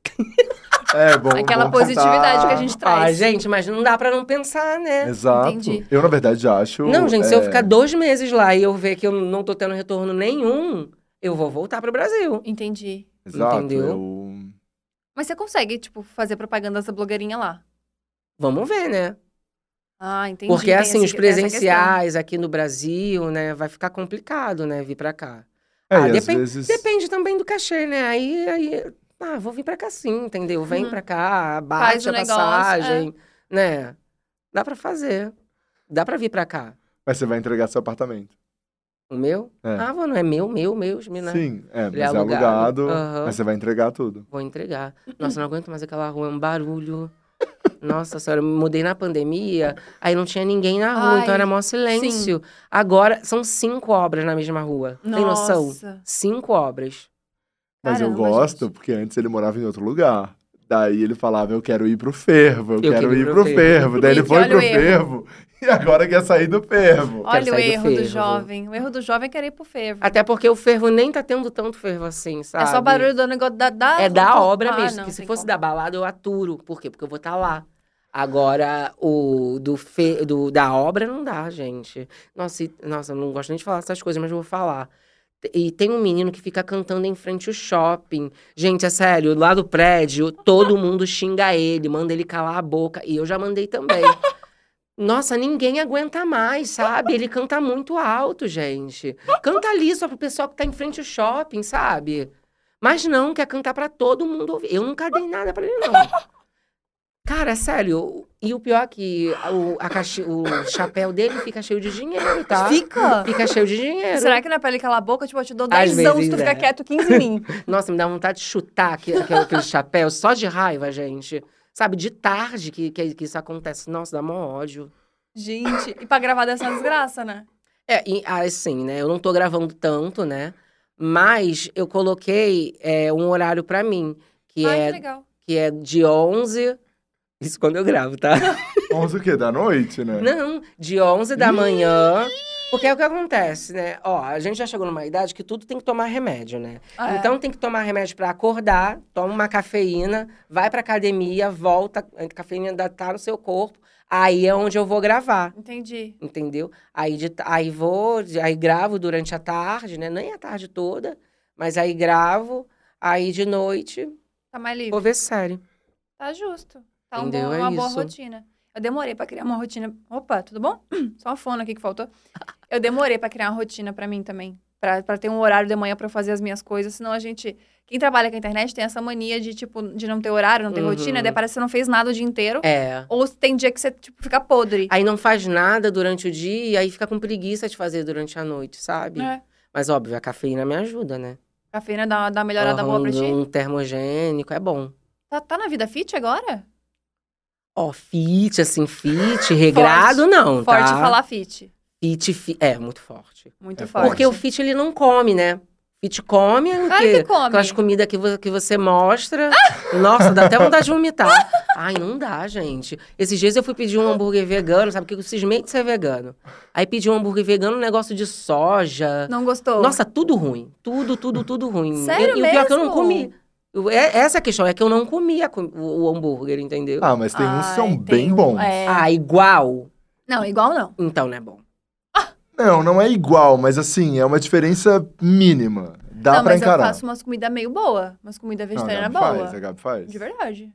Speaker 2: É bom.
Speaker 1: Aquela
Speaker 2: bom
Speaker 1: positividade que a
Speaker 2: tentar.
Speaker 1: gente traz.
Speaker 3: Ai, Ah, gente, mas não dá pra não pensar, né?
Speaker 2: Exato.
Speaker 1: Entendi.
Speaker 2: Eu, na verdade, acho.
Speaker 3: Não, gente, se
Speaker 2: é,
Speaker 3: eu ficar dois meses lá e eu ver que eu não tô tendo retorno nenhum, eu vou voltar pro Brasil.
Speaker 1: Entendi.
Speaker 2: Exato.
Speaker 3: Entendeu?
Speaker 2: Eu...
Speaker 1: Mas você consegue, tipo, fazer propaganda dessa blogueirinha lá?
Speaker 3: Vamos ver, né?
Speaker 1: Ah, entendi.
Speaker 3: Porque,
Speaker 1: Tem
Speaker 3: assim,
Speaker 1: esse-
Speaker 3: os
Speaker 1: tem essa questão.
Speaker 3: presenciais aqui no Brasil, né? Vai ficar complicado, né? Vir pra cá.
Speaker 2: É,
Speaker 3: Ah,
Speaker 2: e às
Speaker 3: depen-
Speaker 2: vezes.
Speaker 3: Depende também do cachê, né? Aí, aí ah, vou vir pra cá sim, entendeu? Vem
Speaker 1: Uhum.
Speaker 3: pra cá, bate
Speaker 1: o
Speaker 3: a
Speaker 1: negócio, é.
Speaker 3: passagem, né? Dá pra fazer. Dá pra vir pra cá.
Speaker 2: Mas você vai entregar seu apartamento.
Speaker 3: O meu?
Speaker 2: É.
Speaker 3: Ah, vou, não é meu, meu, meus, né?
Speaker 2: Sim, é, mas
Speaker 3: Ele
Speaker 2: é
Speaker 3: é
Speaker 2: alugado.
Speaker 3: alugado. Aham.
Speaker 2: Mas você vai entregar tudo.
Speaker 3: Vou entregar. Nossa, não aguento mais aquela rua, é um barulho. Nossa senhora, eu me mudei na pandemia, aí não tinha ninguém na rua, então
Speaker 1: Ai,
Speaker 3: era maior silêncio. Agora, são cinco obras na mesma rua. Tem noção?
Speaker 1: Nossa.
Speaker 3: Cinco obras.
Speaker 2: Mas eu
Speaker 1: Caramba,
Speaker 2: gosto,
Speaker 1: gente.
Speaker 2: porque antes ele morava em outro lugar. Daí ele falava, eu quero ir pro fervo, eu,
Speaker 3: Eu
Speaker 2: quero
Speaker 3: queria
Speaker 2: ir pro fervo. Daí ele
Speaker 1: Gente,
Speaker 2: foi
Speaker 1: olha
Speaker 2: pro
Speaker 1: o erro.
Speaker 2: fervo e agora quer sair do fervo.
Speaker 3: Quero
Speaker 1: Olha o
Speaker 3: sair do
Speaker 1: erro do,
Speaker 3: fervo.
Speaker 1: jovem. O erro do jovem é querer ir pro fervo.
Speaker 3: Até porque o fervo nem tá tendo tanto fervo assim, sabe?
Speaker 1: É só barulho do negócio da... da
Speaker 3: É da
Speaker 1: do-
Speaker 3: obra
Speaker 1: Ah,
Speaker 3: mesmo.
Speaker 1: não,
Speaker 3: que se
Speaker 1: tem
Speaker 3: fosse
Speaker 1: como.
Speaker 3: da balada, eu aturo. Por quê? Porque eu vou estar lá. Agora, o do, fe... do da obra não dá, gente. Nossa, e- Nossa, eu não gosto nem de falar essas coisas, mas eu vou falar. T- E tem um menino que fica cantando em frente ao shopping. Gente, é sério, lá do prédio, todo mundo xinga ele, manda ele calar a boca. E eu já mandei também. Nossa, ninguém aguenta mais, sabe? Ele canta muito alto, gente. Canta ali só pro pessoal que tá em frente ao shopping, sabe? Mas não, quer cantar pra todo mundo ouvir. Eu nunca dei nada pra ele, não. Cara, sério. E o pior é que o, a caixi- o chapéu dele fica cheio de dinheiro, tá?
Speaker 1: Fica?
Speaker 3: Fica cheio de dinheiro.
Speaker 1: Será que na pele cala a boca, tipo, eu te dou
Speaker 3: Às
Speaker 1: 10 anos,
Speaker 3: vezes
Speaker 1: tu
Speaker 3: é.
Speaker 1: fica quieto 15 em mim.
Speaker 3: Nossa, me dá vontade de chutar aquele, aquele, aquele chapéu só de raiva, gente. Sabe, de tarde que, que, que isso acontece. Nossa, dá mó ódio.
Speaker 1: Gente, e pra gravar dessa desgraça, né?
Speaker 3: É, e, ah, assim, né? Eu não tô gravando tanto, né? Mas eu coloquei é, um horário pra mim, que,
Speaker 1: Ai, que
Speaker 3: é,
Speaker 1: legal.
Speaker 3: que é de 11. Isso quando eu gravo, tá?
Speaker 2: 11 o quê? Da noite, né?
Speaker 3: Não, de 11 da manhã. Porque é o que acontece, né? Ó, a gente já chegou numa idade que tudo tem que tomar remédio, né?
Speaker 1: Ah, é.
Speaker 3: Então tem que tomar remédio pra acordar, toma uma cafeína, vai pra academia, volta, a cafeína ainda tá no seu corpo, aí é onde eu vou gravar.
Speaker 1: Entendi.
Speaker 3: Entendeu? Aí, de ta- aí vou, de- aí gravo durante a tarde, né? Nem a tarde toda, mas aí gravo, aí de noite
Speaker 1: Tá mais livre.
Speaker 3: vou ver série.
Speaker 1: Tá justo. Tá um
Speaker 3: Entendeu?
Speaker 1: bom-
Speaker 3: É
Speaker 1: uma boa
Speaker 3: isso.
Speaker 1: rotina. Eu demorei pra criar uma rotina. Opa, tudo bom? Só uma fona aqui que faltou. Eu demorei pra criar uma rotina pra mim também. Pra, pra ter um horário de manhã pra eu fazer as minhas coisas. Senão a gente. Quem trabalha com a internet tem essa mania de, tipo, de não ter horário, não ter
Speaker 3: Uhum.
Speaker 1: rotina. Daí parece que você não fez nada o dia inteiro.
Speaker 3: É.
Speaker 1: Ou tem dia que você, tipo, fica podre.
Speaker 3: Aí não faz nada durante o dia e aí fica com preguiça de fazer durante a noite, sabe?
Speaker 1: É.
Speaker 3: Mas óbvio, a cafeína me ajuda, né?
Speaker 1: Cafeína dá, dá uma melhorada boa pra
Speaker 3: Aham,
Speaker 1: ti.
Speaker 3: Um termogênico, é bom.
Speaker 1: Tá, tá na vida fit agora?
Speaker 3: Ó, fit, assim, fit, regrado, não, tá?
Speaker 1: Forte falar fit.
Speaker 3: Fit, fi- é, muito forte.
Speaker 1: Muito
Speaker 2: É
Speaker 1: forte.
Speaker 3: Porque o fit, ele não come, né? Fit come, é o
Speaker 1: Claro
Speaker 3: quê?
Speaker 1: que come.
Speaker 3: Aquelas comidas que, vo- que você mostra.
Speaker 1: Ah!
Speaker 3: Nossa, dá até vontade de vomitar. Ai, não dá, gente. Esses dias eu fui pedir um hambúrguer vegano, sabe? Porque eu cismei de ser vegano. Aí pedi um hambúrguer vegano, um negócio de soja.
Speaker 1: Não gostou?
Speaker 3: Nossa, tudo ruim. Tudo, tudo, tudo ruim.
Speaker 1: Sério
Speaker 3: e, e o pior é que eu não
Speaker 1: mesmo?
Speaker 3: comi. Eu- é- essa é a questão, é que eu não comia com- o, o hambúrguer, entendeu? Ah,
Speaker 2: Ah, mas tem uns que
Speaker 1: Ai,
Speaker 2: são
Speaker 1: tem
Speaker 2: bem
Speaker 1: um-
Speaker 2: bons.
Speaker 1: é.
Speaker 3: igual?
Speaker 1: Não, igual não.
Speaker 3: Então não é bom.
Speaker 2: Não, não é igual, mas assim, é uma diferença mínima. Dá
Speaker 1: não,
Speaker 2: pra
Speaker 1: mas
Speaker 2: encarar.
Speaker 1: eu faço umas comidas meio boa. Umas comidas
Speaker 2: Não, a
Speaker 1: vegetarianas
Speaker 2: Gabi
Speaker 1: boa.
Speaker 2: faz, é a Gabi faz.
Speaker 1: De verdade.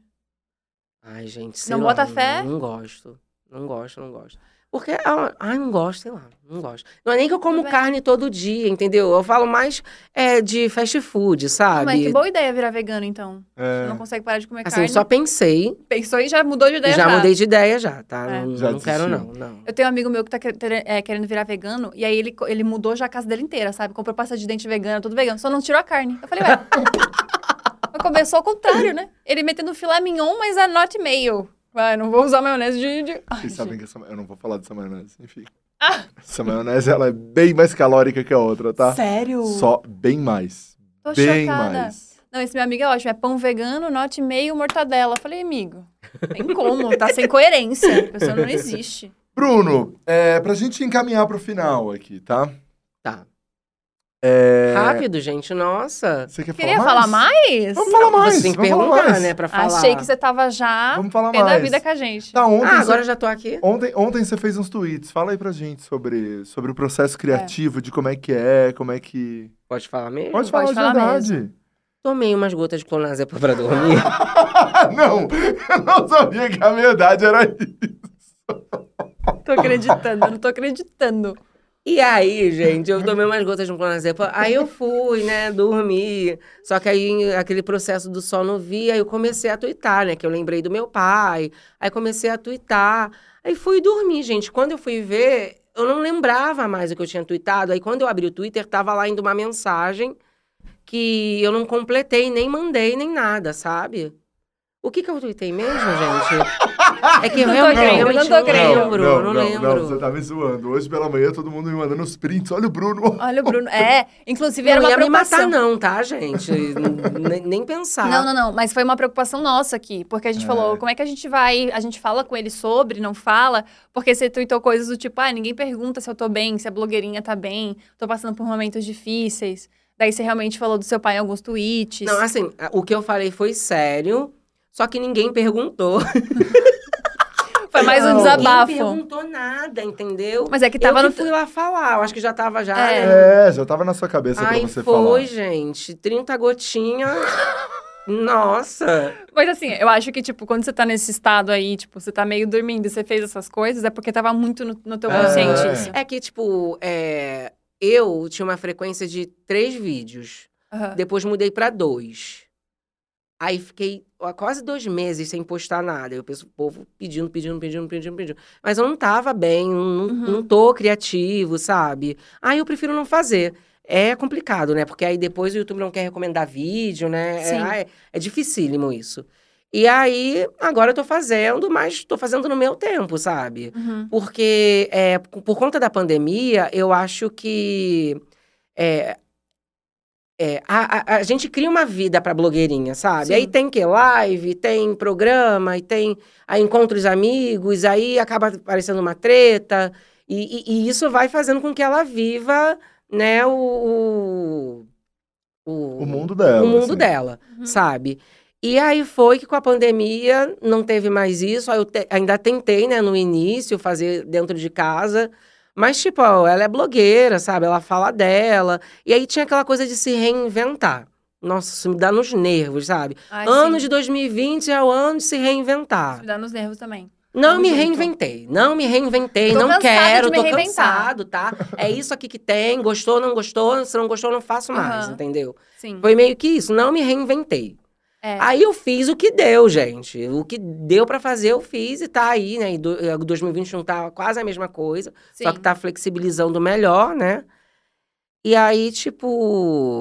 Speaker 3: Ai, gente, sei
Speaker 1: Não
Speaker 3: lá,
Speaker 1: bota fé?
Speaker 3: Não gosto. Não gosto, não gosto. Porque, ah, ai, não gosto, sei lá, não gosto. Não é nem que eu como
Speaker 1: Tudo bem.
Speaker 3: carne todo dia, entendeu? Eu falo mais é, de fast food, sabe?
Speaker 1: Mas que boa ideia virar vegano, então.
Speaker 2: É.
Speaker 1: Não consegue parar de comer
Speaker 3: Ah, assim,
Speaker 1: carne.
Speaker 3: só pensei,
Speaker 1: Pensou e já mudou de ideia.
Speaker 3: já
Speaker 1: pra-
Speaker 3: mudei de ideia já, tá?
Speaker 1: É.
Speaker 3: Não,
Speaker 2: Já
Speaker 3: não quero não,
Speaker 2: desistiu.
Speaker 3: não.
Speaker 1: Eu tenho um amigo meu que tá quer- ter- é, querendo virar vegano, e aí ele, co- ele mudou já a casa dele inteira, sabe? Comprou pasta de dente vegana, tudo vegano, só não tirou a carne. Eu falei, ué. mas começou ao contrário, né? Ele metendo filé mignon, mas a not meio. Vai, não vou usar maionese de. de... Ai,
Speaker 2: Vocês
Speaker 1: gente.
Speaker 2: sabem que essa... Eu não vou falar dessa maionese, enfim.
Speaker 1: Ah!
Speaker 2: Essa maionese, ela é bem mais calórica que a outra, tá?
Speaker 1: Sério?
Speaker 2: Só bem mais.
Speaker 1: Tô
Speaker 2: bem
Speaker 1: chocada.
Speaker 2: mais.
Speaker 1: Não, esse meu amigo é ótimo. É pão vegano, note meio, mortadela. Eu falei, amigo, tem como, tá sem coerência. A pessoa não existe.
Speaker 2: Bruno, é, pra gente encaminhar pro final aqui, tá?
Speaker 3: Tá.
Speaker 2: É,
Speaker 3: Rápido, gente, nossa.
Speaker 2: Você quer
Speaker 1: Queria
Speaker 2: falar
Speaker 1: falar
Speaker 2: mais?
Speaker 1: mais?
Speaker 2: Vamos falar mais.
Speaker 3: Você tem que
Speaker 2: vamos falar
Speaker 3: perguntar,
Speaker 2: mais.
Speaker 3: né, pra falar.
Speaker 1: Achei que você tava já
Speaker 2: Vamos falar
Speaker 1: pé é da
Speaker 2: mais.
Speaker 1: vida com a gente.
Speaker 2: Tá, ontem,
Speaker 3: Ah,
Speaker 2: você-
Speaker 3: agora eu já tô aqui.
Speaker 2: ontem, ontem você fez uns tweets. Fala aí pra gente sobre, sobre o processo criativo, de como é que é, como é que...
Speaker 3: Pode falar mesmo?
Speaker 2: Pode,
Speaker 1: Pode
Speaker 2: falar,
Speaker 1: falar
Speaker 2: de verdade.
Speaker 3: Tomei umas gotas de clonazepam pra dormir.
Speaker 2: Ah, não! Eu não sabia que a verdade era isso.
Speaker 1: Tô acreditando, não tô acreditando.
Speaker 3: e aí, gente, eu tomei umas gotas de um clonazepam. Aí eu fui, né, dormir. Só que aí, aquele processo do sono via, aí eu comecei a tuitar, né? Que eu lembrei do meu pai. Aí comecei a tuitar. Aí fui dormir, gente. Quando eu fui ver, eu não lembrava mais o que eu tinha tuitado. Aí quando eu abri o Twitter, tava lá indo uma mensagem que eu não completei, nem mandei, nem nada, sabe? O que que eu tuitei mesmo, gente? É que eu
Speaker 1: Não tô
Speaker 3: realmente
Speaker 1: crendo,
Speaker 3: realmente
Speaker 1: não tô crendo.
Speaker 3: lembro, não, lembro.
Speaker 2: você tá me zoando. Hoje pela manhã todo mundo me mandando os prints. Olha o Bruno.
Speaker 1: Olha o Bruno. É, inclusive era
Speaker 3: Não
Speaker 1: uma
Speaker 3: ia me matar,
Speaker 1: preocupação.
Speaker 3: não, tá, gente? nem, nem pensar.
Speaker 1: Não, não, não. Mas foi uma preocupação nossa aqui. Porque a gente
Speaker 2: É.
Speaker 1: falou, como é que a gente vai. A gente fala com ele sobre, não fala. Porque você tweetou coisas do tipo, ah, ninguém pergunta se eu tô bem, se a blogueirinha tá bem, tô passando por momentos difíceis. Daí você realmente falou do seu pai em alguns tweets.
Speaker 3: Não, assim, a- o que eu falei foi sério, só que ninguém perguntou.
Speaker 1: foi mais um
Speaker 2: não.
Speaker 3: Ninguém
Speaker 1: desabafo.
Speaker 3: perguntou nada, entendeu?
Speaker 1: Mas é que
Speaker 3: Eu
Speaker 1: tava
Speaker 3: que
Speaker 1: no.
Speaker 3: fui lá falar, eu acho que já tava já.
Speaker 1: É.
Speaker 3: né?
Speaker 2: É, já tava na sua cabeça
Speaker 3: Ai,
Speaker 2: pra você
Speaker 3: foi,
Speaker 2: falar.
Speaker 3: gente. 30 gotinhas. Nossa.
Speaker 1: Mas assim, eu acho que, tipo, quando você tá nesse estado aí, tipo, você tá meio dormindo e você fez essas coisas, é porque tava muito no, no teu
Speaker 3: É.
Speaker 1: consciente isso.
Speaker 3: É que, tipo, é, eu tinha uma frequência de três vídeos.
Speaker 1: Aham.
Speaker 3: Depois mudei pra dois. Aí fiquei ó, quase dois meses sem postar nada. Eu penso, o povo pedindo, pedindo, pedindo, pedindo, pedindo. Mas eu não tava bem, não, não-
Speaker 1: Uhum.
Speaker 3: não tô criativo, sabe? Aí eu prefiro não fazer. É complicado, né? Porque aí depois o YouTube não quer recomendar vídeo, né? É-
Speaker 1: Sim.
Speaker 3: ah, É, é dificílimo isso. E aí, agora eu tô fazendo, mas tô fazendo no meu tempo, sabe?
Speaker 1: Uhum.
Speaker 3: Porque é, por por conta da pandemia, eu acho que é, é, a, a- a gente cria uma vida para blogueirinha, sabe?
Speaker 1: Sim.
Speaker 3: Aí tem que live, tem programa, e tem aí encontros amigos, aí acaba aparecendo uma treta e, e- e isso vai fazendo com que ela viva, né? O, o, o-
Speaker 2: O mundo dela.
Speaker 3: o mundo
Speaker 2: assim.
Speaker 3: dela
Speaker 1: Uhum.
Speaker 3: sabe? E aí foi que com a pandemia não teve mais isso. Aí eu te- ainda tentei, né, no início, fazer dentro de casa. Mas, tipo, ó, ela é blogueira, sabe? Ela fala dela. E aí tinha aquela coisa de se reinventar. Nossa, isso me dá nos nervos, sabe?
Speaker 1: Ai,
Speaker 3: ano
Speaker 1: sim.
Speaker 3: de 2020 é o ano de se reinventar.
Speaker 1: Isso me dá nos nervos também.
Speaker 3: Não
Speaker 1: Tamo
Speaker 3: me
Speaker 1: junto.
Speaker 3: reinventei, não me reinventei,
Speaker 1: Tô
Speaker 3: não
Speaker 1: cansado
Speaker 3: quero,
Speaker 1: de me
Speaker 3: tô
Speaker 1: reinventar.
Speaker 3: cansado, tá? É isso aqui que tem, gostou, não gostou, se não gostou, não faço mais,
Speaker 1: Aham.
Speaker 3: entendeu?
Speaker 1: Sim.
Speaker 3: Foi meio que isso, não me reinventei.
Speaker 1: É.
Speaker 3: Aí eu fiz o que deu, gente. O que deu pra fazer, eu fiz e tá aí, né? E do, eh, 2021 tá quase a mesma coisa, só
Speaker 1: sim.
Speaker 3: que tá flexibilizando melhor, né? E aí, tipo.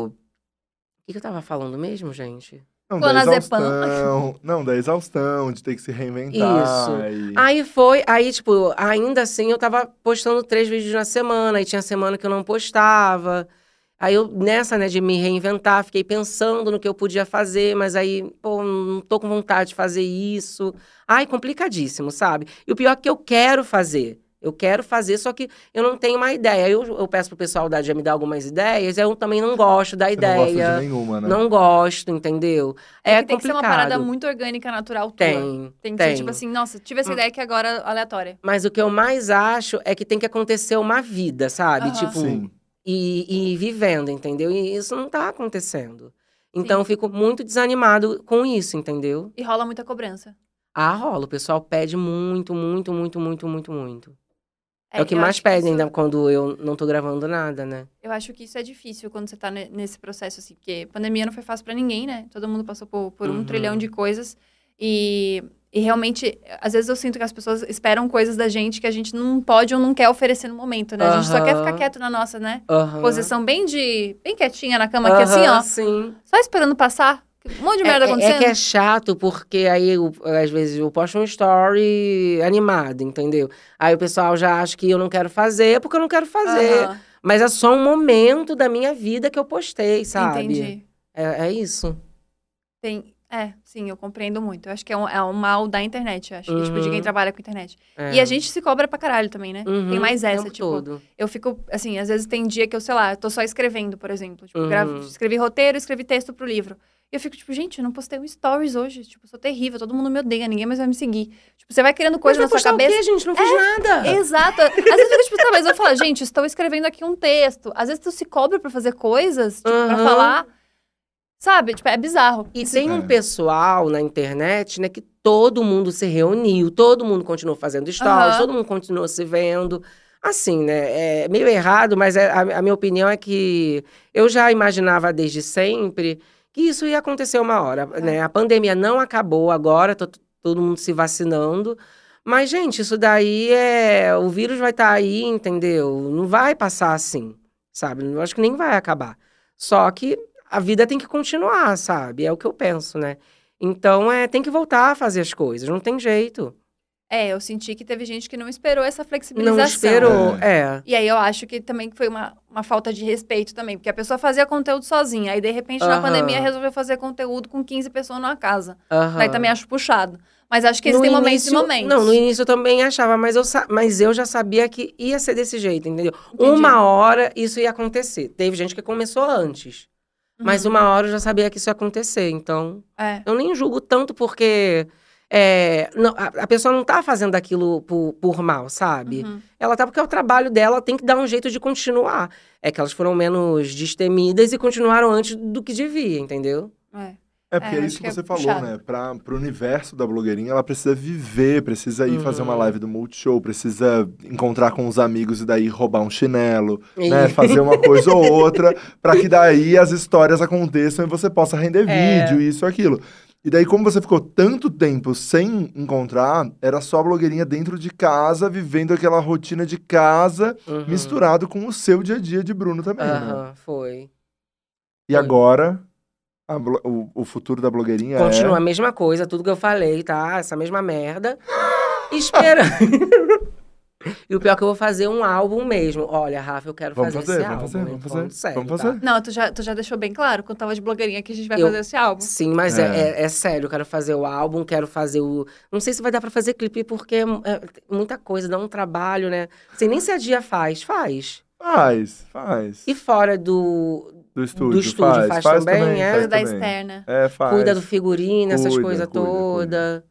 Speaker 3: O que, que eu tava falando mesmo, gente?
Speaker 2: Não,
Speaker 1: Pô,
Speaker 2: da
Speaker 1: na Zepan.
Speaker 2: exaustão. Não, da exaustão, de ter que se reinventar. e-
Speaker 3: Aí foi, aí, tipo, ainda assim eu tava postando três vídeos na semana, aí tinha semana que eu não postava. Aí eu, nessa, né, de me reinventar, fiquei pensando no que eu podia fazer, mas aí, pô, não tô com vontade de fazer isso. Ai, complicadíssimo, sabe? E o pior é que eu quero fazer. Eu quero fazer, só que eu não tenho uma ideia. Aí Eu, eu peço pro pessoal da GM me dar algumas ideias, eu também não gosto da
Speaker 2: Você não gosta
Speaker 3: ideia.
Speaker 2: de nenhuma, né?
Speaker 3: não gosto, entendeu? É,
Speaker 1: que tem
Speaker 3: complicado.
Speaker 1: que ser uma parada muito orgânica, natural
Speaker 2: é?
Speaker 1: tua.
Speaker 3: Tem,
Speaker 1: Tem que
Speaker 3: tem. Hum.
Speaker 1: ser tipo assim, nossa, tive essa ideia que agora é aleatória.
Speaker 3: Mas o que eu mais acho é que tem que acontecer uma vida, sabe?
Speaker 1: Aham.
Speaker 3: Tipo,
Speaker 2: Sim.
Speaker 3: E, e ir vivendo, entendeu? E isso não tá acontecendo. Então,
Speaker 1: Sim.
Speaker 3: eu fico muito desanimado com isso, entendeu?
Speaker 1: E rola muita cobrança.
Speaker 3: Ah, rola. O pessoal pede muito, muito, muito, muito, muito, muito. É, o que
Speaker 1: eu
Speaker 3: mais
Speaker 1: acho que
Speaker 3: pedem,
Speaker 1: isso-
Speaker 3: ainda quando eu não tô gravando nada, né?
Speaker 1: Eu acho que isso é difícil quando você tá ne- nesse processo, assim, porque pandemia não foi fácil pra ninguém, né? Todo mundo passou por, por um
Speaker 3: Uhum.
Speaker 1: trilhão de coisas. E, e realmente, às vezes eu sinto que as pessoas esperam coisas da gente que a gente não pode ou não quer oferecer no momento, né? A gente só quer ficar
Speaker 3: Aham.
Speaker 1: quieto na nossa, né?
Speaker 3: Aham.
Speaker 1: Posição bem de. bem quietinha na cama, aqui assim,
Speaker 3: Aham,
Speaker 1: ó.
Speaker 3: Sim.
Speaker 1: Só esperando passar. Um monte de
Speaker 3: É,
Speaker 1: merda
Speaker 3: é-
Speaker 1: acontecendo.
Speaker 3: é que é chato, porque aí, eu- às vezes, eu posto um story animado, entendeu? Aí o pessoal já acha que eu não quero fazer, porque eu não quero fazer.
Speaker 1: Aham,
Speaker 3: Mas é só um momento da minha vida que eu postei, sabe?
Speaker 1: Entendi.
Speaker 3: É, é isso.
Speaker 1: Tem. É, sim, eu compreendo muito. Eu acho que é um, é um mal da internet, eu acho. que, Tipo, de quem
Speaker 3: Uhum.
Speaker 1: trabalha com internet.
Speaker 3: É.
Speaker 1: E a gente se cobra pra caralho também, né?
Speaker 3: Uhum,
Speaker 1: Tem mais
Speaker 3: o
Speaker 1: essa,
Speaker 3: tempo
Speaker 1: tipo.
Speaker 3: todo.
Speaker 1: Eu fico, assim, às vezes tem dia que eu, sei lá, eu tô só escrevendo, por exemplo. Tipo,
Speaker 3: Uhum.
Speaker 1: gravo- escrevi roteiro, escrevi texto pro livro. E eu fico, tipo, gente, eu não postei um stories hoje. Tipo, eu sou terrível, todo mundo me odeia, ninguém mais vai me seguir. Tipo, você vai criando coisa
Speaker 3: Mas
Speaker 1: na
Speaker 3: vai
Speaker 1: sua
Speaker 3: postar
Speaker 1: cabeça. É,
Speaker 3: o quê, gente? Não fiz nada.
Speaker 1: Exato. Às vezes eu fico, tipo, tá, mas eu falo, gente, estou escrevendo aqui um texto. Às vezes tu se cobra pra fazer coisas, tipo, pra
Speaker 3: Uhum.
Speaker 1: falar. Sabe? Tipo, é bizarro.
Speaker 3: E tem
Speaker 2: É.
Speaker 3: um pessoal na internet, né, que todo mundo se reuniu, todo mundo continuou fazendo stories,
Speaker 1: Aham.
Speaker 3: todo mundo continuou se vendo. Assim, né, é meio errado, mas é- a, a minha opinião é que eu já imaginava desde sempre que isso ia acontecer uma hora, né? A pandemia não acabou agora, tá t- todo mundo se vacinando. Mas, gente, isso daí é... O vírus vai estar aí, entendeu? Não vai passar assim, sabe? Eu acho que nem vai acabar. Só que a vida tem que continuar, sabe? É o que eu penso, né? Então, é, tem que voltar a fazer as coisas, não tem jeito.
Speaker 1: É, eu senti que teve gente que não esperou essa flexibilização.
Speaker 3: Não esperou, é.
Speaker 1: E aí eu acho que também foi uma, uma falta de respeito também, porque a pessoa fazia conteúdo sozinha, aí de repente na
Speaker 3: Aham.
Speaker 1: pandemia resolveu fazer conteúdo com 15 pessoas numa casa.
Speaker 3: Aham.
Speaker 1: Daí também acho puxado. Mas acho que
Speaker 3: No
Speaker 1: existem momentos e
Speaker 3: início-
Speaker 1: momentos.
Speaker 3: Não, no início eu também achava, mas eu, sa- mas eu já sabia que ia ser desse jeito, entendeu?
Speaker 1: Entendi.
Speaker 3: Uma hora isso ia acontecer. Teve gente que começou antes,
Speaker 1: Uhum.
Speaker 3: mas uma hora eu já sabia que isso ia acontecer. Então,
Speaker 1: É.
Speaker 3: eu nem julgo tanto porque é, não- a, a pessoa não tá fazendo aquilo por, por mal, sabe?
Speaker 1: Uhum.
Speaker 3: Ela tá porque é o trabalho dela, tem que dar um jeito de continuar. É que elas foram menos destemidas e continuaram antes do que devia, entendeu?
Speaker 1: É.
Speaker 2: É porque
Speaker 1: É,
Speaker 2: é,
Speaker 1: acho
Speaker 2: isso
Speaker 1: que
Speaker 2: que
Speaker 1: é
Speaker 2: você falou,
Speaker 1: puxado.
Speaker 2: né? Pra, pro universo da blogueirinha, ela precisa viver, precisa ir fazer uma
Speaker 3: Uhum.
Speaker 2: live do Multishow, precisa encontrar com os amigos e daí roubar um chinelo, né? Fazer uma coisa ou outra, pra que daí as histórias aconteçam e você possa render
Speaker 3: É.
Speaker 2: vídeo, isso e aquilo. E daí, como você ficou tanto tempo sem encontrar, era só a blogueirinha dentro de casa, vivendo aquela rotina de casa,
Speaker 3: Uhum.
Speaker 2: misturado com o seu dia a dia de Bruno também. né?
Speaker 3: Aham, foi.
Speaker 2: E agora, a blo- o, o futuro da blogueirinha
Speaker 3: Continua a mesma coisa, tudo que eu falei, tá? Essa mesma merda. Espera. e o pior é que eu vou fazer um álbum mesmo. Olha, Rafa, eu quero
Speaker 2: Vamos
Speaker 3: fazer,
Speaker 2: fazer,
Speaker 3: esse
Speaker 2: vamos fazer,
Speaker 3: álbum.
Speaker 2: vamos
Speaker 3: eu tô
Speaker 2: fazer,
Speaker 3: falando sério,
Speaker 2: vamos
Speaker 3: tá?
Speaker 2: fazer.
Speaker 1: Não, tu já, tu já deixou bem claro, quando tava de blogueirinha, que a gente vai
Speaker 3: Eu-
Speaker 1: fazer esse álbum.
Speaker 3: Sim, mas é.
Speaker 2: É.
Speaker 3: É, é sério, eu quero fazer o álbum, quero fazer o. Não sei se vai dar pra fazer clipe, porque é, é muita coisa, dá um trabalho, né? Sei nem se a dia faz, faz.
Speaker 2: é. Faz, faz.
Speaker 3: tá? E fora do.
Speaker 2: Do estúdio,
Speaker 3: estúdio
Speaker 2: faz,
Speaker 3: faz também,
Speaker 2: faz
Speaker 3: é?
Speaker 1: Coisa da
Speaker 2: também.
Speaker 1: externa.
Speaker 2: É, faz.
Speaker 3: Cuida do figurino, essas
Speaker 2: Cuida,
Speaker 3: coisas
Speaker 2: cuida,
Speaker 3: todas.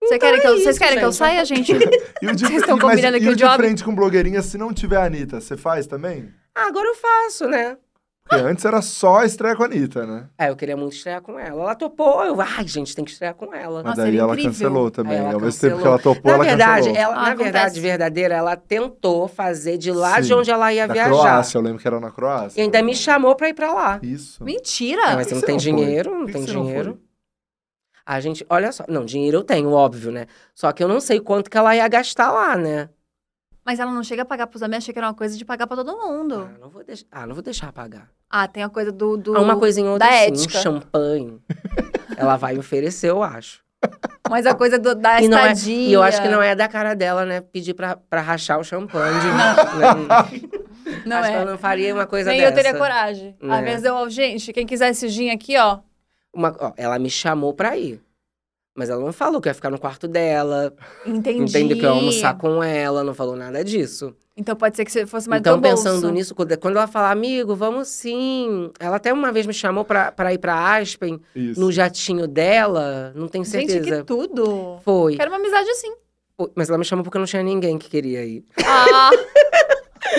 Speaker 1: Vocês querem, que eu,
Speaker 3: é
Speaker 1: vocês
Speaker 3: isso,
Speaker 1: querem que eu
Speaker 3: gente.
Speaker 1: saia, gente?
Speaker 2: E o de,
Speaker 1: Vocês estão
Speaker 2: e- mas
Speaker 1: combinando
Speaker 2: e
Speaker 1: aqui
Speaker 2: o
Speaker 1: o
Speaker 2: de
Speaker 1: job?
Speaker 2: frente com blogueirinha, se não tiver a Anitta, você faz também?
Speaker 3: Ah, agora eu faço, né?
Speaker 2: Porque antes era só a estreia com a Anitta, né?
Speaker 3: É, eu queria muito estrear com ela. Ela topou, eu. Ai, gente, tem que estrear com ela.
Speaker 2: Mas
Speaker 1: Nossa,
Speaker 2: daí
Speaker 1: era
Speaker 2: ela
Speaker 1: incrível.
Speaker 2: cancelou também.
Speaker 3: Aí ela
Speaker 2: Ao mesmo tempo que
Speaker 3: cancelou.
Speaker 2: ela topou,
Speaker 3: Na
Speaker 2: Ah, ela
Speaker 3: verdade,
Speaker 2: cancelou.
Speaker 3: ela,
Speaker 1: Ah,
Speaker 3: na verdade
Speaker 1: acontece.
Speaker 3: verdadeira, ela tentou fazer de lá de
Speaker 2: Sim,
Speaker 3: onde ela ia
Speaker 2: da
Speaker 3: viajar.
Speaker 2: Croácia, eu lembro que era na Croácia.
Speaker 3: E ainda me chamou pra ir pra lá.
Speaker 2: Isso.
Speaker 1: Mentira!
Speaker 2: Por
Speaker 3: Mas
Speaker 2: que
Speaker 3: você não
Speaker 2: você
Speaker 3: tem
Speaker 2: não foi?
Speaker 3: dinheiro, não
Speaker 2: Por que
Speaker 3: tem
Speaker 2: você não
Speaker 3: dinheiro.
Speaker 2: foi?
Speaker 3: A gente, olha só, não, dinheiro eu tenho, óbvio, né? Só que eu não sei quanto que ela ia gastar lá, né?
Speaker 1: Mas ela não chega a pagar pros amigos, achei que era uma coisa de pagar pra todo mundo.
Speaker 3: Ah, não vou deixar, ah, não vou deixar pagar.
Speaker 1: Ah, tem a coisa do. do...
Speaker 3: Ah, uma coisinha ou outra,
Speaker 1: da
Speaker 3: assim,
Speaker 1: ética.
Speaker 3: um champanhe. ela vai me oferecer, eu acho.
Speaker 1: Mas a coisa do, da
Speaker 3: E não é-
Speaker 1: estadia.
Speaker 3: E eu acho que não é da cara dela, né? Pedir pra, pra rachar o champanhe. De, né?
Speaker 1: Não
Speaker 3: acho
Speaker 1: é.
Speaker 3: que eu não faria uma coisa
Speaker 1: Nem
Speaker 3: dessa.
Speaker 1: eu teria coragem. Às
Speaker 3: Né.
Speaker 1: vezes eu, gente, quem quiser esse gin aqui, ó.
Speaker 3: Uma- ó, ela me chamou pra ir. Mas ela não falou que eu ia ficar no quarto dela.
Speaker 1: Entendi.
Speaker 3: Entendeu? Que eu ia almoçar com ela. Não falou nada disso.
Speaker 1: Então pode ser que você fosse mais
Speaker 3: então,
Speaker 1: do bolso.
Speaker 3: pensando nisso, quando quando ela fala, amigo, vamos sim. Ela até uma vez me chamou pra, pra ir pra Aspen,
Speaker 2: Isso.
Speaker 3: no jatinho dela. Não tenho
Speaker 1: Gente,
Speaker 3: certeza.
Speaker 1: que tudo.
Speaker 3: Foi.
Speaker 1: Quero uma amizade assim.
Speaker 3: Foi. Mas ela me chamou porque não tinha ninguém que queria ir.
Speaker 1: Ah,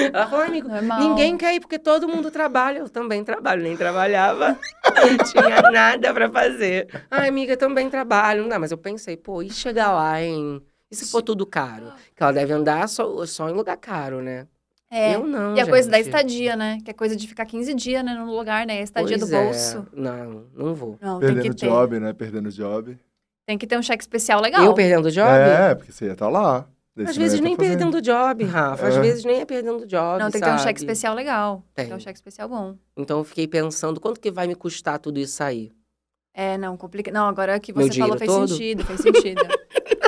Speaker 1: é
Speaker 3: Ela falou, amigo,
Speaker 1: normal.
Speaker 3: Ninguém quer ir, porque todo mundo trabalha. Eu também trabalho, nem trabalhava. Não tinha nada pra fazer. Ai, amiga, eu também trabalho. Não, dá, mas eu pensei, pô, e chegar lá, hein? E se for tudo caro? Que ela deve andar só, só em lugar caro, né?
Speaker 1: É.
Speaker 3: Eu não,
Speaker 1: E a coisa da
Speaker 3: gente.
Speaker 1: estadia, né? Que é coisa de ficar 15 dias, né? Num lugar, né? Estadia
Speaker 3: Pois
Speaker 1: do
Speaker 3: é.
Speaker 1: bolso.
Speaker 3: Não, não vou.
Speaker 1: Não, tem
Speaker 2: Perdendo
Speaker 1: que ter.
Speaker 2: job, né? Perdendo job.
Speaker 1: Tem que ter um cheque especial legal.
Speaker 3: Eu perdendo o job?
Speaker 2: É, porque você ia estar lá. Daí
Speaker 3: Às
Speaker 2: você não ia
Speaker 3: vezes
Speaker 2: tá
Speaker 3: nem
Speaker 2: fazendo.
Speaker 3: perdendo o job, Rafa. Às
Speaker 2: É.
Speaker 3: vezes nem é perdendo o job,
Speaker 1: Não, tem que ter um
Speaker 3: sabe?
Speaker 1: cheque especial legal. Tem. que ter um
Speaker 3: Tem.
Speaker 1: cheque especial bom.
Speaker 3: Então eu fiquei pensando, quanto que vai me custar tudo isso aí?
Speaker 1: É, não, complica. Não, agora que
Speaker 3: Meu
Speaker 1: você falou
Speaker 3: dinheiro
Speaker 1: fez
Speaker 3: todo?
Speaker 1: sentido, fez sentido.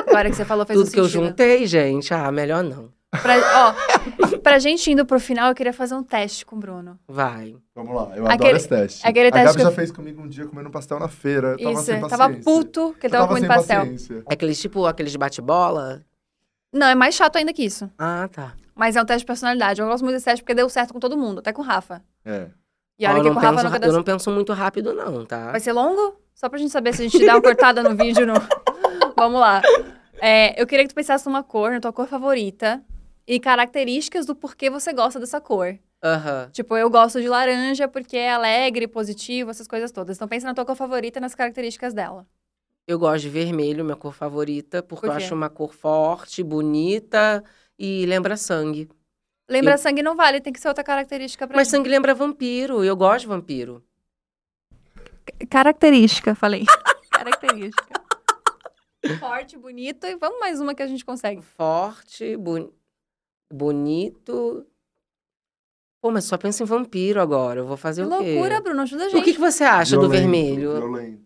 Speaker 1: Agora que você falou fez
Speaker 3: tudo
Speaker 1: um
Speaker 3: que eu
Speaker 1: sentido.
Speaker 3: juntei, gente? Ah, melhor não.
Speaker 1: Pra, ó, pra gente indo pro final, eu queria fazer um teste com o Bruno.
Speaker 3: Vai.
Speaker 2: Vamos lá, eu
Speaker 1: Aquele-
Speaker 2: adoro esse teste.
Speaker 1: aquele
Speaker 2: a
Speaker 1: teste
Speaker 2: Gabi
Speaker 1: que eu-
Speaker 2: já fez comigo um dia comendo pastel na feira. Eu tava
Speaker 1: Isso,
Speaker 2: sem paciência.
Speaker 1: tava puto que
Speaker 2: Eu
Speaker 1: ele tava comendo
Speaker 2: sem
Speaker 1: pastel.
Speaker 2: paciência.
Speaker 3: É aqueles tipo, aqueles bate-bola?
Speaker 1: Não, é mais chato ainda que isso.
Speaker 3: Ah, tá.
Speaker 1: Mas é um teste de personalidade. Eu gosto muito desse teste porque deu certo com todo mundo, até com o Rafa.
Speaker 2: É.
Speaker 1: E olha
Speaker 3: Ó,
Speaker 1: que
Speaker 3: eu
Speaker 1: com o Rafa
Speaker 3: Ah, não penso
Speaker 1: nunca
Speaker 3: ra-
Speaker 1: deu
Speaker 3: Eu
Speaker 1: certo.
Speaker 3: não penso muito rápido, não, tá?
Speaker 1: Vai ser longo? Só pra gente saber se a gente dá uma cortada no vídeo. No... Vamos lá. É, eu queria que tu pensasse numa cor, na tua cor favorita. E características do porquê você gosta dessa cor.
Speaker 3: Aham.
Speaker 1: Tipo, eu gosto de laranja porque é alegre, positivo, essas coisas todas. Então pensa na tua cor favorita e nas características dela.
Speaker 3: Eu gosto de vermelho, minha cor favorita, porque
Speaker 1: Por
Speaker 3: eu
Speaker 1: quê?
Speaker 3: acho uma cor forte, bonita e lembra sangue.
Speaker 1: Lembra sangue não vale, tem que ser outra característica pra
Speaker 3: Mas
Speaker 1: gente.
Speaker 3: sangue lembra vampiro, e eu gosto de vampiro.
Speaker 1: Característica, falei. característica. Forte, bonito e vamos mais uma que a gente consegue.
Speaker 3: Forte, boni- bonito. Pô, mas só penso em vampiro agora. Eu vou fazer
Speaker 1: Que
Speaker 3: o quê?
Speaker 1: loucura, Bruno, ajuda a gente.
Speaker 3: O que, que você acha do vermelho?
Speaker 2: Violento.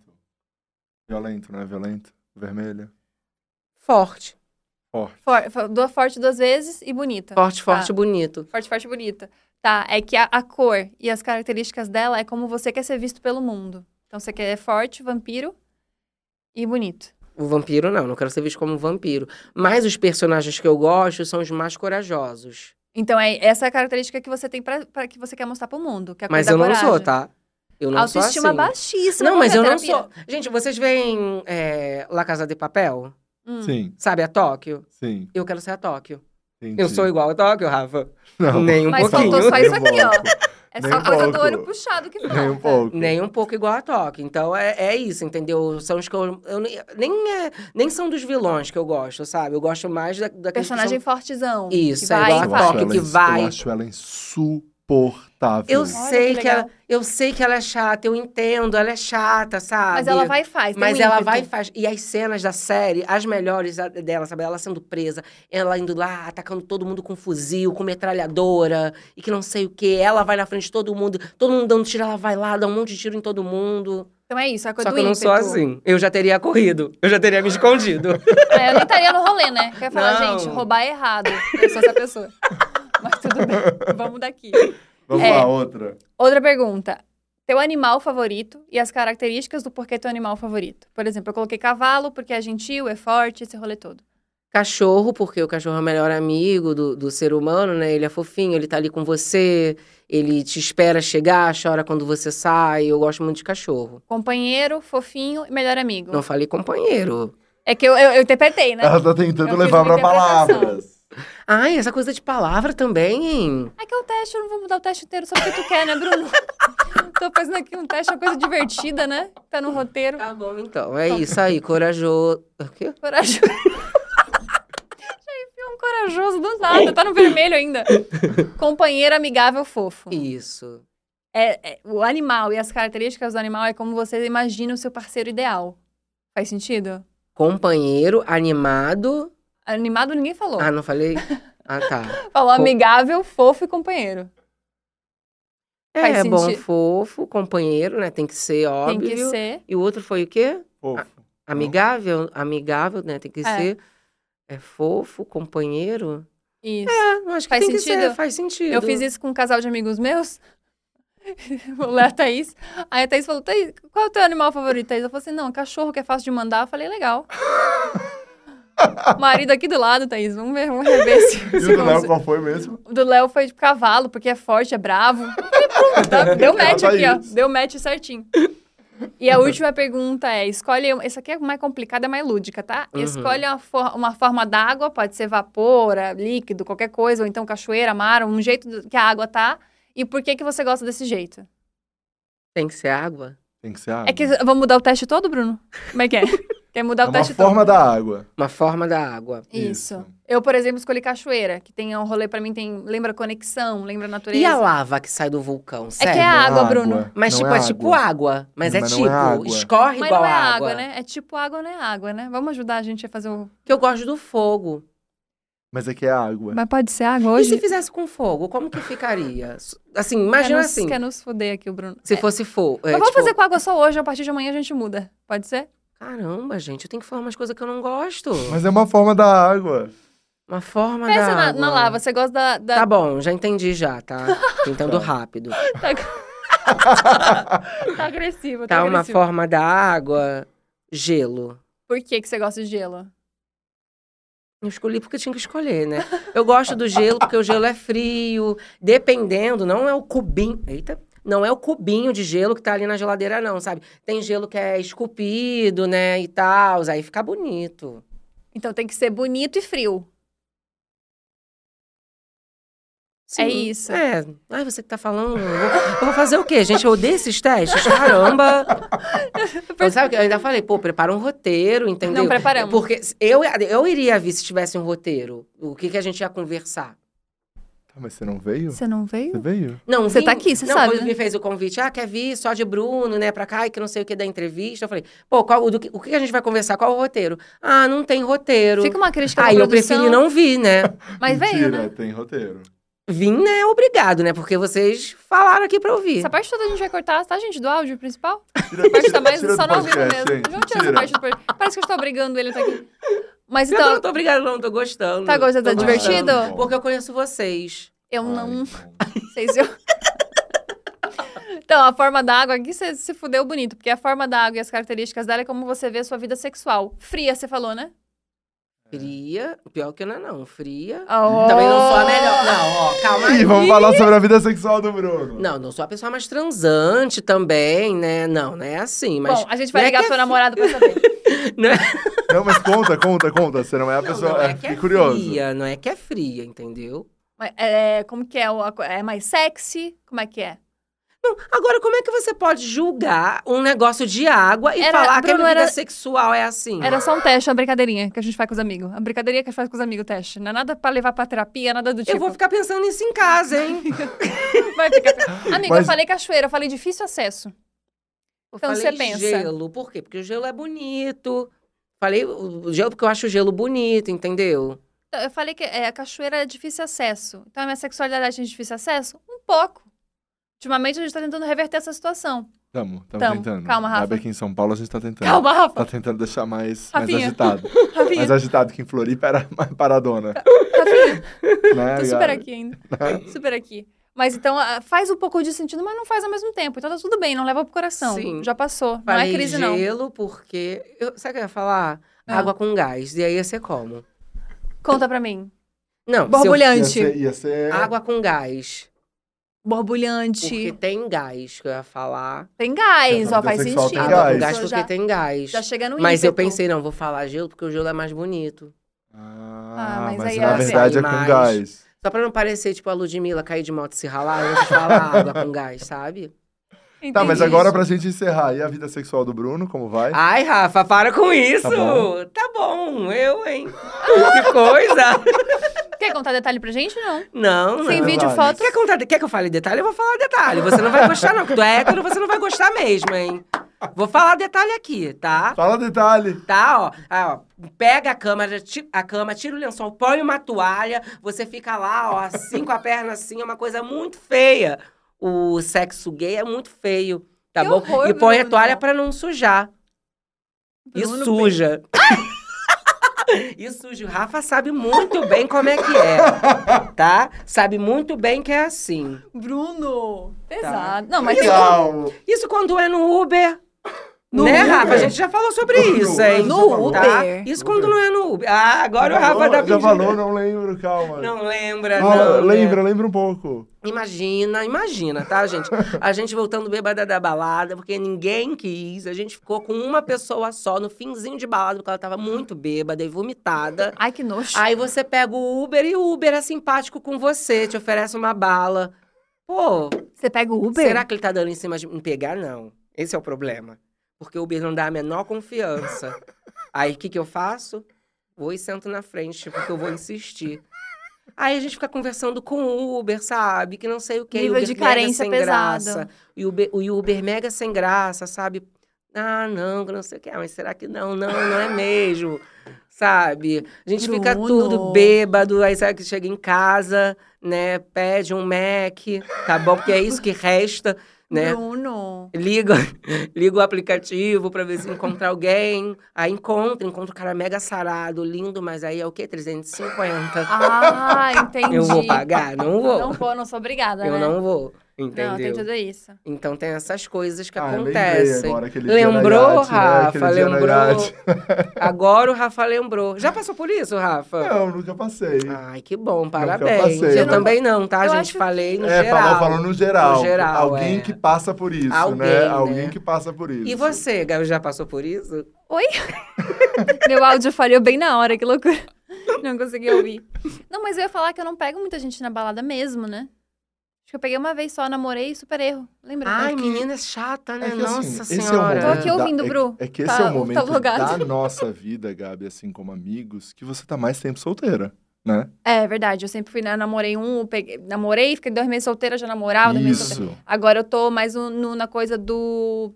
Speaker 2: Violento, não é violento? Vermelho.
Speaker 3: Forte.
Speaker 2: Forte.
Speaker 1: For, for- do- forte duas vezes e bonita.
Speaker 3: Forte,
Speaker 1: Tá.
Speaker 3: forte, bonito.
Speaker 1: Forte, forte, bonita. Tá, é que a, a cor e as características dela é como você quer ser visto pelo mundo. Então você quer forte, vampiro e bonito.
Speaker 3: O vampiro, não, não quero ser visto como um vampiro. Mas os personagens que eu gosto são os mais corajosos.
Speaker 1: Então é essa é a característica que você tem pra, pra que você quer mostrar pro mundo, que é a
Speaker 3: Mas eu
Speaker 1: coisa da
Speaker 3: não sou,
Speaker 1: coragem.
Speaker 3: tá? Eu não
Speaker 1: Autoestima
Speaker 3: sou assim.
Speaker 1: baixíssima.
Speaker 3: Não,
Speaker 1: vamos
Speaker 3: mas
Speaker 1: ver
Speaker 3: eu
Speaker 1: a
Speaker 3: não
Speaker 1: terapia.
Speaker 3: sou. Gente, vocês veem é, La Casa de Papel?
Speaker 1: Hum.
Speaker 2: Sim,
Speaker 3: Sabe, a Tóquio?
Speaker 2: sim.
Speaker 3: Eu quero ser a Tóquio.
Speaker 2: Entendi.
Speaker 3: Eu sou igual a Tóquio, Rafa?
Speaker 2: Não.
Speaker 3: Nem um
Speaker 1: Mas
Speaker 3: pouquinho.
Speaker 1: faltou só isso aqui, ó. É
Speaker 2: Nem
Speaker 1: só
Speaker 2: um
Speaker 1: a coisa do
Speaker 2: pouco.
Speaker 1: olho puxado que falta.
Speaker 2: Nem um pouco.
Speaker 3: Nem um pouco igual a Tóquio. Então é, é isso, entendeu? São os que eu. eu nem- nem, é- nem são dos vilões que eu gosto, sabe? Eu gosto mais da, daqueles que
Speaker 1: Personagem fortezão.
Speaker 3: Isso,
Speaker 1: que
Speaker 3: é
Speaker 1: vai,
Speaker 3: igual
Speaker 1: e
Speaker 3: a
Speaker 2: Eu
Speaker 1: vai.
Speaker 2: acho
Speaker 3: Tóquio. que
Speaker 2: ela ins-
Speaker 3: vai.
Speaker 2: Eu acho ela insuportável.
Speaker 3: Eu
Speaker 1: que
Speaker 3: sei que,
Speaker 1: legal.
Speaker 3: ela, eu sei que ela é chata, eu entendo, ela é chata, sabe?
Speaker 1: Mas ela vai e faz. tem
Speaker 3: Mas
Speaker 1: um
Speaker 3: ela
Speaker 1: ímpeto.
Speaker 3: vai e faz. E as cenas da série, as melhores a- dela, sabe? Ela sendo presa, ela indo lá, atacando todo mundo com fuzil, com metralhadora, e que não sei o quê. Ela vai na frente de todo mundo, todo mundo dando tiro, ela vai lá, dá um monte de tiro em todo mundo.
Speaker 1: Então é isso, é coisa do
Speaker 3: Só que eu não sou
Speaker 1: ímpeto.
Speaker 3: assim. Eu já teria corrido, eu já teria me escondido.
Speaker 1: É, eu nem estaria no rolê, né? Quer falar,
Speaker 3: Não.
Speaker 1: gente, roubar é errado. Eu sou essa pessoa. Mas tudo bem, vamos daqui.
Speaker 2: Vamos
Speaker 1: É.
Speaker 2: lá, outra.
Speaker 1: Outra pergunta. Teu animal favorito e as características do porquê teu animal favorito. Por exemplo, eu coloquei cavalo porque é gentil, é forte, esse rolê todo.
Speaker 3: cachorro, porque o cachorro é o melhor amigo do, do ser humano, né? Ele é fofinho, ele tá ali com você, ele te espera chegar, chora quando você sai. Eu gosto muito de cachorro.
Speaker 1: Companheiro, fofinho e melhor amigo.
Speaker 3: Não Ah. falei companheiro.
Speaker 1: É que eu, eu, eu interpretei, né?
Speaker 2: Ela tá
Speaker 1: Eu
Speaker 2: tentando
Speaker 1: fiz
Speaker 2: levar
Speaker 1: uma
Speaker 2: pra
Speaker 1: interpretação.
Speaker 2: palavras.
Speaker 3: Ai, essa coisa de palavra também, hein?
Speaker 1: É que é o teste, eu não vou mudar o teste inteiro só porque tu quer, né, Bruno? Tô fazendo aqui um teste, uma coisa divertida, né? Tá no roteiro.
Speaker 3: Tá bom, Tá então. É isso aí, corajoso. O quê?
Speaker 1: Corajoso. Já enfiou um corajoso do nada, tá no vermelho ainda. Companheiro amigável fofo.
Speaker 3: Isso.
Speaker 1: É, é, o animal e as características do animal é como você imagina o seu parceiro ideal. Faz sentido?
Speaker 3: Companheiro, animado.
Speaker 1: Animado ninguém falou.
Speaker 3: Ah, não falei? Ah, tá.
Speaker 1: falou
Speaker 3: co-
Speaker 1: amigável, fofo e companheiro. Faz
Speaker 3: É, bom,
Speaker 1: sentido.
Speaker 3: fofo, companheiro, né? Tem que ser óbvio.
Speaker 1: Tem que ser.
Speaker 3: E o outro foi o quê?
Speaker 2: Fofo.
Speaker 3: Amigável, amigável, né? Tem que
Speaker 1: É.
Speaker 3: ser. É fofo, companheiro.
Speaker 1: Isso.
Speaker 3: É, eu acho que
Speaker 1: Faz
Speaker 3: tem
Speaker 1: sentido?
Speaker 3: que ser, faz sentido.
Speaker 1: Eu fiz isso com um casal de amigos meus. O Léo e a Thaís. Aí a Thaís falou: Thaís, qual é o teu animal favorito, Thaís? Eu falei assim: não, cachorro que é fácil de mandar. Eu falei: legal. Marido aqui do lado, Thaís. Vamos ver, vamos rever se.
Speaker 2: E o
Speaker 1: se
Speaker 2: do Léo
Speaker 1: consegue.
Speaker 2: qual foi mesmo?
Speaker 1: O do Léo foi de cavalo, porque é forte, é bravo. Eu falei, pronto, tá- Deu match
Speaker 2: Ela tá
Speaker 1: aqui, ó.
Speaker 2: isso.
Speaker 1: Deu match certinho. E a última pergunta é: escolhe. um- Essa aqui é mais complicada, é mais lúdica, tá?
Speaker 3: Uhum.
Speaker 1: Escolhe uma, for- uma forma d'água, pode ser vapor, é, líquido, qualquer coisa, ou então cachoeira, mar, um jeito do- que a água tá. E por que que você gosta desse jeito?
Speaker 3: Tem que ser água?
Speaker 2: Tem que ser água.
Speaker 1: É que vamos mudar o teste todo, Bruno? Como é que é? Quer mudar
Speaker 2: Ah,
Speaker 1: o
Speaker 2: É uma
Speaker 1: teste
Speaker 2: forma
Speaker 1: todo?
Speaker 2: da água.
Speaker 3: Uma forma da água.
Speaker 1: Isso.
Speaker 2: Isso.
Speaker 1: Eu, por exemplo, escolhi cachoeira, que tem um rolê pra mim, tem lembra conexão, lembra natureza.
Speaker 3: E a lava que sai do vulcão,
Speaker 1: é
Speaker 3: sério?
Speaker 1: que é água, Bruno.
Speaker 3: Mas,
Speaker 2: Não
Speaker 3: tipo, é, tipo água. Mas, é
Speaker 2: Mas não é
Speaker 3: tipo,
Speaker 2: água.
Speaker 3: escorre
Speaker 1: Mas
Speaker 3: igual
Speaker 1: não é
Speaker 3: água.
Speaker 1: água, né? É tipo água, não é água, né? Vamos ajudar a gente a fazer o.
Speaker 3: Que eu gosto do fogo.
Speaker 2: Mas é que é água.
Speaker 1: Mas pode ser água
Speaker 3: E
Speaker 1: hoje? É,
Speaker 3: se fizesse com fogo, como que ficaria? Assim,
Speaker 1: quer
Speaker 3: imagina
Speaker 1: nos,
Speaker 3: assim,
Speaker 1: Quer nos foder aqui, o Bruno.
Speaker 3: se fosse é, tipo, fogo.
Speaker 1: é. Mas vamos fazer com água só hoje, a partir de amanhã a gente muda. Pode ser?
Speaker 3: Caramba, gente, eu tenho que falar umas coisas que eu não gosto.
Speaker 2: Mas é uma forma da água.
Speaker 3: Uma forma
Speaker 1: Pensa
Speaker 3: da
Speaker 1: na,
Speaker 3: água.
Speaker 1: na lava, você gosta da. da-
Speaker 3: Tá bom, já entendi já, tá? Tentando
Speaker 2: Tá.
Speaker 3: rápido.
Speaker 1: Tá, tá agressivo, tá,
Speaker 3: Tá uma
Speaker 1: agressivo.
Speaker 3: forma da água, gelo.
Speaker 1: Por que, que você gosta de gelo?
Speaker 3: Eu escolhi porque tinha que escolher, né? Eu gosto do gelo porque o gelo é frio, dependendo, não é o cubinho. Eita! Não é o cubinho de gelo que tá ali na geladeira, não, sabe? Tem gelo que é esculpido, né? E tal, aí fica bonito.
Speaker 1: Então tem que ser bonito e frio. É isso.
Speaker 3: É. Ai, você que tá falando. Eu vou, eu vou fazer o quê, gente? Eu odeio esses testes? Caramba! Eu, sabe, o que eu ainda falei, pô, prepara um roteiro, entendeu?
Speaker 1: Não preparamos.
Speaker 3: Porque eu, eu iria vir se tivesse um roteiro. O que, que a gente ia conversar?
Speaker 2: Tá, mas você não veio?
Speaker 1: Você não veio?
Speaker 2: Você veio?
Speaker 3: Não,
Speaker 1: Você
Speaker 3: vim-
Speaker 1: tá aqui, você
Speaker 3: não,
Speaker 1: sabe,
Speaker 3: Quando
Speaker 1: né?
Speaker 3: me fez o convite, ah, quer vir só de Bruno, né, pra cá, e que não sei o que da entrevista. Eu falei, pô, qual, o do que- o que a gente vai conversar? Qual o roteiro? Ah, não tem roteiro.
Speaker 1: Fica uma crítica
Speaker 3: ah,
Speaker 1: na
Speaker 3: eu
Speaker 1: produção,
Speaker 3: preferi não vir, né?
Speaker 1: Mas veio,
Speaker 2: Mentira,
Speaker 1: né?
Speaker 2: tem roteiro.
Speaker 3: Vim, né, obrigado, né? Porque vocês falaram aqui pra ouvir.
Speaker 1: Essa parte toda a gente vai cortar, tá, gente? Do áudio principal?
Speaker 2: Tira,
Speaker 1: parte tá mais
Speaker 2: tira do
Speaker 1: só no ao vivo
Speaker 2: podcast,
Speaker 1: mesmo.
Speaker 2: gente,
Speaker 1: Vamos tirar essa
Speaker 2: tira.
Speaker 1: parte do podcast. Parece que eu estou obrigando ele a estar aqui. Mas
Speaker 3: Eu tô-
Speaker 1: então,
Speaker 3: não tô obrigado, não, tô gostando.
Speaker 1: Tá gostando? Tá
Speaker 3: Tô
Speaker 1: divertido?
Speaker 3: gostando, Porque eu conheço vocês.
Speaker 1: eu
Speaker 2: Ai,
Speaker 1: então não
Speaker 2: bom.
Speaker 1: sei se eu... Então, a forma da água aqui você se fudeu bonito, porque a forma da água e as características dela é como você vê a sua vida sexual. Fria, você falou, né?
Speaker 3: Fria, pior que não é não, fria.
Speaker 1: Oh!
Speaker 3: Também não sou a melhor.
Speaker 1: Ah.
Speaker 3: Não, ó, calma aí.
Speaker 2: Ih, vamos falar sobre a vida sexual do Bruno.
Speaker 3: Não, não sou a pessoa mais transante também, né? Não, não é assim, mas...
Speaker 1: Bom, a gente vai
Speaker 3: não é
Speaker 1: ligar
Speaker 3: que
Speaker 1: pro
Speaker 3: é
Speaker 1: seu namorado pra saber.
Speaker 3: Não é-
Speaker 2: Não, mas conta, conta, conta. Você não é a
Speaker 3: Não,
Speaker 2: pessoa.
Speaker 3: não é
Speaker 2: é,
Speaker 3: que
Speaker 2: fiquei
Speaker 3: é
Speaker 2: curioso.
Speaker 3: fria, não é que é fria, entendeu?
Speaker 1: Mas, é, como que é? o- a co- É mais sexy? Como é que é?
Speaker 3: Agora, como é que você pode julgar um negócio de água e
Speaker 1: Era-
Speaker 3: falar que a
Speaker 1: Bruno,
Speaker 3: minha vida
Speaker 1: era-
Speaker 3: sexual é assim?
Speaker 1: Era só um teste, uma brincadeirinha que a gente faz com os amigos. A brincadeirinha que a gente faz com os amigos, o teste. Não é nada pra levar pra terapia, nada do tipo.
Speaker 3: Eu vou ficar pensando nisso em casa, hein?
Speaker 1: Vai ficar... Amigo, eu
Speaker 2: Mas-
Speaker 1: falei cachoeira, eu falei difícil acesso.
Speaker 3: Eu
Speaker 1: Então,
Speaker 3: falei
Speaker 1: você pensa.
Speaker 3: gelo, por quê? Porque o gelo é bonito. Falei o o gelo porque eu acho o gelo bonito, entendeu?
Speaker 1: Então, Eu falei que é, a cachoeira é difícil acesso. Então, a minha sexualidade é difícil acesso? Um pouco. Ultimamente, a gente tá tentando reverter essa situação.
Speaker 2: Tamo, tamo,
Speaker 1: Tamo.
Speaker 2: tentando.
Speaker 1: Calma, Rafa.
Speaker 2: Sabe aqui em São Paulo a gente tá tentando.
Speaker 1: Calma, Rafa.
Speaker 2: Tá tentando deixar mais, mais
Speaker 1: Rafinha.
Speaker 2: agitado.
Speaker 1: Rafinha,
Speaker 2: mais agitado que em Floripa era mais paradona.
Speaker 1: Rafinha.
Speaker 2: né,
Speaker 1: Tô super
Speaker 2: galera?
Speaker 1: aqui ainda. super aqui. Mas então, a- faz um pouco de sentido, mas não faz ao mesmo tempo. Então tá tudo bem, não leva pro coração.
Speaker 3: Sim.
Speaker 1: Já passou. Não
Speaker 3: Falei
Speaker 1: é crise, não.
Speaker 3: gelo porque. Eu, sabe o que eu ia falar?
Speaker 1: Ah.
Speaker 3: Água com gás. E aí ia ser como?
Speaker 1: Conta pra mim.
Speaker 3: Não, se eu-
Speaker 2: Ia
Speaker 1: Borbulhante.
Speaker 2: ser, ia ser...
Speaker 3: água com gás. Porque
Speaker 1: Borbulhante.
Speaker 3: tem gás que eu ia falar.
Speaker 1: Tem gás,
Speaker 2: Essa
Speaker 1: ó, faz
Speaker 2: vida sexual
Speaker 1: sentido.
Speaker 2: tem
Speaker 3: Água com
Speaker 2: gás.
Speaker 3: gás porque
Speaker 1: já,
Speaker 3: tem gás.
Speaker 1: já chega no
Speaker 3: Mas eu
Speaker 1: ímpeto.
Speaker 3: pensei, não, vou falar gelo porque o gelo é mais bonito.
Speaker 2: Ah,
Speaker 1: mas
Speaker 2: mas,
Speaker 1: aí
Speaker 2: na
Speaker 1: ela
Speaker 2: verdade
Speaker 3: sai
Speaker 2: é com
Speaker 3: mais.
Speaker 2: gás.
Speaker 3: Só pra não parecer, tipo, a Ludmilla cair de moto e se ralar, eu vou falar água com gás, sabe?
Speaker 2: Tá, mas
Speaker 1: Entendi.
Speaker 2: agora pra gente encerrar. E a vida sexual do Bruno, como vai?
Speaker 3: Ai, Rafa, para com isso! Tá
Speaker 2: bom.
Speaker 3: bom, eu, hein? que coisa!
Speaker 1: Quer contar detalhe pra gente? Não.
Speaker 3: Não,
Speaker 1: Tem
Speaker 3: não.
Speaker 2: vi-
Speaker 1: vídeo,
Speaker 2: detalhes.
Speaker 1: foto.
Speaker 3: Quer, contar, quer que eu fale detalhe? Eu vou falar detalhe. Você não vai gostar, não. Porque tu é hétero, você não vai gostar mesmo, hein? Vou falar detalhe aqui, tá?
Speaker 2: Fala detalhe.
Speaker 3: Tá, ó. Ah, ó. Pega a cama, já ti- a cama, tira o lençol, põe uma toalha, você fica lá, ó, assim com a perna assim, é uma coisa muito feia. O sexo gay é muito feio, tá
Speaker 1: Que
Speaker 3: bom?
Speaker 1: horror,
Speaker 3: e põe a
Speaker 1: Bruno.
Speaker 3: toalha pra não sujar.
Speaker 1: Bruno
Speaker 3: e suja. e suja. O Rafa sabe muito bem como é que é, tá? Sabe muito bem que é assim.
Speaker 1: Bruno! Pesado. Não, mas tem um-
Speaker 2: Legal.
Speaker 3: Isso quando é no Uber.
Speaker 1: No
Speaker 3: né,
Speaker 1: Uber?
Speaker 3: Rafa? A gente já falou sobre
Speaker 2: No
Speaker 3: isso,
Speaker 2: Uber,
Speaker 3: hein?
Speaker 1: No
Speaker 3: Tá?
Speaker 1: Uber.
Speaker 3: Isso
Speaker 2: No
Speaker 3: quando não é no Uber. Ah, agora
Speaker 2: Já
Speaker 3: o Rafa
Speaker 2: falou,
Speaker 3: tá
Speaker 2: Já
Speaker 3: pedindo.
Speaker 2: falou, não lembro, calma.
Speaker 3: Não lembra,
Speaker 2: Fala,
Speaker 3: não. né?
Speaker 2: lembra, lembra um pouco.
Speaker 3: Imagina, imagina, tá, gente? A gente voltando bêbada da balada, porque ninguém quis. A gente ficou com uma pessoa só no finzinho de balada, porque ela tava muito bêbada e vomitada.
Speaker 1: Ai, que nojo.
Speaker 3: Aí você pega o Uber e o Uber é simpático com você, te oferece uma bala. Pô,
Speaker 1: Você pega o Uber?
Speaker 3: será que ele tá dando em cima de me pegar? Não. Esse é o problema. Porque o Uber não dá a menor confiança. Aí o que, que eu faço? Vou e sento na frente, porque eu vou insistir. Aí a gente fica conversando com o Uber, sabe? Que não sei o quê.
Speaker 1: Nível
Speaker 3: Uber
Speaker 1: de
Speaker 3: mega
Speaker 1: carência
Speaker 3: sem
Speaker 1: pesado.
Speaker 3: Graça. E o Uber, o Uber mega sem graça, sabe? Ah, não, que não sei o que. Ah, mas será que não? Não, não é mesmo. Sabe? A gente fica
Speaker 1: Bruno.
Speaker 3: tudo bêbado, aí sabe que chega em casa, né? Pede um Mac, tá bom? Porque é isso que resta, né?
Speaker 1: Bruno.
Speaker 3: Liga, liga o aplicativo pra ver se encontra alguém. Aí encontra, encontra o cara mega sarado, lindo, mas aí é o quê? 350.
Speaker 1: Ah, entendi.
Speaker 3: Eu vou pagar? Não vou.
Speaker 1: Não vou, não sou obrigada,
Speaker 3: Eu
Speaker 1: né?
Speaker 3: não vou.
Speaker 1: Não, tem
Speaker 3: Entendeu?
Speaker 1: tudo isso.
Speaker 3: então tem essas coisas que
Speaker 2: Ah, eu lembrei
Speaker 3: acontecem.
Speaker 2: agora, aquele dia na
Speaker 3: Lembrou,
Speaker 2: iate, né?
Speaker 3: Rafa?
Speaker 2: Aquele dia na
Speaker 3: lembrou.
Speaker 2: iate.
Speaker 3: Agora o Rafa lembrou. Já passou por isso, Rafa?
Speaker 2: Não, nunca passei.
Speaker 3: Ai, que bom,
Speaker 2: passei. né?
Speaker 3: parabéns. Eu,
Speaker 2: Eu não-
Speaker 3: também não, tá,
Speaker 1: Eu acho
Speaker 3: gente?
Speaker 1: que-
Speaker 3: Falei no
Speaker 2: é,
Speaker 3: geral.
Speaker 2: falou, falou no geral.
Speaker 3: No geral,
Speaker 2: Alguém
Speaker 3: é.
Speaker 2: que passa por isso,
Speaker 3: Alguém,
Speaker 2: né?
Speaker 3: né?
Speaker 2: Alguém que passa por isso.
Speaker 3: E você, Gabi, já passou por isso?
Speaker 1: Meu áudio falhou bem na hora, que loucura. Não consegui ouvir. Não, mas eu ia falar que eu não pego muita gente na balada mesmo, né? Acho que eu peguei uma vez só, namorei e super erro. Lembra?
Speaker 3: Ai,
Speaker 2: que-
Speaker 3: menina é chata, né?
Speaker 2: É que, assim,
Speaker 3: Nossa
Speaker 2: esse é o
Speaker 3: Senhora.
Speaker 1: Tô aqui
Speaker 2: momento
Speaker 1: ouvindo,
Speaker 2: da- é-
Speaker 1: Bru.
Speaker 2: É, que esse
Speaker 1: Tá-
Speaker 2: é o
Speaker 1: tá
Speaker 2: momento da
Speaker 1: bugado.
Speaker 2: nossa vida, Gabi, assim como amigos, que você tá mais tempo solteira, né?
Speaker 1: É verdade, eu sempre fui, né? Namorei um, peguei, namorei, fiquei dois meses solteira, já namorava, dois meses solteira.
Speaker 2: Isso.
Speaker 1: Agora eu tô mais no- no- na coisa do.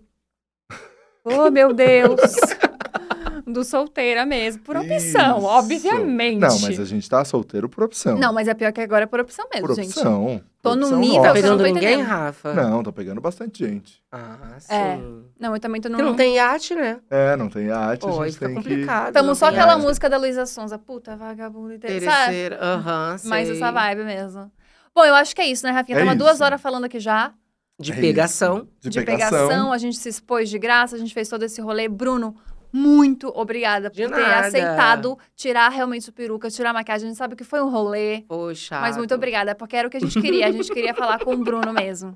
Speaker 1: Oh, meu Deus! do solteira mesmo. Por opção,
Speaker 2: Isso.
Speaker 1: obviamente.
Speaker 2: Não, mas a gente tá solteiro por opção.
Speaker 1: Não, mas é pior que agora é por opção mesmo,
Speaker 2: por
Speaker 1: gente.
Speaker 2: opção.
Speaker 1: Tô
Speaker 2: por
Speaker 1: num
Speaker 2: opção
Speaker 1: nível
Speaker 3: Tá
Speaker 2: nossa.
Speaker 1: que eu não
Speaker 3: pegando
Speaker 1: tô
Speaker 3: ninguém,
Speaker 1: entendendo.
Speaker 3: Rafa?
Speaker 2: Não, tá pegando bastante gente.
Speaker 3: Ah, sim.
Speaker 1: É. Não, eu também tô no.
Speaker 3: Porque não tem iate, né?
Speaker 2: É, não tem arte,
Speaker 3: Pô,
Speaker 2: a
Speaker 3: aí
Speaker 2: gente
Speaker 3: fica
Speaker 2: tem que...
Speaker 3: complicado. não
Speaker 1: Estamos só
Speaker 3: tem
Speaker 1: aquela
Speaker 3: iate.
Speaker 1: música da Luísa Sonza. Puta, vagabundo interessante.
Speaker 3: Interesseira, aham,
Speaker 1: Mas
Speaker 3: sei.
Speaker 1: essa vibe mesmo. Bom, eu acho que é isso, né, Rafinha?
Speaker 2: É
Speaker 1: Tava
Speaker 2: isso.
Speaker 1: duas horas falando aqui já.
Speaker 3: De
Speaker 2: É isso.
Speaker 3: pegação.
Speaker 2: De,
Speaker 1: de
Speaker 2: pegação.
Speaker 1: pegação. A gente se expôs de graça, a gente fez todo esse rolê. Bruno, muito obrigada
Speaker 3: De
Speaker 1: por ter
Speaker 3: nada.
Speaker 1: aceitado tirar realmente o peruca, tirar a maquiagem. A gente sabe que foi um rolê.
Speaker 3: Poxa.
Speaker 1: Mas muito obrigada, porque era o que a gente queria. A gente queria falar com o Bruno mesmo.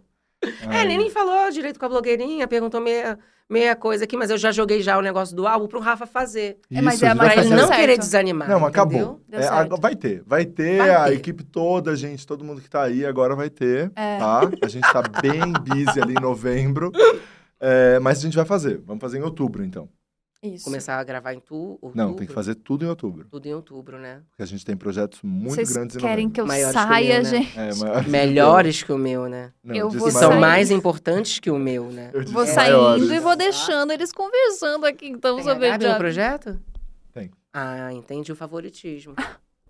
Speaker 3: É, nem me falou direito com a blogueirinha, perguntou meia, meia coisa aqui, mas eu já joguei já o negócio do álbum pro Rafa fazer.
Speaker 1: É, mas é a
Speaker 3: Pra
Speaker 1: Mas
Speaker 3: ele
Speaker 1: deu
Speaker 3: não
Speaker 1: certo.
Speaker 3: querer desanimar.
Speaker 2: Não, acabou.
Speaker 3: entendeu?
Speaker 1: Deu
Speaker 2: É,
Speaker 1: certo.
Speaker 2: agora- vai ter. Vai ter
Speaker 3: Vai
Speaker 2: a
Speaker 3: ter.
Speaker 2: equipe toda, gente, todo mundo que tá aí agora vai ter,
Speaker 1: É.
Speaker 2: tá? A gente tá bem busy ali em novembro. É, mas a gente vai fazer. Vamos fazer em outubro, então.
Speaker 1: Isso.
Speaker 3: Começar a gravar em tu, outubro.
Speaker 2: Não, tem que fazer tudo em outubro.
Speaker 3: Tudo em outubro, né?
Speaker 2: Porque a gente tem projetos muito
Speaker 1: Vocês
Speaker 2: grandes em
Speaker 1: querem
Speaker 2: novembro.
Speaker 1: que eu
Speaker 3: Maiores que o
Speaker 1: saia,
Speaker 3: meu, né?
Speaker 1: gente?
Speaker 2: É, maior-
Speaker 3: Melhores que o meu, né?
Speaker 2: Não,
Speaker 1: Eu
Speaker 2: disse
Speaker 1: vou
Speaker 3: Que são
Speaker 1: sair.
Speaker 3: mais importantes que o meu, né?
Speaker 2: Eu disse
Speaker 1: Vou
Speaker 3: É.
Speaker 1: saindo e
Speaker 2: maiores.
Speaker 1: vou deixando eles conversando aqui, então,
Speaker 3: Tem
Speaker 1: sobre
Speaker 3: a Gabi no projeto?
Speaker 2: Tem.
Speaker 3: Ah, entendi o favoritismo.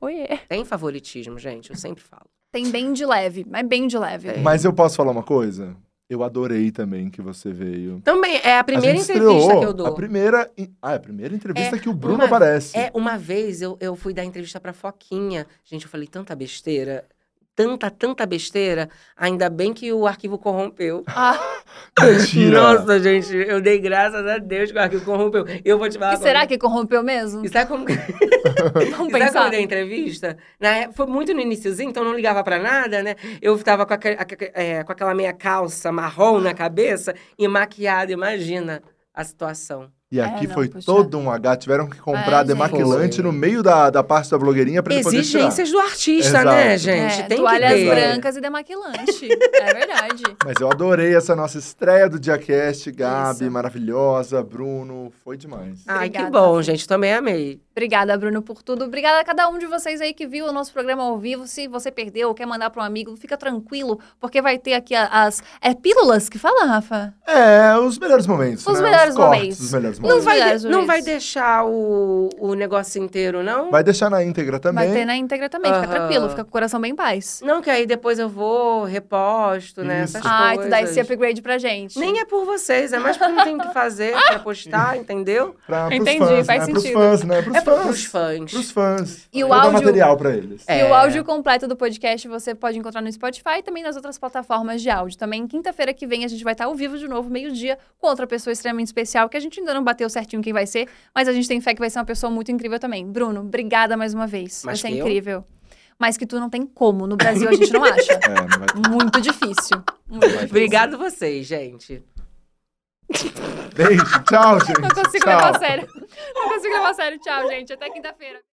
Speaker 1: Oiê.
Speaker 3: Tem favoritismo, gente, eu sempre falo.
Speaker 1: Tem bem de leve, mas bem de leve.
Speaker 3: É.
Speaker 2: Mas eu posso falar uma coisa? Eu adorei também que você veio.
Speaker 3: Também, é a primeira
Speaker 2: a gente
Speaker 3: entrevista
Speaker 2: estreou
Speaker 3: que eu
Speaker 2: A
Speaker 3: dou.
Speaker 2: primeira. en- Ah, é a primeira entrevista que o Bruno
Speaker 3: uma-
Speaker 2: aparece.
Speaker 3: É, uma vez eu, eu fui dar entrevista pra Foquinha. Gente, eu falei tanta besteira, tanta, tanta besteira. Ainda bem que o arquivo corrompeu.
Speaker 1: Ah,
Speaker 2: Mentira!
Speaker 3: Nossa, gente, eu dei graças a Deus que o arquivo corrompeu. Eu vou te falar.
Speaker 1: e será que corrompeu mesmo?
Speaker 3: E sabe como que...
Speaker 1: Vamos
Speaker 3: Sabe quando eu
Speaker 1: pensar.
Speaker 3: dei a entrevista? Na época- foi muito no iniciozinho, então eu não ligava pra nada, né? Eu tava com, aquele- aque- é, com aquela meia calça marrom na cabeça e maquiada, imagina a situação.
Speaker 2: E aqui
Speaker 1: É, não,
Speaker 2: foi
Speaker 1: puxa.
Speaker 2: todo um H. Tiveram que comprar
Speaker 1: É,
Speaker 2: demaquilante
Speaker 3: gente.
Speaker 2: no meio da, da parte da blogueirinha pra ele poder tirar.
Speaker 3: Exigências do artista,
Speaker 2: Exato.
Speaker 3: né, gente?
Speaker 1: É,
Speaker 3: Tem que
Speaker 1: toalhas
Speaker 3: ter.
Speaker 1: brancas e demaquilante. é verdade.
Speaker 2: Mas eu adorei essa nossa estreia do DiaCast. Gabi,
Speaker 1: Isso.
Speaker 2: maravilhosa. Bruno, foi demais.
Speaker 3: Ai, que
Speaker 1: Obrigada.
Speaker 3: bom, gente. Também amei.
Speaker 1: Obrigada, Bruno, por tudo. Obrigada a cada um de vocês aí que viu o nosso programa ao vivo. Se você perdeu ou quer mandar para um amigo, fica tranquilo, porque vai ter aqui a- as. É pílulas que fala, Rafa?
Speaker 2: É, os melhores momentos.
Speaker 1: Os
Speaker 2: né?
Speaker 1: melhores
Speaker 2: cortes,
Speaker 1: momentos.
Speaker 2: Os melhores
Speaker 1: Não
Speaker 2: momentos.
Speaker 3: Não vai,
Speaker 1: Obrigada,
Speaker 3: de- não vai
Speaker 1: Juiz.
Speaker 3: deixar o, o negócio inteiro, não?
Speaker 2: Vai deixar na íntegra também.
Speaker 1: Vai ter na íntegra também. Fica
Speaker 3: Aham.
Speaker 1: tranquilo, fica com o coração bem em paz.
Speaker 3: Não, que aí depois eu vou, reposto, né?
Speaker 2: Isso.
Speaker 1: Ai,
Speaker 3: Essas
Speaker 1: tu Ah, então dá esse
Speaker 3: coisas.
Speaker 1: upgrade pra gente.
Speaker 3: Nem é por vocês, é mais porque não tem o que fazer pra postar, entendeu?
Speaker 2: Pra, pros
Speaker 1: Entendi,
Speaker 2: fãs,
Speaker 1: faz
Speaker 2: né? Pros
Speaker 1: sentido.
Speaker 2: fãs, né? Pros
Speaker 3: É
Speaker 2: fãs.
Speaker 3: pros fãs.
Speaker 2: Pros fãs.
Speaker 1: E o
Speaker 2: Vou dar
Speaker 1: áudio-
Speaker 2: material pra eles.
Speaker 1: E o
Speaker 3: É.
Speaker 1: áudio completo do podcast você pode encontrar no Spotify e também nas outras plataformas de áudio. Também quinta-feira que vem a gente vai estar ao vivo de novo, meio-dia, com outra pessoa extremamente especial, que a gente ainda não bateu certinho quem vai ser, mas a gente tem fé que vai ser uma pessoa muito incrível também. Bruno, obrigada mais uma vez.
Speaker 3: Mais
Speaker 1: você é
Speaker 3: que eu?
Speaker 1: incrível. Mas que tu não tem como. No Brasil a gente não acha.
Speaker 2: É, não vai ter.
Speaker 1: Muito difícil. Muito difícil.
Speaker 3: Obrigado vocês, gente.
Speaker 2: Beijo, tchau, gente.
Speaker 1: Não consigo
Speaker 2: tchau.
Speaker 1: levar a sério. Não consigo levar a sério. Tchau, gente. Até quinta-feira.